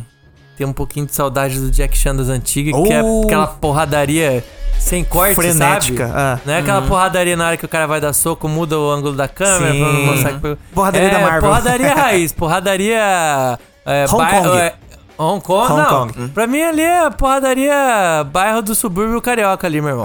ter um pouquinho de saudade do Jack Chan das antigas, que é Oh. aquela porradaria sem corte, Frenética, sabe? ah. Não é aquela porradaria na hora que o cara vai dar soco, muda o ângulo da câmera. Sim. pra não mostrar que- Porradaria é, da Marvel. Porradaria raiz, porradaria... É, Hong bai- Kong. é, Hong Kong, Hong não. Kong. Pra mim ali é porradaria bairro do subúrbio carioca ali, meu [LAUGHS] irmão.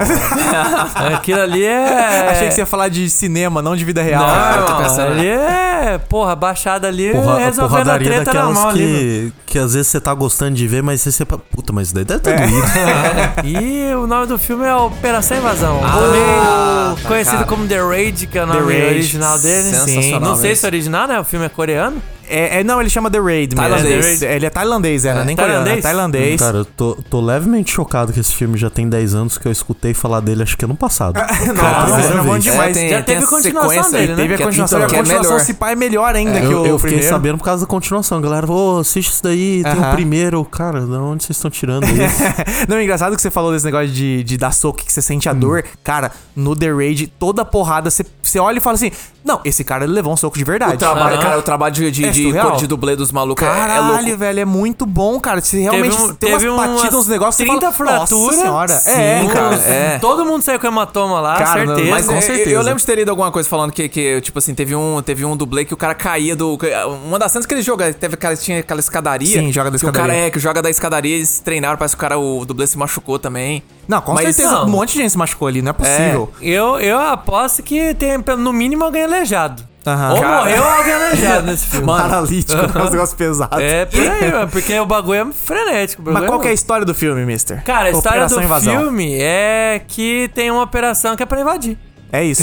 Aquilo ali é... Achei que você ia falar de cinema, não de vida real. Não, Eu tô pensando. ali é, porra, baixada ali, Porra, resolvendo a porradaria treta na daquelas mão que, ali. que às vezes você tá gostando de ver, mas você sempre. Puta, mas isso daí deve ter doído. né? E o nome do filme é Operação Invasão. Ah, Também conhecido como The Raid, que é o nome tá, Raid. original dele. Sensacional Não sei mesmo. se é original, né? O filme é coreano. É, é- não, ele chama The Raid. mesmo. Tailandês. Ele é tailandês, é, não é nem coreano, é Tailandês? tailandês. Cara, eu tô, tô levemente chocado que esse filme já tem 10 anos que eu escutei falar dele, acho que ano passado. Nossa, primeira era bom vez. demais. É, tem- já teve tem a continuação sequência, dele, né? Teve a Que é- continuação, então, a que é continuação melhor. se pá é melhor ainda que eu, o eu fiquei primeiro. sabendo por causa da continuação. A galera falou, "Ô, assiste isso daí, tem Aham. o primeiro. Cara, de onde vocês estão tirando isso? Não, é engraçado que você falou desse negócio de, de dar soco, que você sente a Hum. dor. Cara, no The Raid, toda porrada, você, você olha e fala assim: Não, esse cara ele levou um soco de verdade. O trabalho, Aham. cara, o trabalho de, de, É de surreal. cor de dublê dos malucos é- é Caralho, louco. velho, é muito bom, cara. Se realmente um- É tem teve umas umas patidas, uns negócios, você 30 fala, fraturas. Nossa senhora. Sim, é, uns- cara. é. Todo mundo saiu com hematoma lá, Cara, não, certeza. Mas com eu- eu- certeza. Eu, lembro de ter lido alguma coisa falando que, que tipo assim, teve um, teve um dublê que o cara caía do. Uma das cenas que ele joga, teve aquela, tinha aquela escadaria. Sim, joga da que O escadaria. cara é, que joga da escadaria, eles treinaram, parece que o cara, o dublê se machucou também. Não, com Mas certeza. é não. Um monte de gente se machucou ali, não é possível. Eu, eu aposto que tem, pelo- no mínimo, alguém aleijado. Aham. Ou Cara- [LAUGHS] morreu alguém aleijado nesse filme. Paralítico, é [LAUGHS] um negócio pesado. É, por aí, mano, porque o bagulho é frenético. o [LAUGHS] Mas bagulho qual é que é a história do filme, mister? Cara, a história Operação do Invasão. filme é que tem uma operação que é pra invadir. É [LAUGHS] isso.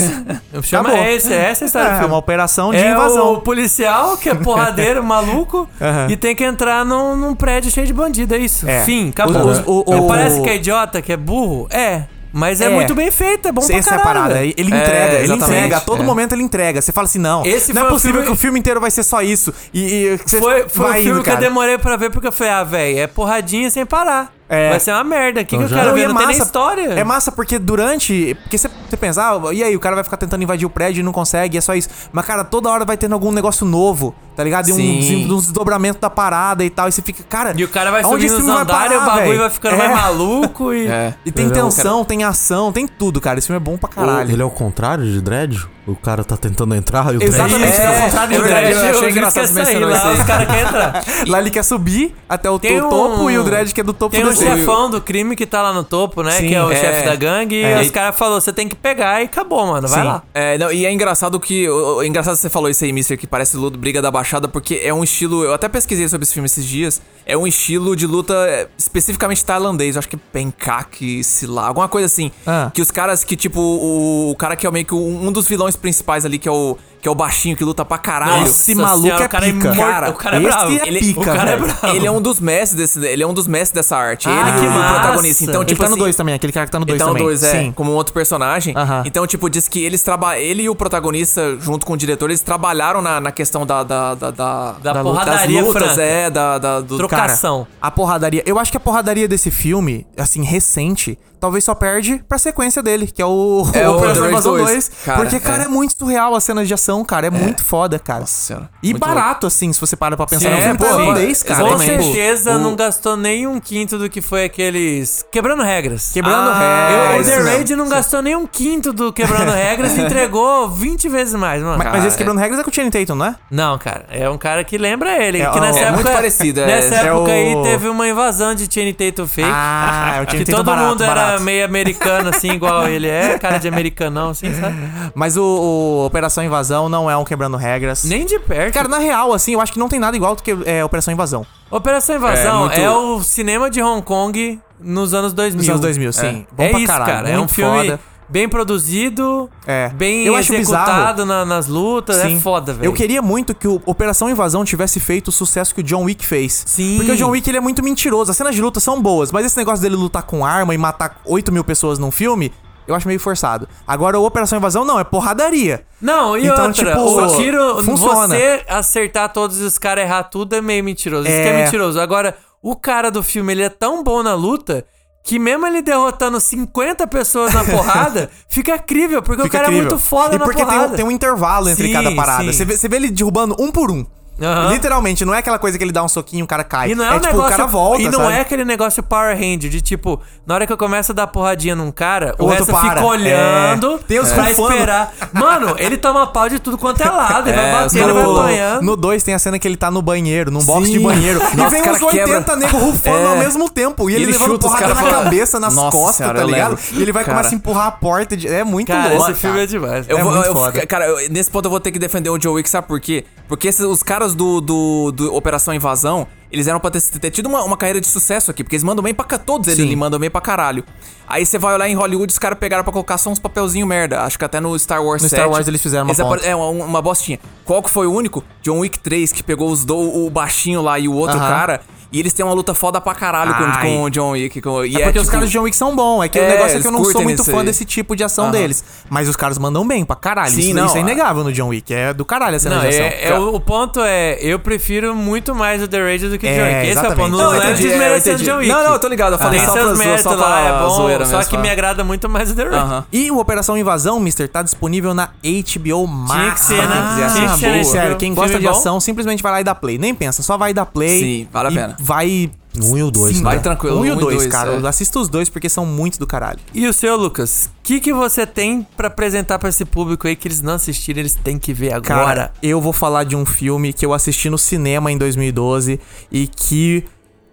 Chama Acabou. esse, essa Tá é a história do É filme. uma operação de É invasão. o policial, que é [LAUGHS] porradeiro, maluco, Aham. e tem que entrar num, num prédio cheio de bandido, é isso. É. Fim, acabou. Os- o- o- o- Parece que é idiota, que é burro? É. Mas é, É. muito bem feito, é bom pra Essa é a caralho. parada. velho. Ele entrega, ele exatamente. entrega. A todo É. momento ele entrega. Você fala assim, não. Esse não é foi o possível filme- que o filme inteiro vai ser só isso. E, e você Foi, foi o vai filme indo, que eu cara. demorei pra ver, porque eu falei, ah, velho, é porradinha sem parar. É. Vai ser uma merda. O que, que eu já- quero Não, e ver? Não tem nem história. É massa porque durante. Porque você, você pensa, ah, e aí, o cara vai ficar tentando invadir o prédio e não consegue, é só isso. Mas, cara, toda hora vai tendo algum negócio novo, tá ligado? E um, Sim. des- um desdobramento da parada e tal. E você fica, cara. E o cara vai aonde subindo esse nos filme vai andares, parar, o bagulho velho? vai ficando É. mais maluco e... É. E tem tensão, tem ação, tem tudo, cara. Esse filme é bom pra caralho. Ele é o contrário de Dread? o cara tá tentando entrar e o trem... Exatamente. Isso, é, É, o contrário é do verdade, Dredd. eu achei Eu vi que engraçado você mencionar isso lá, aí. os caras querem entrar. [LAUGHS] Lá ele quer subir até o, to- Tem um- topo e o dread que é do topo Tem do um chefão do crime que tá lá no topo, né? Sim, que é o é. chefe da gangue. É. E os caras falaram, você tem que pegar e acabou, mano. Vai Sim. lá. É, não, e é engraçado que. o- o- É engraçado que você falou isso aí, Mister, que parece luta briga da baixada, porque é um estilo. Eu até pesquisei sobre esse filme esses dias. É um estilo de luta é, especificamente tailandês. eu Acho que é Penkak, sei lá, alguma coisa assim. Ah. Que os caras que, tipo, o, o cara que é meio que um, um dos vilões principais ali, que é o. Que é o baixinho que luta pra caralho. Nossa, Ah, Esse maluco senhora, é o cara pica. imor- Cara, o cara é esse bravo. é ele, pica, o cara é velho. bravo. Ele é um dos mestres desse, ele é um dos mestres dessa arte. Ah, ele que e o massa. protagonista. Então, Ele tipo tá no assim, 2 também, aquele cara que tá no 2 então, também. dois, é, Sim. como um outro personagem. Aham. Então, tipo, diz que eles trabalham. Ele e o protagonista, junto com o diretor, eles trabalharam na, na questão da. Da, da, da, das porradaria lutas, franca. é, da. da do, um Trocar- Trocação. a porradaria. Eu acho que a porradaria desse filme, assim, recente, talvez só perde pra sequência dele, que é o, É o Operação Drake Invasão 2. 2. Cara, porque, cara, é. é. muito surreal as cenas de ação, cara. É, muito foda, cara. Senhora, E muito barato, assim, se você para pra pensar. Sim, no é, filme pô, tailandês, é, cara. Com exatamente. Tipo, certeza O- não gastou nem um quinto do que foi aqueles. Quebrando regras. Quebrando Ah, regras. Eu- é o isso The mesmo. Raid não gastou nem um quinto [LAUGHS] do Quebrando Regras e entregou 20 vezes mais, mano. É. Mas, mas Cara, esse quebrando regras é com o Channing Tatum, não é? Não, cara, é um cara que lembra ele. É, que nessa é época, muito parecido, é. [LAUGHS] Nessa É época aí o- teve uma invasão de Channing Tatum fake. Ah, é o Channing que Tatum todo barato, mundo era barato. meio americano, [LAUGHS] assim, igual ele é, cara de americanão, assim, sabe? Mas o, o Operação Invasão não é um quebrando regras. Nem de perto. Cara, na real, assim, eu acho que não tem nada igual do que é, Operação Invasão. Operação Invasão é, É, muito- o cinema de Hong Kong nos anos 2000. Nos anos 2000, sim. É, Bom É pra isso, caralho, cara. É um muito filme foda. bem produzido, É. bem Eu acho executado na- nas lutas. Sim. É foda, velho. Eu queria muito que o Operação Invasão tivesse feito o sucesso que o John Wick fez. Sim. Porque o John Wick ele é muito mentiroso. As cenas de luta são boas, mas esse negócio dele lutar com arma e matar 8 mil pessoas num filme, eu acho meio forçado. Agora, o Operação Invasão não, é porradaria. Não, e Então, outra, tipo, o tiro, funciona. você acertar todos os caras errar tudo é meio mentiroso. Isso que É. é mentiroso. Agora, o cara do filme, ele é tão bom na luta que mesmo ele derrotando 50 pessoas [LAUGHS] na porrada, fica crível, porque o Fica cara é incrível. muito foda E na porque tem porrada. um, tem um intervalo entre Sim, cada parada. sim. Você vê, você vê ele derrubando um por um. Aham. Literalmente, não é aquela coisa que ele dá um soquinho e o cara cai. E não é, um tipo, negócio. o cara volta. e não sabe? é aquele negócio Power Ranger de tipo, na hora que eu começo a dar porradinha num cara, o, O outro resto para. fica olhando É. Tem os pra bufando. esperar. Mano, ele toma pau de tudo quanto é lado, [LAUGHS] ele É, vai os batendo, vai caras- apanhando. No 2 tem a cena que ele tá no banheiro, num box de banheiro. Nossa, e vem o cara uns 80 quebra. [LAUGHS] nego rufando É. ao mesmo tempo. E ele, ele levando chuta os porrada na caras pra- cabeça, nas Nossa costas, senhora, tá eu ligado? lembro. E ele vai Cara. começar a empurrar a porta. de- É muito Cara, louco. esse filme é demais. Eu É vou, muito eu- foda. Cara, eu- nesse ponto eu vou ter que defender o Joe Wick, sabe por quê? Porque esses- os caras do, do, do Operação Invasão, eles eram pra ter, ter tido uma, uma carreira de sucesso aqui, porque eles mandam bem pra ca- todos eles, eles mandam bem pra caralho. Aí você vai olhar em Hollywood, os caras pegaram pra colocar só uns papelzinho merda. Acho que até no Star Wars No 7. Star Wars eles fizeram uma apare- ponta. É, uma, uma bostinha. Qual que foi o único? John Wick 3, que pegou os do, o baixinho lá e o outro Aham. cara. E eles têm uma luta foda pra caralho com, Ai. com o John Wick. Com, e É porque os tipo, caras de John Wick são bons. É que o É, negócio é que eu eles não sou curtem muito isso fã aí. desse tipo de ação Aham. deles. Mas os caras mandam bem pra caralho. Sim, isso, não, isso é a- inegável no John Wick. É do caralho a cena Não, de ação. é, é o, o ponto é, eu prefiro muito mais o The Raid do que o É, John Wick. Esse é o exatamente. ponto. Não, Não, não é entendi, desmerecendo é, o eu John Wick. entendi. Não, não, eu tô ligado, eu falei Tá, Tem só pra seus zo- méritos só pra lá, é bom, zoeira só mesmo, que é. me agrada muito mais o The Raid. Aham. E o Operação Invasão, Mister, tá disponível na HBO Tinha que Max. ser, né? Ah, Tinha que ser, né? Sério, quem gosta Filme de bom? ação, simplesmente vai lá e dá play. Nem pensa, só vai dar play. Sim, vale a e pena. Vai. Um e o dois, Sim, né? cara. Vai tranquilo, Um e o um e dois, dois, cara. é. Assista os dois porque são muito do caralho. E o seu, Lucas? O que, que você tem pra apresentar pra esse público aí que eles não assistiram, eles têm que ver Cara, agora? eu vou falar de um filme que eu assisti no cinema em 2012 e que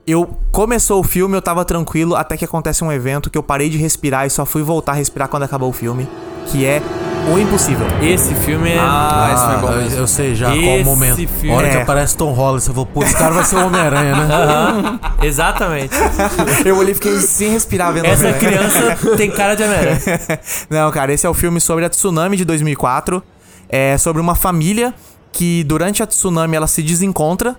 eu começou o filme, eu tava tranquilo até que acontece um evento que eu parei de respirar e só fui voltar a respirar quando acabou o filme, que é O Impossível. Esse filme é. Ah, esse foi bom Ah, mesmo. eu, eu sei já qual Esse o momento. filme- A hora que É. aparece Tom Holland, eu vou, pô, esse cara vai ser o Homem-Aranha, né? [LAUGHS] Exatamente. Eu olhei e fiquei sem respirar vendo o Essa é filme. criança tem cara de Homem-Aranha. Não, cara, esse é o filme sobre a tsunami de 2004. É sobre uma família que durante a tsunami ela se desencontra.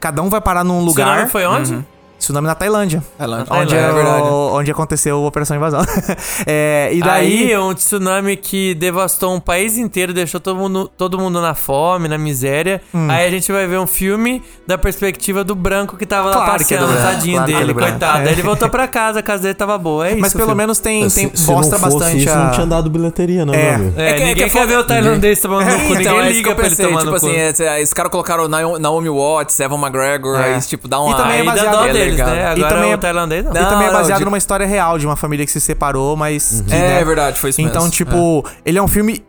Cada um vai parar num lugar. Uhum. Tsunami foi onde? Tsunami na Tailândia. Tailândia. Onde, Tailândia, é é o- verdade. onde aconteceu a Operação Invasão. [LAUGHS] É, e daí. Aí, um tsunami que devastou um país inteiro, deixou todo mundo, todo mundo na fome, na miséria. Hum. Aí a gente vai ver um filme da perspectiva do branco que tava lá Claro que é do passeando, branco, tadinho claro que é dele, do branco. coitado. É. Aí ele voltou pra casa, a casa dele tava boa, é isso. mas pelo filho. menos tem, tem Se- se mostra não fosse bastante isso, a. não tinha dado bilheteria, não, É. meu amigo. É, É que- é ninguém que é quer foda- ver o tailandês tomando no cu, Então, ninguém é isso que liga eu pra ele pensei, tomar tipo no assim, cu. é, é, esse cara colocaram o Nao- Naomi Watts, Evan McGregor, É. aí tipo dá um E também é Aí dá baseado- dó é deles, legal. né? E Agora também é- o tailandês não. e também é Não, não, baseado de- numa história real de uma família que se separou, mas. que, É né, verdade, foi isso Então, mesmo. tipo, ele é um filme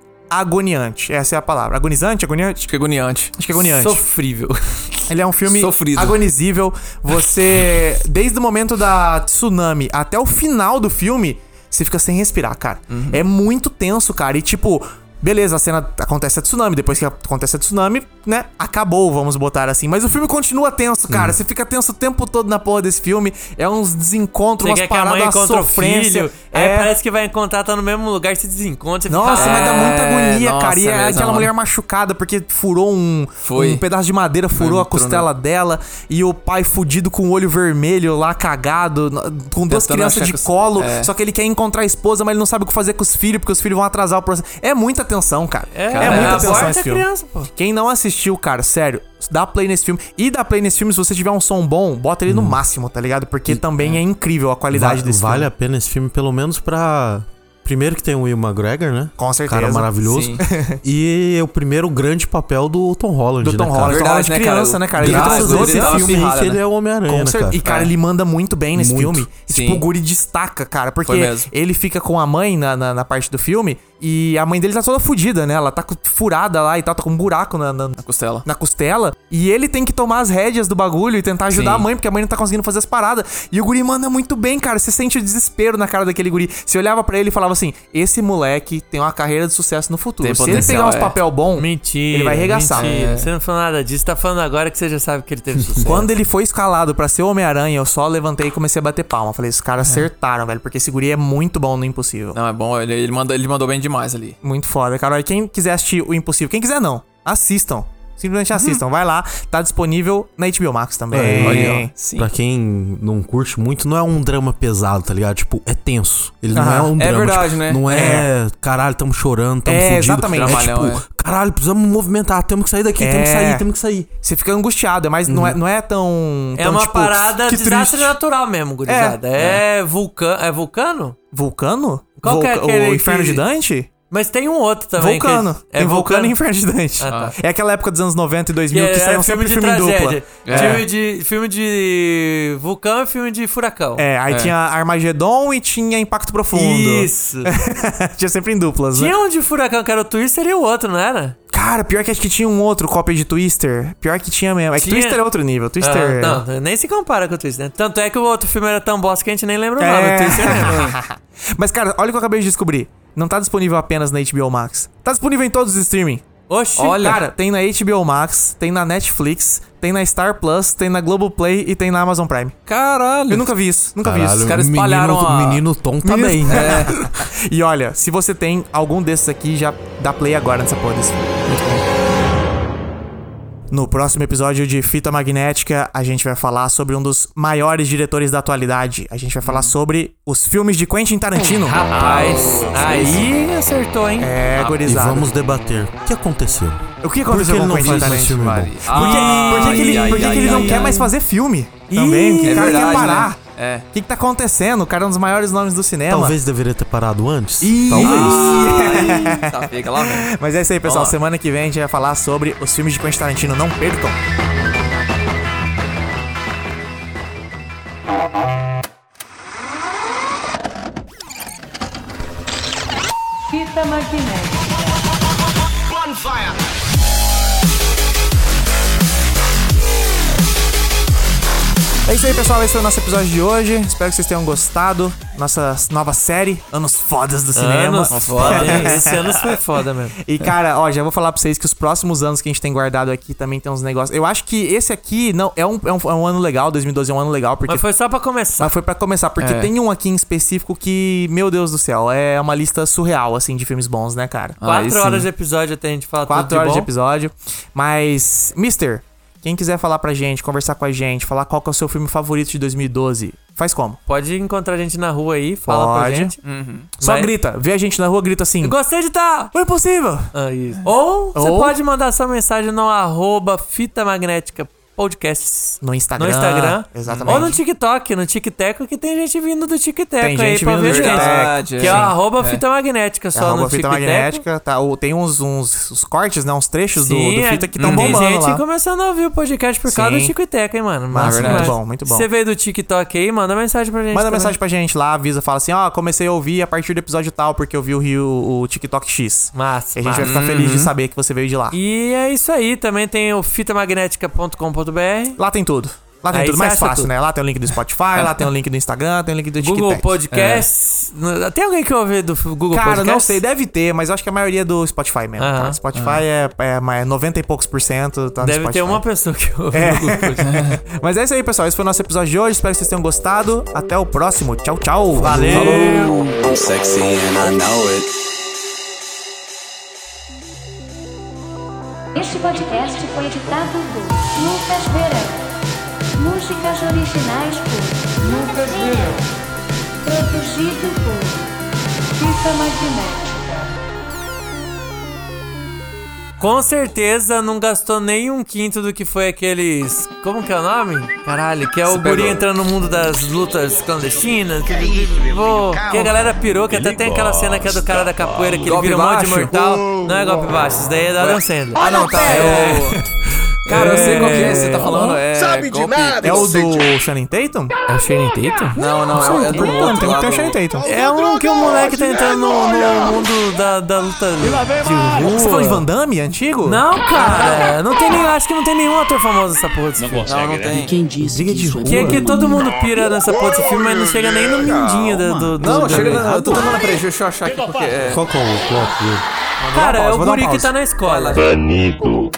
agoniante. Essa é a palavra. Agonizante? Agoniante? Acho que é agoniante. Acho que é agoniante. Sofrível. [LAUGHS] Ele é um filme Sofrido. agonizível. [LAUGHS] Você, desde o momento da tsunami até o final do filme, você fica sem respirar, cara. Uhum. É muito tenso, cara. E tipo, beleza, a cena acontece a tsunami. Depois que acontece a tsunami, né? Acabou, vamos botar assim. Mas o filme continua tenso, Uhum. cara. Você fica tenso o tempo todo na porra desse filme. É uns desencontros, Você umas quer que a mãe paradas, uma encontra o filho. sofrência. É, parece que vai encontrar, tá no mesmo lugar, se desencontra. você Nossa, fica, mas dá muita agonia, nossa cara. E é mesmo, aquela mano. mulher machucada porque furou um, Foi. um pedaço de madeira, furou a entrou costela dela. E o pai fudido com o olho vermelho lá, cagado, no- com duas Tentando crianças achar de que os- colo. é. Só que ele quer encontrar a esposa, mas ele não sabe o que fazer com os filhos, porque os filhos vão atrasar o processo. É muita tensão, cara. É, cara, né, muita aborta tensão esse a filme. criança, pô. Quem não assistiu, cara, sério, dá play nesse filme. E dá play nesse filme, se você tiver um som bom, bota Hum. ele no máximo, tá ligado? Porque também é incrível a qualidade Va- desse vale filme. a pena esse filme, pelo menos pra. Primeiro que tem o Will McGregor, né? Com certeza. Cara maravilhoso. Sim. [LAUGHS] E é o Tom Grande papel do Tom Holland, Do Tom né, Holland, cara? Tom Holland Verdade, de né, cara? criança, né, cara? Ele Graças fez a Deus, esse ele dá uma filme. Filme aí pirrada, que ele né? é o Homem-Aranha, Com né, cer- cara? E, cara, ele manda muito bem nesse Muito. filme. E, tipo, É. Sim. o Guri destaca, cara. Porque Foi mesmo. ele fica com a mãe na, na, na parte do filme e a mãe dele tá toda fodida, né? Ela tá co- furada lá e tal, tá com um buraco na, na, Costela. na costela. E ele tem que tomar as rédeas do bagulho e tentar ajudar Sim. a mãe, porque a mãe não tá conseguindo fazer as paradas. E o Guri manda muito bem, cara. Você sente o desespero na cara daquele Guri. Você olhava pra ele e falava assim: esse moleque tem uma carreira de sucesso no futuro. Tem Se ele potencial, pegar uns é. papel bom. Mentira. Ele vai arregaçar. mentira. É. Você não falou nada disso, tá falando agora que você já sabe que [LAUGHS] ele teve sucesso. Quando ele foi escalado pra ser o Homem-Aranha, eu só levantei e comecei a bater palma. Falei, os É. caras acertaram, velho, porque esse guri é muito bom no Impossível. Não, é bom, ele, ele, mandou, ele mandou bem demais ali. Muito foda, cara. E quem quiser assistir o Impossível, quem quiser não, assistam. Uhum. Simplesmente assistam. Vai lá, tá disponível na HBO Max É, também. Olha, sim. Pra quem não curte muito, não é um drama pesado, tá ligado? Tipo, é tenso. Ele não Aham. é um É drama. verdade, tipo, né? Não é, caralho, tamo chorando, tamo É, fudido. exatamente. É Dramalhão, tipo, caralho, precisamos movimentar, temos que sair daqui, temos que É. sair, temos que sair. Você fica angustiado, é mais, não, é, não é tão. Uhum. É tão, uma tipo, parada que triste. desastre natural mesmo, gurizada. É, vulcano. É vulcano? Vulcano? Qual que é Vulca- aquele o Inferno que- de Dante? Mas tem um outro também. que- vulcano. É Tem Vulcano e Inferno de Dante. Ah, tá. É, É aquela época dos anos 90 e 2000 que, era saiu um sempre filme, em dupla. É. Filme, de, filme de vulcão e filme de furacão. É, aí tinha Armagedon e tinha Impacto Profundo. Isso. [LAUGHS] É. tinha sempre em duplas, né? tinha um de furacão que era o Twister e o outro, não era? Cara, pior que acho que tinha um outro cópia de Twister. Pior que tinha mesmo. É que Tinha. Twister é outro nível. Twister. Ah, não, nem se compara com o Twister, né? Tanto é que o outro filme era tão bosta que a gente nem lembra o nome. É. O Twister lembra. Mas, cara, olha o que eu acabei de descobrir. Não tá disponível apenas na HBO Max. Tá disponível em todos os streaming. Oxi, Olha. Cara, tem na HBO Max, tem na Netflix, tem na Star Plus, tem na Globoplay e tem na Amazon Prime. Caralho. Eu nunca vi isso, nunca vi isso. Caralho, caras espalharam menino, a- menino Tom tá bem. [LAUGHS] E olha, se você tem algum desses aqui, já dá play agora nessa porra desse filme. Muito bom. No próximo episódio de Fita Magnética, a gente vai falar sobre um dos maiores diretores da atualidade. A gente vai falar sobre os filmes de Quentin Tarantino. Rapaz, aí acertou, hein? É, E gorizada. vamos debater o que aconteceu. O que Por que aconteceu ele com não Quentin faz mais Tarantino? filme bom? Maria. Ah, Por que, por que que ele, ai, por que que ai, ele não ai, quer ai. mais fazer filme? Também, É o cara verdade, quer parar. né? É. O que, que tá acontecendo? O cara é um dos maiores nomes do cinema. Talvez deveria ter parado antes. Ih. Talvez. [LAUGHS] é Ai, Ah, tá fica lá, velho. Mas é isso aí, pessoal. Vamos lá. Semana que vem a gente vai falar sobre os filmes de Quentin Tarantino. Não percam. Fita magnética. É isso aí, pessoal. Esse foi o nosso episódio de hoje. Espero que vocês tenham gostado. Nossa nova série, Anos Fodas do Cinema. Anos foda, hein? Esse ano foi foda mesmo. [LAUGHS] E, cara, ó, já vou falar pra vocês que os próximos anos que a gente tem guardado aqui também tem uns negócios. Eu acho que esse aqui, não, é um, é um, é um ano legal, 2012 é um ano legal, porque. Mas foi só pra começar. Mas foi pra começar, porque É. tem um aqui em específico que, meu Deus do céu, é uma lista surreal, assim, de filmes bons, né, cara? Aí Quatro sim. horas de episódio até a gente falar tudo Quatro horas de bom. episódio. Mas, Mister, quem quiser falar pra gente, conversar com a gente, falar qual que é o seu filme favorito de 2012, faz como? Pode encontrar a gente na rua aí, fala pra Pode. gente. Só Vai- grita, vê a gente na rua, grita assim. Gostei de tá! O impossível! Ou você Ah, Ou- pode mandar sua mensagem no arroba fitamagnética podcasts. No Instagram. No Instagram. Exatamente. É Ou no TikTok, no TikTok, que tem gente vindo do TikTok Tem aí gente pra vindo ver do gente. TikTok, Que é sim. arroba É. fita magnética só É, arroba no fita TikTok. magnética, tá? Ou tem uns, uns, uns cortes, né? Uns trechos do, do é. fita Uhum. que estão Hum. bombando Tem gente lá. começando a ouvir o podcast por causa Sim. do Tico e Teca, hein, mano. Massa, Massa muito demais. bom, muito bom. Você veio do TikTok aí, manda mensagem pra gente. Manda também. mensagem pra gente lá, avisa, fala assim, ó, comecei a ouvir a partir do episódio tal, porque eu vi o Rio, o TikTok X. Massa. E a gente massa. vai ficar feliz de saber que você veio de lá. E é isso aí. Também tem o fitamagnética.com.br. Lá tem tudo. Lá tem Aí tudo, você mais acha fácil, tudo. né? Lá tem o link do Spotify, lá tem o link do Instagram, tem o link do Google TikTok. Podcasts. N- Tem alguém que ouve do f- Google Cara, Podcasts? não sei, deve ter, mas eu acho que a maioria é do Spotify mesmo. Aham, tá? Spotify é, é mais 90 e poucos por cento. Tá no Deve ter Spotify. uma pessoa que ouve É. do Google Podcasts. Mas é isso aí, pessoal. Esse foi o nosso episódio de hoje. Espero que vocês tenham gostado. Até o próximo. Tchau, tchau. Valeu! I'm sexy and I know it. Este podcast foi editado por Lucas Verão. Músicas originais por Lucas Verão. Produzido por Fita Magnética. Com certeza não gastou nem um quinto do que foi aqueles. Como que é o nome? Caralho, que é o guri entrando no mundo das lutas clandestinas. Pô, que a galera pirou, que até tem aquela cena que é do cara da capoeira que ele Golpe vira um monte de baixo? mortal. Não é golpe baixo, isso daí é da Adam Sandler. Ah, não, tá. É o... Cara, eu sei qual que é esse que você tá falando. É Sabe de nada. É o do Shannon Tatum? É o Shane Tatum? Não, não, é, é Não, do então, outro tem, um lado. tem o Shannon Tatum. É um que o moleque tá entrando no, no mundo da, da luta de rua. Você falou de Van Damme, antigo? Não, [LAUGHS] cara, não tem nem, acho que não tem nenhum ator famoso nessa porra desse filme. Não, não tem. Briga de rua. Que é que todo mundo pira nessa porra desse filme, mas não chega nem no mindinho do... do, do Não, do- chega... na- Eu tô tentando preencher, deixa eu achar aqui porque... É... Qual que é o bloco dele? Cara, é pausa, o vou dar uma guri que pausa. tá na escola. Banido.